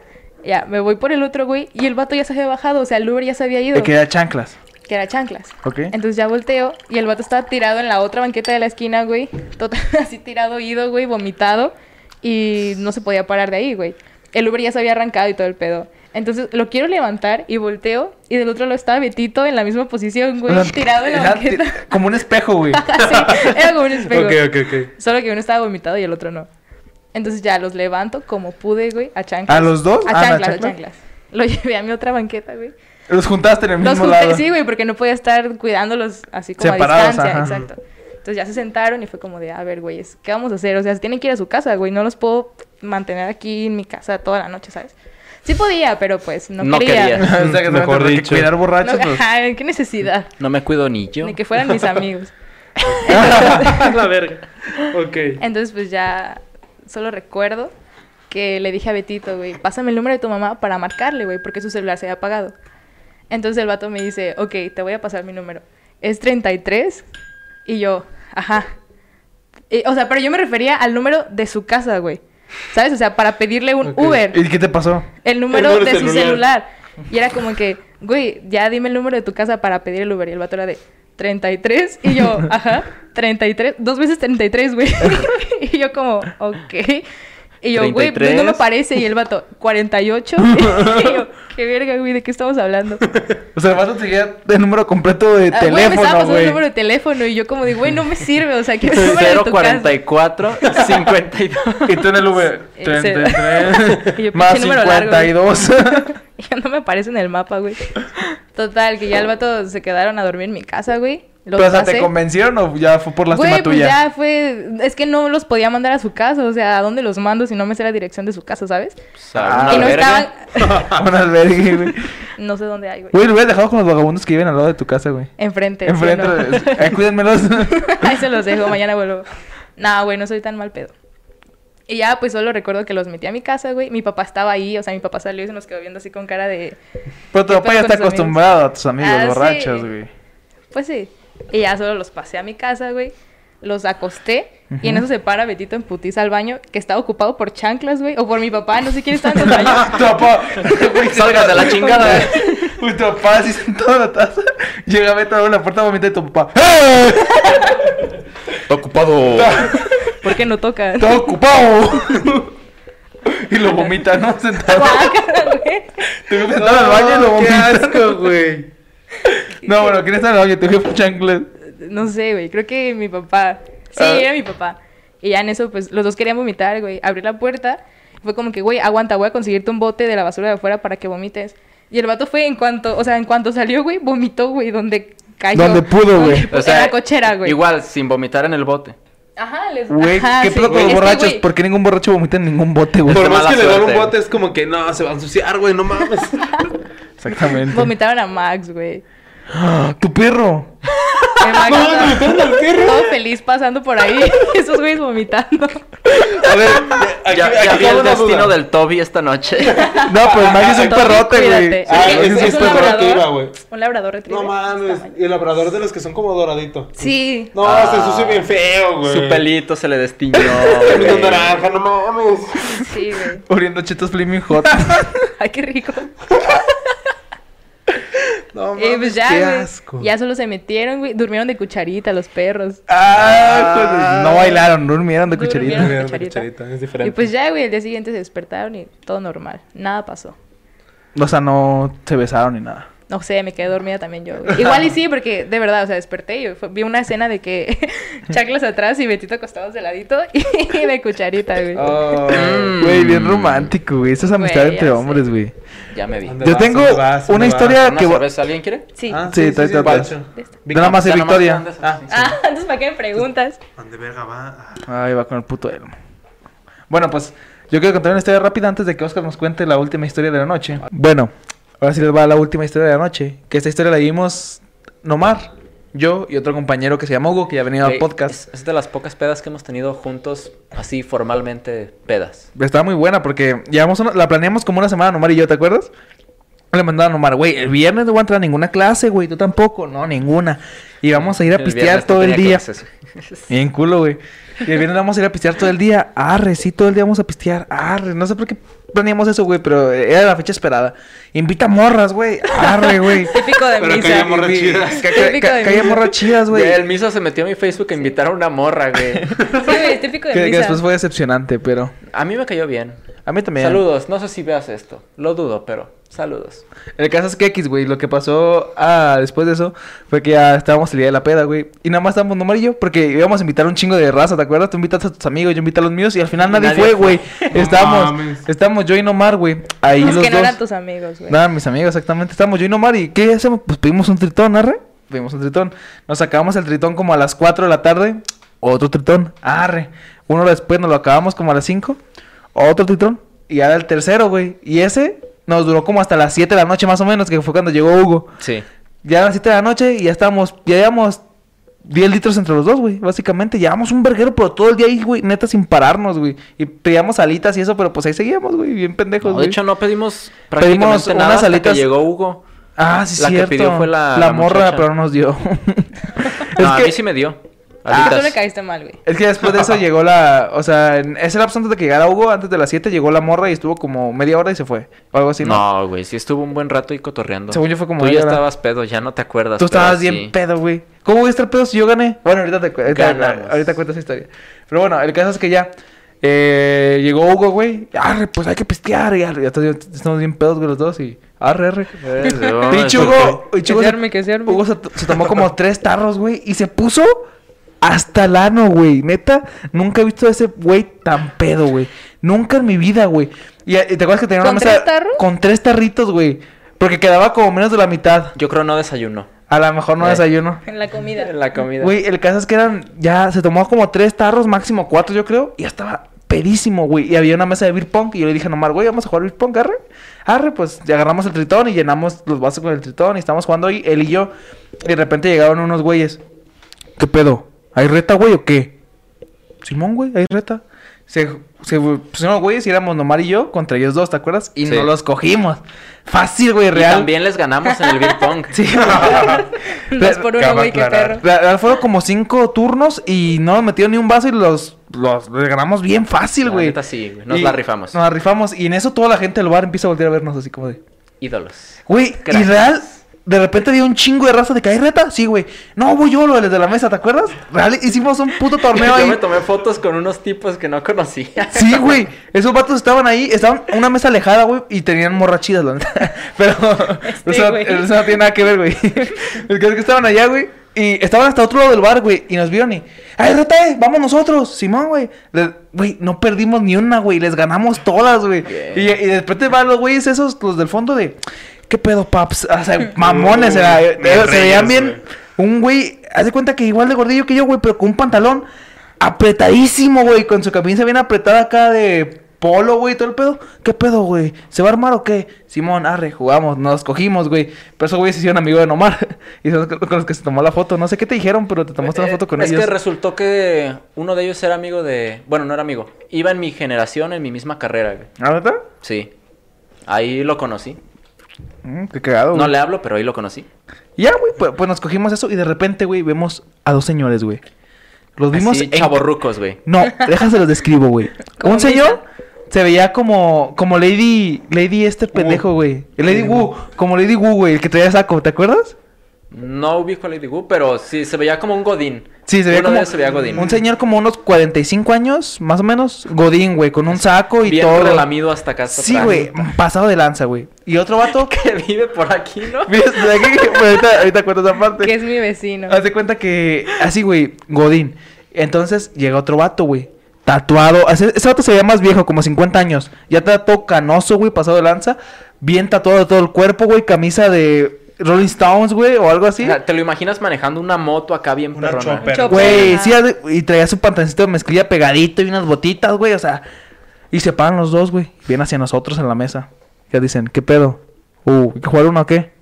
Speaker 4: Ya, me voy por el otro, güey. Y el vato ya se había bajado, o sea, el Uber ya se había ido.
Speaker 1: Te queda chanclas.
Speaker 4: que era chanclas.
Speaker 1: Ok.
Speaker 4: Entonces ya volteo y el vato estaba tirado en la otra banqueta de la esquina, güey. Total, así tirado, ido, güey, vomitado. Y no se podía parar de ahí, güey. El Uber ya se había arrancado y todo el pedo. Entonces lo quiero levantar y volteo. Y del otro lado estaba Betito en la misma posición, güey,
Speaker 1: O sea,
Speaker 4: pues, tirado en la
Speaker 1: era
Speaker 4: banqueta.
Speaker 1: ti- Como un espejo, güey.
Speaker 4: Sí, era como un espejo.
Speaker 5: Ok, ok, ok.
Speaker 4: Solo que uno estaba vomitado y el otro no. Entonces ya los levanto como pude, güey, a chanclas.
Speaker 1: ¿A los dos?
Speaker 4: A
Speaker 1: Ah, ¿a
Speaker 4: chanclas, a
Speaker 1: chanclas?
Speaker 4: chanclas. Lo llevé a mi otra banqueta, güey.
Speaker 1: Los juntaste en el
Speaker 4: Los
Speaker 1: mismo
Speaker 4: junté,
Speaker 1: lado.
Speaker 4: sí, güey, porque no podía estar cuidándolos así como a
Speaker 1: Separados,
Speaker 4: distancia,
Speaker 1: ajá.
Speaker 4: exacto. Entonces ya se sentaron y fue como de, a ver, güeyes, ¿qué vamos a hacer? O sea, se tienen que ir a su casa, güey, no los puedo mantener aquí en mi casa toda la noche, ¿sabes? Sí podía, pero pues no,
Speaker 2: No
Speaker 4: quería.
Speaker 2: quería.
Speaker 1: o sea, que
Speaker 5: Mejor
Speaker 1: Mejor
Speaker 5: dicho.
Speaker 1: cuidar borrachos.
Speaker 4: No,
Speaker 1: pues.
Speaker 4: ajá, qué necesidad
Speaker 2: No me cuido ni yo.
Speaker 4: de que fueran mis amigos.
Speaker 3: la verga.
Speaker 5: Ok.
Speaker 4: Entonces pues ya solo recuerdo que le dije a Betito, güey, pásame el número de tu mamá para marcarle, güey, porque su celular se había apagado. Entonces el vato me dice, ok, te voy a pasar mi número. Es 33. Y yo, ajá. Eh, o sea, pero yo me refería al número de su casa, güey. ¿Sabes? O sea, para pedirle un
Speaker 5: Ok.
Speaker 4: Uber,
Speaker 1: ¿Y qué te pasó?
Speaker 4: el número
Speaker 5: número
Speaker 4: de su
Speaker 5: celular.
Speaker 4: celular. Y era como que, güey, ya dime el número de tu casa para pedir el Uber. Y el vato era de 33. Y yo, ajá, 33. Dos veces 33, güey. y yo como, ok. Y yo, güey, pues no me
Speaker 2: 33.
Speaker 4: parece. Y el vato, 48. y yo, qué verga, güey, ¿de qué estamos hablando?
Speaker 1: O sea, vas a seguir el número completo de
Speaker 4: Ah, Güey, me estaba
Speaker 1: teléfono,
Speaker 4: pasando el número
Speaker 1: güey.
Speaker 4: de teléfono y yo como de, güey, no me sirve, o sea, que el número de tu casa.
Speaker 2: 044 52.
Speaker 1: Y tú en el Uber.
Speaker 4: Eh,
Speaker 1: 33.
Speaker 4: Y yo,
Speaker 1: más
Speaker 4: pinche número largo, güey.
Speaker 1: 52.
Speaker 4: Ya no me aparece en el mapa, güey. Total, que ya el vato se quedaron a dormir en mi casa, güey. Los
Speaker 1: Pero, o sea,
Speaker 4: pasé.
Speaker 1: ¿te convencieron o ya fue por lástima
Speaker 4: Güey, pues
Speaker 1: tuya?
Speaker 4: ya fue... Es que no los podía mandar a su casa, o sea, ¿a dónde los mando si no me sé la dirección de su casa, sabes?
Speaker 1: Ah,
Speaker 4: y no
Speaker 2: verga.
Speaker 4: estaban...
Speaker 1: Una albergue, güey.
Speaker 4: no sé dónde hay, güey.
Speaker 1: Güey, lo hubieras dejado con los vagabundos que viven al lado de tu casa, güey.
Speaker 4: Enfrente. ¿sí o
Speaker 1: Enfrente.
Speaker 4: no?
Speaker 1: de- eh. Ay, cuídenmelos.
Speaker 4: Ahí se los dejo, mañana vuelvo. Nah, güey, no soy tan mal pedo. Y ya, pues solo recuerdo que los metí a mi casa, güey. Mi papá estaba ahí, o sea, mi papá salió y se nos quedó viendo así con cara de.
Speaker 1: Pero tu
Speaker 4: ¿Qué
Speaker 1: papá ya está
Speaker 4: pedo con tus amigos?
Speaker 1: acostumbrado a tus amigos
Speaker 4: Ah, sí.
Speaker 1: borrachos, güey.
Speaker 4: Pues sí. Y ya solo los pasé a mi casa, güey. Los acosté. Y en eso se para Betito en putiza al baño, que estaba ocupado por chanclas, güey. O por mi papá, no sé quién estaba en el baño.
Speaker 1: tu papá.
Speaker 2: Salgas de la chingada.
Speaker 1: Uy, tu papá así sentado en la taza. Llega Beto a la puerta vomita y tu papá. ¡Eh!
Speaker 2: Está ocupado.
Speaker 4: Porque no toca.
Speaker 1: "Ah, ¡Está ocupado! y lo vomita, ¿no? Sentado.
Speaker 4: Guácala, güey.
Speaker 1: Tu jefe sentado en el baño y lo
Speaker 5: No, ¡Qué
Speaker 1: vomita.
Speaker 5: asco, güey!
Speaker 1: No, bueno, ¿quién está en el baño? Tu jefe chanclas.
Speaker 4: No sé, güey. Creo que mi papá. Sí,
Speaker 1: Ah.
Speaker 4: era mi papá. Y ya en eso, pues, los dos querían vomitar, güey. Abrí la puerta. Fue como que, güey, aguanta, voy a conseguirte un bote de la basura de afuera para que vomites. Y el vato fue en cuanto, o sea, en cuanto salió, güey, vomitó, güey, donde cayó.
Speaker 1: Donde pudo, güey.
Speaker 4: Donde pu- en la cochera, güey.
Speaker 2: Igual, sin vomitar en el bote.
Speaker 4: Ajá, les
Speaker 1: Güey,
Speaker 4: ajá,
Speaker 1: ¿qué
Speaker 4: sí,
Speaker 1: pedo con
Speaker 4: güey.
Speaker 1: los
Speaker 4: Es que,
Speaker 1: borrachos?
Speaker 4: güey,
Speaker 1: ¿Por qué ningún borracho vomita en ningún bote, güey?
Speaker 5: Por
Speaker 2: Qué
Speaker 5: más
Speaker 2: mala
Speaker 5: que le dan un
Speaker 2: suerte.
Speaker 5: bote, es como que no, se va a ensuciar, güey, no mames.
Speaker 1: Exactamente.
Speaker 4: Vomitaron a Max, güey.
Speaker 1: ¡Ah! ¡Tu perro!
Speaker 4: El Max estaba todo feliz pasando por ahí. Esos güeyes vomitando.
Speaker 5: A ver,
Speaker 2: Ya,
Speaker 5: aquí,
Speaker 2: ya
Speaker 5: aquí
Speaker 2: vi el
Speaker 5: cabe una
Speaker 2: destino
Speaker 5: duda.
Speaker 2: del Toby esta noche.
Speaker 1: No, pues Maggie es un
Speaker 4: Entonces,
Speaker 1: perrote, güey.
Speaker 4: cuídate.
Speaker 5: Ah,
Speaker 4: Sí,
Speaker 5: ese sí es perro
Speaker 4: labrador,
Speaker 5: que iba, güey.
Speaker 4: Un labrador
Speaker 5: No
Speaker 4: retriever.
Speaker 5: mames,
Speaker 4: Está mal.
Speaker 5: y el labrador de los que son como doradito.
Speaker 4: Sí.
Speaker 5: No,
Speaker 2: Ah.
Speaker 5: se ensucia bien feo, güey.
Speaker 2: Su pelito se le destiñó.
Speaker 5: Pelito
Speaker 2: güey.
Speaker 5: naranja, no mames.
Speaker 4: Sí, güey.
Speaker 1: Oriendo chetos flaming hot.
Speaker 4: Ay, qué rico.
Speaker 5: No mames,
Speaker 4: Eh, pues ya,
Speaker 5: qué
Speaker 4: güey.
Speaker 5: asco.
Speaker 4: Ya solo se metieron, güey. Durmieron de cucharita los perros.
Speaker 1: Ah, no bailaron, durmieron de
Speaker 4: Durmieron.
Speaker 1: cucharita.
Speaker 5: Mira, la
Speaker 4: cucharita.
Speaker 5: cucharita, es
Speaker 4: Y
Speaker 5: diferente.
Speaker 4: pues ya, güey, el día siguiente se despertaron y todo normal. Nada pasó.
Speaker 1: O sea, no se besaron ni nada.
Speaker 4: No sé, me quedé dormida también yo. güey. Igual y sí, porque de verdad, o sea, desperté y fue- vi una escena de que chanclas atrás y Betito acostados de ladito y de cucharita, güey. Mm.
Speaker 5: Oh. Mm.
Speaker 1: Güey, bien romántico, güey. Esa es amistad
Speaker 4: Güey,
Speaker 1: entre
Speaker 4: ya
Speaker 1: hombres, güey.
Speaker 2: Ya me vi. ¿Una
Speaker 5: Ande- ¿Dónde
Speaker 1: Yo
Speaker 5: vas?
Speaker 1: tengo
Speaker 5: ¿Dónde vas?
Speaker 1: una
Speaker 5: ¿Dónde
Speaker 1: historia que... va-
Speaker 2: cerveza? ¿Alguien quiere?
Speaker 4: Sí.
Speaker 5: Ah,
Speaker 1: Sí, está- está-
Speaker 5: vale.
Speaker 1: está.
Speaker 4: De esta.
Speaker 1: Nada más
Speaker 2: Ya
Speaker 1: de
Speaker 2: nomás
Speaker 1: Victoria.
Speaker 2: una de esas,
Speaker 5: Ah.
Speaker 2: sí.
Speaker 4: Ah, entonces, ¿para qué me preguntas?
Speaker 3: ¿Dónde verga va?
Speaker 1: Ahí va con el puto Elmo. Bueno, pues yo quiero contar una historia rápida antes de que Oscar nos cuente la última historia de la noche. Bueno, ahora sí les va la última historia de la noche. Que esta historia la vimos Nomar, yo y otro compañero que se llama Hugo, que ya ha venido al
Speaker 2: Güey,
Speaker 1: podcast.
Speaker 2: Es, es de las pocas pedas que hemos tenido juntos, así formalmente pedas.
Speaker 1: Estaba muy buena porque llevamos una- la planeamos como una semana, Nomar y yo, ¿te acuerdas? Le mandaba a Nomar, güey, el viernes no voy a entrar a ninguna clase, güey, tú tampoco. No, ninguna. Y vamos a ir a pistear
Speaker 2: viernes no
Speaker 1: todo el
Speaker 2: tenía
Speaker 1: día.
Speaker 2: clases.
Speaker 1: Bien culo, güey. Y el viernes vamos a ir a pistear todo el día. Arre, sí, todo el día vamos a pistear. Arre, no sé por qué planeamos eso, güey, pero era la fecha esperada. Invita morras, güey. Arre, güey.
Speaker 4: Típico de
Speaker 3: Pero que
Speaker 4: misa.
Speaker 3: haya morras
Speaker 1: Sí,
Speaker 3: chidas.
Speaker 1: ca- ca-
Speaker 4: Típico de
Speaker 1: ca- que haya
Speaker 4: mí.
Speaker 1: morras chidas, güey.
Speaker 2: Güey, el miso se metió a mi Facebook a invitar a una morra, güey.
Speaker 4: Sí, güey, es típico
Speaker 1: Que,
Speaker 4: de
Speaker 1: que
Speaker 4: misa.
Speaker 1: después fue decepcionante, pero...
Speaker 2: A mí me cayó bien.
Speaker 1: A mí también.
Speaker 2: Saludos, no sé si veas esto. Lo dudo, pero saludos.
Speaker 1: El caso es que X, güey, lo que pasó ah, después de eso fue que ya estábamos el día de la peda, güey. Y nada más estábamos nomás y yo, porque íbamos a invitar a un chingo de raza, ¿te acuerdas? Tú invitas a tus amigos, yo invité a los míos y al final nadie,
Speaker 2: Nadie
Speaker 1: fue,
Speaker 2: fue.
Speaker 1: güey.
Speaker 3: No
Speaker 1: Estábamos,
Speaker 3: mames.
Speaker 1: estábamos yo y Nomar, güey. Ahí
Speaker 4: Es
Speaker 1: los
Speaker 4: que no
Speaker 1: dos.
Speaker 4: eran tus amigos, güey.
Speaker 1: Nada, mis amigos, exactamente. Estábamos yo y Nomar y ¿qué hacemos? Pues pedimos un tritón, arre. Pedimos un tritón. Nos acabamos el tritón como a las 4 de la tarde. Otro tritón, arre. Una hora después nos lo acabamos como a las 5. Otro tritón. Y ahora el tercero, güey. Y ese nos duró como hasta las 7 de la noche más o menos, que fue cuando llegó Hugo.
Speaker 2: Sí.
Speaker 1: Ya a las 7 de la noche y ya estábamos, ya llevamos 10 litros entre los dos, güey. Básicamente, llevamos un verguero, pero todo el día ahí, güey, neta sin pararnos, güey. Y pedíamos alitas y eso, pero pues ahí seguíamos, güey, bien pendejos,
Speaker 2: No,
Speaker 1: güey.
Speaker 2: de hecho, no pedimos prácticamente
Speaker 1: Pedimos
Speaker 2: nada
Speaker 1: unas
Speaker 2: hasta
Speaker 1: alitas-
Speaker 2: que llegó Hugo.
Speaker 1: Ah, sí,
Speaker 2: La que
Speaker 1: cierto.
Speaker 2: pidió fue la-
Speaker 1: la
Speaker 2: la
Speaker 1: morra,
Speaker 2: muchacha.
Speaker 1: pero no nos dio. es,
Speaker 2: No,
Speaker 1: que,
Speaker 2: a mí sí me dio.
Speaker 4: Ah, tú
Speaker 2: Alitas.
Speaker 4: le caíste mal, güey.
Speaker 1: es que después de eso llegó la. O sea, en ese lapso antes de que llegara Hugo, antes de las 7, llegó la morra y estuvo como media hora y se fue. O algo así, ¿no?
Speaker 2: No, güey, sí estuvo un buen rato ahí cotorreando.
Speaker 1: Según yo fue como
Speaker 2: Tú
Speaker 1: media
Speaker 2: ya
Speaker 1: hora.
Speaker 2: estabas pedo, ya no te acuerdas.
Speaker 1: Tú
Speaker 2: pero
Speaker 1: estabas bien
Speaker 2: sí.
Speaker 1: pedo, güey. ¿Cómo voy a estar pedo si yo gané? Bueno, ahorita te cu- ahorita,
Speaker 2: Ganamos.
Speaker 1: ahorita cuento esa historia. Pero bueno, el caso es que ya. eh, llegó Hugo, güey. Arre, pues hay que pistear. Y arre, ya todos- estamos bien pedos, güey, los dos. Y arre, arre.
Speaker 2: Perdón,
Speaker 1: Pinche
Speaker 2: disculpe.
Speaker 1: Hugo, pinche Hugo
Speaker 4: Que se
Speaker 1: se-
Speaker 4: arme, que se arme.
Speaker 1: Hugo se, se tomó como tres tarros, güey, y se puso hasta el ano, güey. Neta, nunca he visto a ese güey tan pedo, güey. Nunca en mi vida, güey. Y, y te acuerdas que tenía una
Speaker 4: ¿Con
Speaker 1: mesa
Speaker 4: tres tarros?
Speaker 1: con tres tarritos, güey, porque quedaba como menos de la mitad.
Speaker 2: Yo creo no desayunó.
Speaker 1: A lo mejor no
Speaker 2: Eh.
Speaker 1: desayuno.
Speaker 4: En la comida.
Speaker 2: En la comida.
Speaker 1: Güey, el caso es que eran ya se tomó como tres tarros, máximo cuatro, yo creo, y ya estaba pedísimo, güey. Y había una mesa de beer pong y yo le dije a Nomar, güey, vamos a jugar beer pong, arre. Arre, pues ya agarramos el tritón y llenamos los vasos con el tritón y estamos jugando ahí, él y yo. Y de repente llegaron unos güeyes. ¿Qué pedo? ¿Hay reta, güey, o qué? Simón, güey, hay reta. Se, se pusieron los güeyes y éramos Nomar y yo contra ellos dos, ¿te acuerdas? Y
Speaker 2: Sí.
Speaker 1: no los cogimos. Fácil, güey,
Speaker 2: Y
Speaker 1: real.
Speaker 2: también les ganamos en el beer pong.
Speaker 1: Sí.
Speaker 4: Dos por uno,
Speaker 5: Acaba
Speaker 4: güey, qué
Speaker 5: aclarar.
Speaker 4: perro.
Speaker 1: La verdad fueron como cinco turnos y no nos metió ni un vaso y los, los, les ganamos bien fácil,
Speaker 2: La
Speaker 1: güey.
Speaker 2: neta sí, güey, nos
Speaker 1: Y
Speaker 2: la rifamos.
Speaker 1: Nos la rifamos y en eso toda la gente del bar empieza a voltear a vernos así como de...
Speaker 2: Ídolos.
Speaker 1: Güey, y
Speaker 2: Gracias.
Speaker 1: real, de repente había un chingo de raza de que hay reta. Sí, güey. No, voy yo, lo de la mesa, ¿te acuerdas? Real, hicimos un puto torneo
Speaker 2: Yo
Speaker 1: ahí.
Speaker 2: me tomé fotos con unos tipos que no conocía.
Speaker 1: Sí, güey. Esos vatos estaban ahí, estaban en una mesa alejada, güey, y tenían morrachidas, la neta. Pero
Speaker 4: Este,
Speaker 1: eso,
Speaker 4: güey.
Speaker 1: eso no tiene nada que ver, güey. El caso es que estaban allá, güey. Y estaban hasta otro lado del bar, güey. Y nos vieron y... ¡Ay, reta, eh! ¡Vamos nosotros! Simón, güey. Le- Güey, no perdimos ni una, güey. Les ganamos todas, güey. Y, y de repente van los güeyes esos, los del fondo de... ¿Qué pedo, paps? O sea, mamones.
Speaker 3: Uy,
Speaker 1: era-
Speaker 3: me
Speaker 1: se veían
Speaker 3: reyes,
Speaker 1: bien...
Speaker 3: güey.
Speaker 1: Un güey, hace cuenta que igual de gordillo que yo, güey, pero con un pantalón apretadísimo, güey, con su camisa bien apretada acá de polo, güey, todo el pedo. ¿Qué pedo, güey? ¿Se va a armar o qué? Simón, arre, jugamos, nos cogimos, güey. Pero esos güeyes se hicieron amigos de Nomar. y son con los que se tomó la foto. No sé qué te dijeron, pero te tomaste una
Speaker 2: Eh,
Speaker 1: foto con
Speaker 2: es
Speaker 1: ellos.
Speaker 2: que resultó que uno de ellos era amigo de. Bueno, no era amigo. Iba en mi generación, en mi misma carrera, güey.
Speaker 1: ¿Ah, verdad?
Speaker 2: Sí. Ahí lo conocí.
Speaker 1: Mm, qué cagado, güey.
Speaker 2: No le hablo, pero ahí lo conocí.
Speaker 1: Y Ya, güey, pues, pues nos cogimos eso y de repente, güey, vemos a dos señores, güey. Los vimos
Speaker 2: Así,
Speaker 1: en-
Speaker 2: chavorrucos, güey.
Speaker 1: No, déjase los describo, güey.
Speaker 4: Como
Speaker 1: Un
Speaker 4: Lisa.
Speaker 1: señor se veía como como Lady Lady este pendejo, güey. El Lady Wu, como Lady Wu, güey, el que traía saco, ¿te acuerdas?
Speaker 2: No ubico a Lady Wu, pero sí, se veía como un godín.
Speaker 1: Sí, se veía
Speaker 2: Uno de
Speaker 1: como
Speaker 2: ellos se veía godín.
Speaker 1: un señor como unos 45 años, más o menos, godín, güey, con un saco y
Speaker 2: Bien
Speaker 1: todo.
Speaker 2: relamido hasta acá. hasta
Speaker 1: Sí,
Speaker 2: atrás.
Speaker 1: güey, pasado de lanza, güey. Y otro vato
Speaker 2: Que vive por aquí, ¿no?
Speaker 1: ¿Ves? ahorita ahorita cuento esa parte.
Speaker 4: Que es mi vecino.
Speaker 1: Haz de cuenta que, así, güey, Godín. Entonces llega otro vato, güey. tatuado. Ese, ese vato se veía más viejo, como 50 años. Ya trató canoso, güey, pasado de lanza. Bien tatuado de todo el cuerpo, güey. Camisa de Rolling Stones, güey, o algo así.
Speaker 2: O sea, ¿Te lo imaginas manejando una moto acá bien
Speaker 6: Una
Speaker 2: perrona?
Speaker 6: chopper.
Speaker 4: Chopper.
Speaker 1: Güey,
Speaker 4: Ajá.
Speaker 1: sí, ad- y traía su pantaloncito de mezclilla pegadito y unas botitas, güey, o sea. Y se paran los dos, güey. Vienen hacia nosotros en la mesa. Ya dicen, ¿qué pedo? Uh, ¿hay que jugar uno o qué?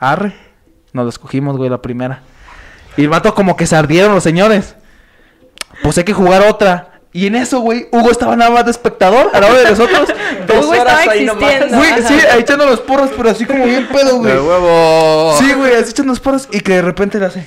Speaker 1: Arre. Nos los cogimos, güey, la primera. Y el vato como que se ardieron los señores. Pues hay que jugar otra. Y en eso, güey, Hugo estaba nada más de espectador a la hora de nosotros.
Speaker 2: Dos
Speaker 4: Hugo estaba
Speaker 2: horas ahí nomás.
Speaker 4: existiendo.
Speaker 1: Güey,
Speaker 4: ajá.
Speaker 1: sí, ahí echando los porros, pero así como bien pedo, güey.
Speaker 2: ¡De huevo!
Speaker 1: Sí, güey, así echando los porros y que de repente le hace.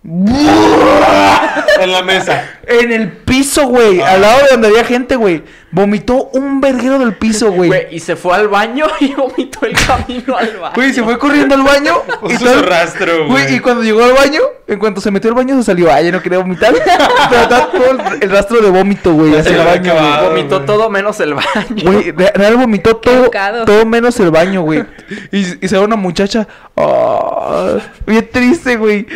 Speaker 5: En la mesa.
Speaker 1: En el piso, güey. Al lado de donde había gente, güey. Vomitó un verguero del piso, güey.
Speaker 2: Güey, y se fue al baño y vomitó el camino al baño.
Speaker 1: Güey, se fue corriendo al baño.
Speaker 6: Puso
Speaker 1: todo-
Speaker 6: su rastro,
Speaker 1: Güey,
Speaker 6: güey.
Speaker 1: y cuando llegó al baño, en cuanto se metió al baño, se salió. Ay, ya no quería vomitar. Pero estaba todo el, el rastro de vómito, güey. Hacia el
Speaker 6: había
Speaker 1: baño. güey.
Speaker 6: acabado,
Speaker 2: Vomitó todo menos el baño.
Speaker 1: Güey, re- real vomitó todo,
Speaker 4: Equivocado.
Speaker 1: todo menos el baño, güey. Y, y se ve una muchacha, ah, bien triste, güey.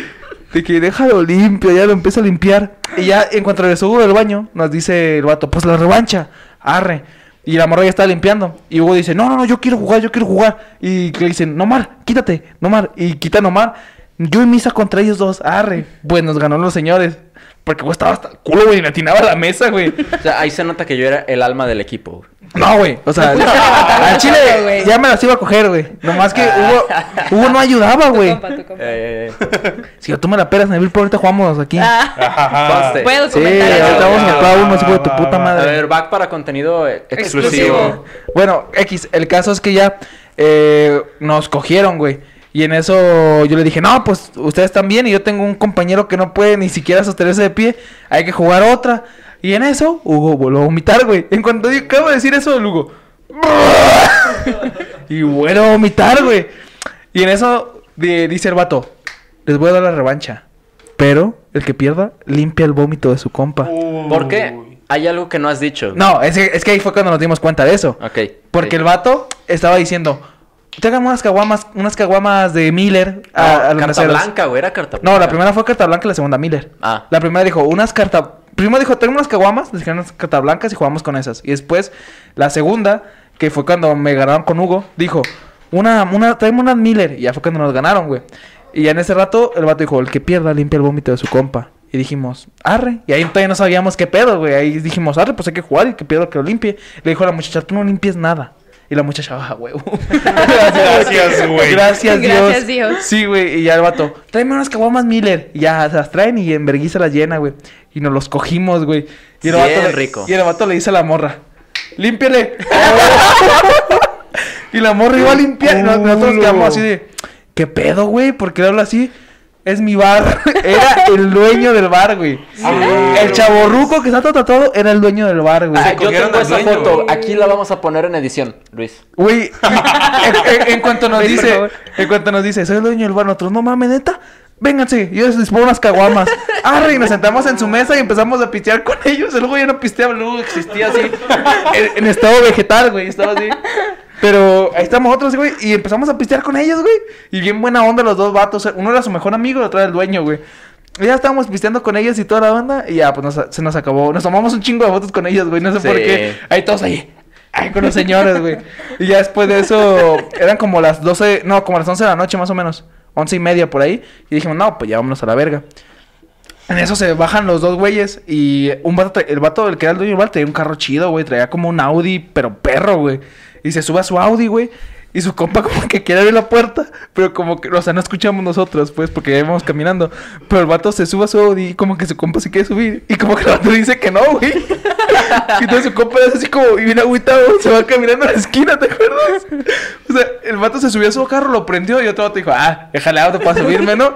Speaker 1: De que déjalo limpio, ya lo empieza a limpiar. Y ya en cuanto regresó Hugo del baño, nos dice el vato, pues la revancha, arre. Y la morra ya está limpiando. Y Hugo dice, no, no, no, yo quiero jugar, yo quiero jugar. Y le dicen, Nomar, quítate, Nomar. Y quitan Nomar. Yo y Misa contra ellos dos, arre. Pues nos ganó los señores. Porque Hugo estaba hasta el culo, güey, y le atinaba a la mesa, güey.
Speaker 2: O sea, ahí se nota que yo era el alma del equipo. güey.
Speaker 1: No, güey. O sea, al chile
Speaker 4: No, güey.
Speaker 1: ya me las iba a coger, güey. Nomás que Hugo, Hugo no ayudaba,
Speaker 4: Tu
Speaker 1: güey.
Speaker 4: compa, tu compa.
Speaker 2: Eh, eh, eh.
Speaker 1: Si yo tomo la pera, Neville, por ahorita jugamos aquí.
Speaker 4: Ah,
Speaker 6: Ajá.
Speaker 2: Conste.
Speaker 4: puedo
Speaker 1: sí,
Speaker 4: comentar eso?
Speaker 1: ahorita vamos a
Speaker 6: va,
Speaker 1: cada
Speaker 6: va,
Speaker 1: uno, hijo
Speaker 6: Ah,
Speaker 1: de
Speaker 6: va,
Speaker 1: tu
Speaker 6: va,
Speaker 1: puta
Speaker 6: va.
Speaker 2: A
Speaker 1: madre.
Speaker 2: ver, back para contenido eh, exclusivo.
Speaker 4: Exclusivo.
Speaker 1: Bueno, X, el caso es que ya eh, nos cogieron, güey. Y en eso yo le dije, no, pues ustedes están bien y yo tengo un compañero que no puede ni siquiera sostenerse de pie, hay que jugar otra. Y en eso, Hugo voló a vomitar, güey. En cuanto yo acabo de decir eso, el Hugo... y vuelvo a vomitar, güey. Y en eso di- dice el vato, les voy a dar la revancha. Pero el que pierda limpia el vómito de su compa.
Speaker 5: Uh.
Speaker 2: ¿Por qué? Hay algo que no has dicho.
Speaker 1: No, es que, es que ahí fue cuando nos dimos cuenta de eso.
Speaker 2: Ok.
Speaker 1: Porque el vato estaba diciendo, traigan unas caguamas, unas caguamas de Miller a, a los
Speaker 2: Ah, Carta
Speaker 1: meseros".
Speaker 2: blanca, güey. Era carta
Speaker 1: No, la
Speaker 2: blanca.
Speaker 1: primera fue carta blanca y la segunda Miller.
Speaker 2: Ah.
Speaker 1: La primera dijo, unas carta... Primero dijo, traigan unas caguamas, les dijeron unas carta blancas y jugamos con esas. Y después, la segunda, que fue cuando me ganaron con Hugo, dijo, una, una, tráeme unas Miller. Y ya fue cuando nos ganaron, güey. Y ya en ese rato, el vato dijo, el que pierda limpia el vómito de su compa. Y dijimos, arre. Y ahí todavía no sabíamos qué pedo, güey. Ahí dijimos, arre, pues hay que jugar y que pierda que lo limpie. Le dijo a la muchacha, tú no limpies nada. Y la muchacha, ah, huevo.
Speaker 6: Gracias, güey.
Speaker 1: Gracias, Dios.
Speaker 4: Gracias, Dios.
Speaker 1: Sí, güey. Y ya el vato, tráeme unas caguamas Miller. Y ya se las traen y en vergüenza las llena, güey. Y nos los cogimos, güey. Y el,
Speaker 2: Bien
Speaker 1: vato le-
Speaker 2: rico.
Speaker 1: y el vato le dice a la morra, límpiale. y la morra iba a limpiar. Y nos- nosotros
Speaker 6: culo.
Speaker 1: quedamos así de, ¿qué pedo, güey? ¿Por qué le habla así? Es mi bar. era el dueño del bar, güey. Ah, El chaborruco que está todo tatuado era el dueño del bar, güey.
Speaker 2: Ah, yo
Speaker 3: cogieron
Speaker 2: tengo
Speaker 3: al
Speaker 2: esa
Speaker 3: dueño,
Speaker 2: foto.
Speaker 3: güey.
Speaker 2: Aquí la vamos a poner en edición, Luis.
Speaker 1: Güey, y- en, en- en cuanto nos dice, en cuanto nos dice, soy el dueño del bar, nosotros, no mames, neta, vénganse, yo les dispongo unas caguamas. Arre, y nos sentamos en su mesa y empezamos a pistear con ellos. El Hugo ya no pisteaba, el Hugo existía así, en, en estado vegetal, güey, estaba así. Pero ahí estamos otros, güey, y empezamos a pistear con ellos, güey. Y bien buena onda los dos vatos. Uno era su mejor amigo y el otro era el dueño, güey. Y ya estábamos pisteando con ellos y toda la onda. Y ya, pues nos- se nos acabó. Nos tomamos un chingo de fotos con ellos, güey. No sé por
Speaker 2: Sí.
Speaker 1: qué. Ahí todos ahí. Ay, con los señores, güey. Y ya después de eso, eran como las 12, no, como las 11 de la noche más o menos. 11 y media por ahí. Y dijimos, no, pues ya vámonos a la verga. En eso se bajan los dos güeyes y un vato, tra- el vato, el que era el dueño del bar, traía un carro chido, güey. Traía como un Audi, pero perro, güey. Y se sube a su Audi, güey. Y su compa como que quiere abrir la puerta, pero como que, o sea, no escuchamos nosotros, pues, porque ya íbamos caminando. Pero el vato se sube a su Audi y como que su compa se quiere subir. Y como que el vato dice que no, güey. Y entonces su compa es así como, y bien agüitado, se va caminando a la esquina, ¿te acuerdas? O sea, el vato se subió a su carro, lo prendió y otro vato dijo, ah, déjale auto para subirme, ¿no?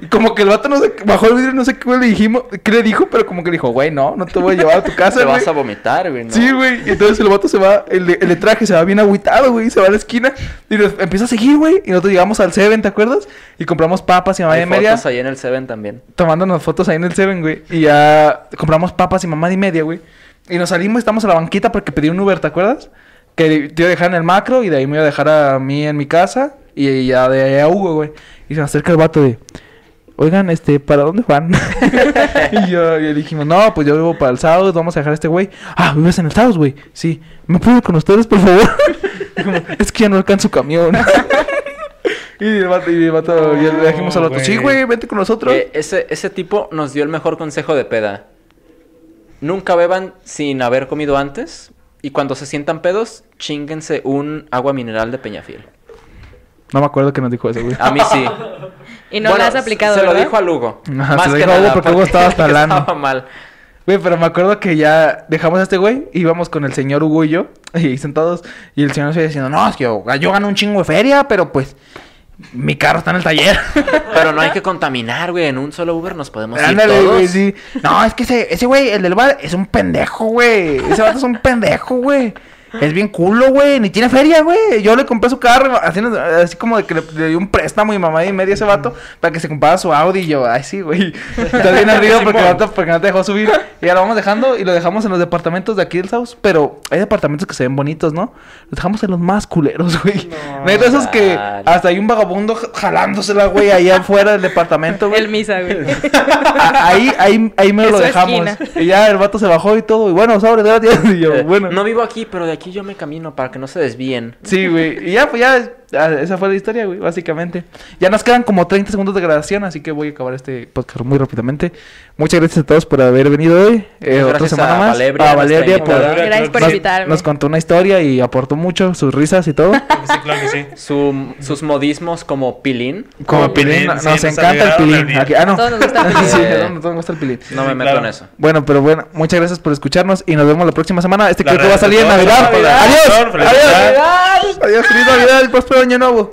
Speaker 1: Y como que el vato no se, bajó el vidrio, no sé qué le dijimos, qué le dijo, pero como que le dijo, güey, no, no te voy a llevar a tu casa,
Speaker 2: Te
Speaker 1: güey.
Speaker 2: vas a vomitar, güey. ¿no?
Speaker 1: Sí, güey. Y entonces el vato se va, el de, el de traje se va bien agüitado, güey. Se va a la esquina y nos empieza a seguir, güey. Y nosotros llegamos al Seven, ¿te acuerdas? Y compramos papas y mamá
Speaker 2: Hay
Speaker 1: de media
Speaker 2: fotos ahí en el Seven también.
Speaker 1: tomándonos fotos ahí en el Seven, güey. Y ya compramos papas y mamá y media, güey. Y nos salimos, estamos a la banquita porque pedí un Uber, ¿te acuerdas? Que te iba a dejar en el macro y de ahí me iba a dejar a mí en mi casa y ya de ahí a Hugo, güey. Y se me acerca el vato de, oigan, este, ¿para dónde van? y yo, y dijimos, no, pues yo vivo para el South, vamos a dejar a este güey. Ah, vives en el South, güey. Sí, ¿me puedo ir con ustedes, por favor? Como, es que ya no alcanzo camión. y el vato, y el vato, y le dijimos al otro,
Speaker 6: güey.
Speaker 1: sí, güey, vente con nosotros.
Speaker 2: Eh, ese, ese tipo nos dio el mejor consejo de peda. Nunca beban sin haber comido antes. Y cuando se sientan pedos, chinguense un agua mineral de Peñafiel.
Speaker 1: No me acuerdo que nos dijo eso, güey.
Speaker 2: A mí sí.
Speaker 4: Y no
Speaker 2: Bueno,
Speaker 4: la has aplicado,
Speaker 2: Se
Speaker 4: ¿verdad?
Speaker 2: lo dijo a Lugo.
Speaker 1: Ajá, se lo dijo a Hugo porque Hugo estaba hasta el ano.
Speaker 2: Estaba mal.
Speaker 1: Güey, pero me acuerdo que ya dejamos a este güey, íbamos con el señor Hugo y yo, y ahí sentados, y el señor se iba diciendo, no, es que yo, yo gano un chingo de feria, pero pues mi carro está en el taller.
Speaker 2: Pero no hay que contaminar, güey. En un solo Uber nos podemos ir
Speaker 1: Ándale,
Speaker 2: todos.
Speaker 1: güey, sí. No, es que ese, ese güey, el del bar, es un pendejo, güey. Ese vato es un pendejo, güey. Es bien culo, güey. Ni tiene feria, güey. Yo le compré su carro, así, nos- así como de que le, le di un préstamo y mamá y media a ese vato para que se comprara su Audi. Y yo, ay, sí, güey. Está bien arriba porque, el vato- porque no te dejó subir. Y ya lo vamos dejando y lo dejamos en los departamentos de aquí del South. Pero hay departamentos que se ven bonitos, ¿no? Los dejamos en los más culeros, güey. No, Neta, esos que
Speaker 2: vale.
Speaker 1: hasta hay un vagabundo j- jalándosela, güey, allá afuera del departamento, güey.
Speaker 4: El misa, güey.
Speaker 1: A- ahí, ahí, ahí me
Speaker 4: En
Speaker 1: lo
Speaker 4: su
Speaker 1: dejamos.
Speaker 4: esquina.
Speaker 1: Y ya el vato se bajó y todo. Y bueno, sobre gracias. Y
Speaker 2: Eh,
Speaker 1: yo, bueno.
Speaker 2: No vivo aquí, pero de aquí yo me camino para que no se desvíen.
Speaker 1: Sí, güey. Y ya, pues ya, ah, esa fue la historia, güey, básicamente. Ya nos quedan como 30 segundos de grabación, así que voy a acabar este podcast muy rápidamente. Muchas gracias a todos por haber venido hoy. Eh,
Speaker 2: Muchas
Speaker 1: otra
Speaker 2: gracias
Speaker 1: semana
Speaker 2: a
Speaker 1: más.
Speaker 2: Valeria,
Speaker 1: a Valeria
Speaker 2: nuestra
Speaker 1: por,
Speaker 6: invitada.
Speaker 4: Gracias por
Speaker 1: nos-
Speaker 4: invitarme.
Speaker 1: Nos contó una historia y aportó mucho, sus risas y todo.
Speaker 6: Sí, claro que sí.
Speaker 2: Su- sus modismos como pilín.
Speaker 1: Como
Speaker 6: Como
Speaker 1: pilín,
Speaker 6: Pilín,
Speaker 1: nos,
Speaker 6: sí, nos
Speaker 1: encanta el
Speaker 6: alegraron el
Speaker 1: pilín.
Speaker 6: día.
Speaker 1: Aquí- ah, no.
Speaker 4: A todos nos gusta el pilín.
Speaker 1: Sí,
Speaker 2: Eh,
Speaker 1: a todos nos gusta el pilín.
Speaker 2: No me
Speaker 6: Sí,
Speaker 2: meto
Speaker 6: claro.
Speaker 2: en eso.
Speaker 1: Bueno, pero bueno, muchas gracias por escucharnos y nos vemos la próxima semana. Este
Speaker 6: La
Speaker 1: creo que va a
Speaker 6: red de
Speaker 1: salir en
Speaker 6: todos,
Speaker 1: Navidad.
Speaker 6: Navidad,
Speaker 1: Adiós.
Speaker 6: Navidad,
Speaker 1: Adiós.
Speaker 6: felicidad.
Speaker 1: Navidad. Adiós, feliz Navidad y próspero año nuevo.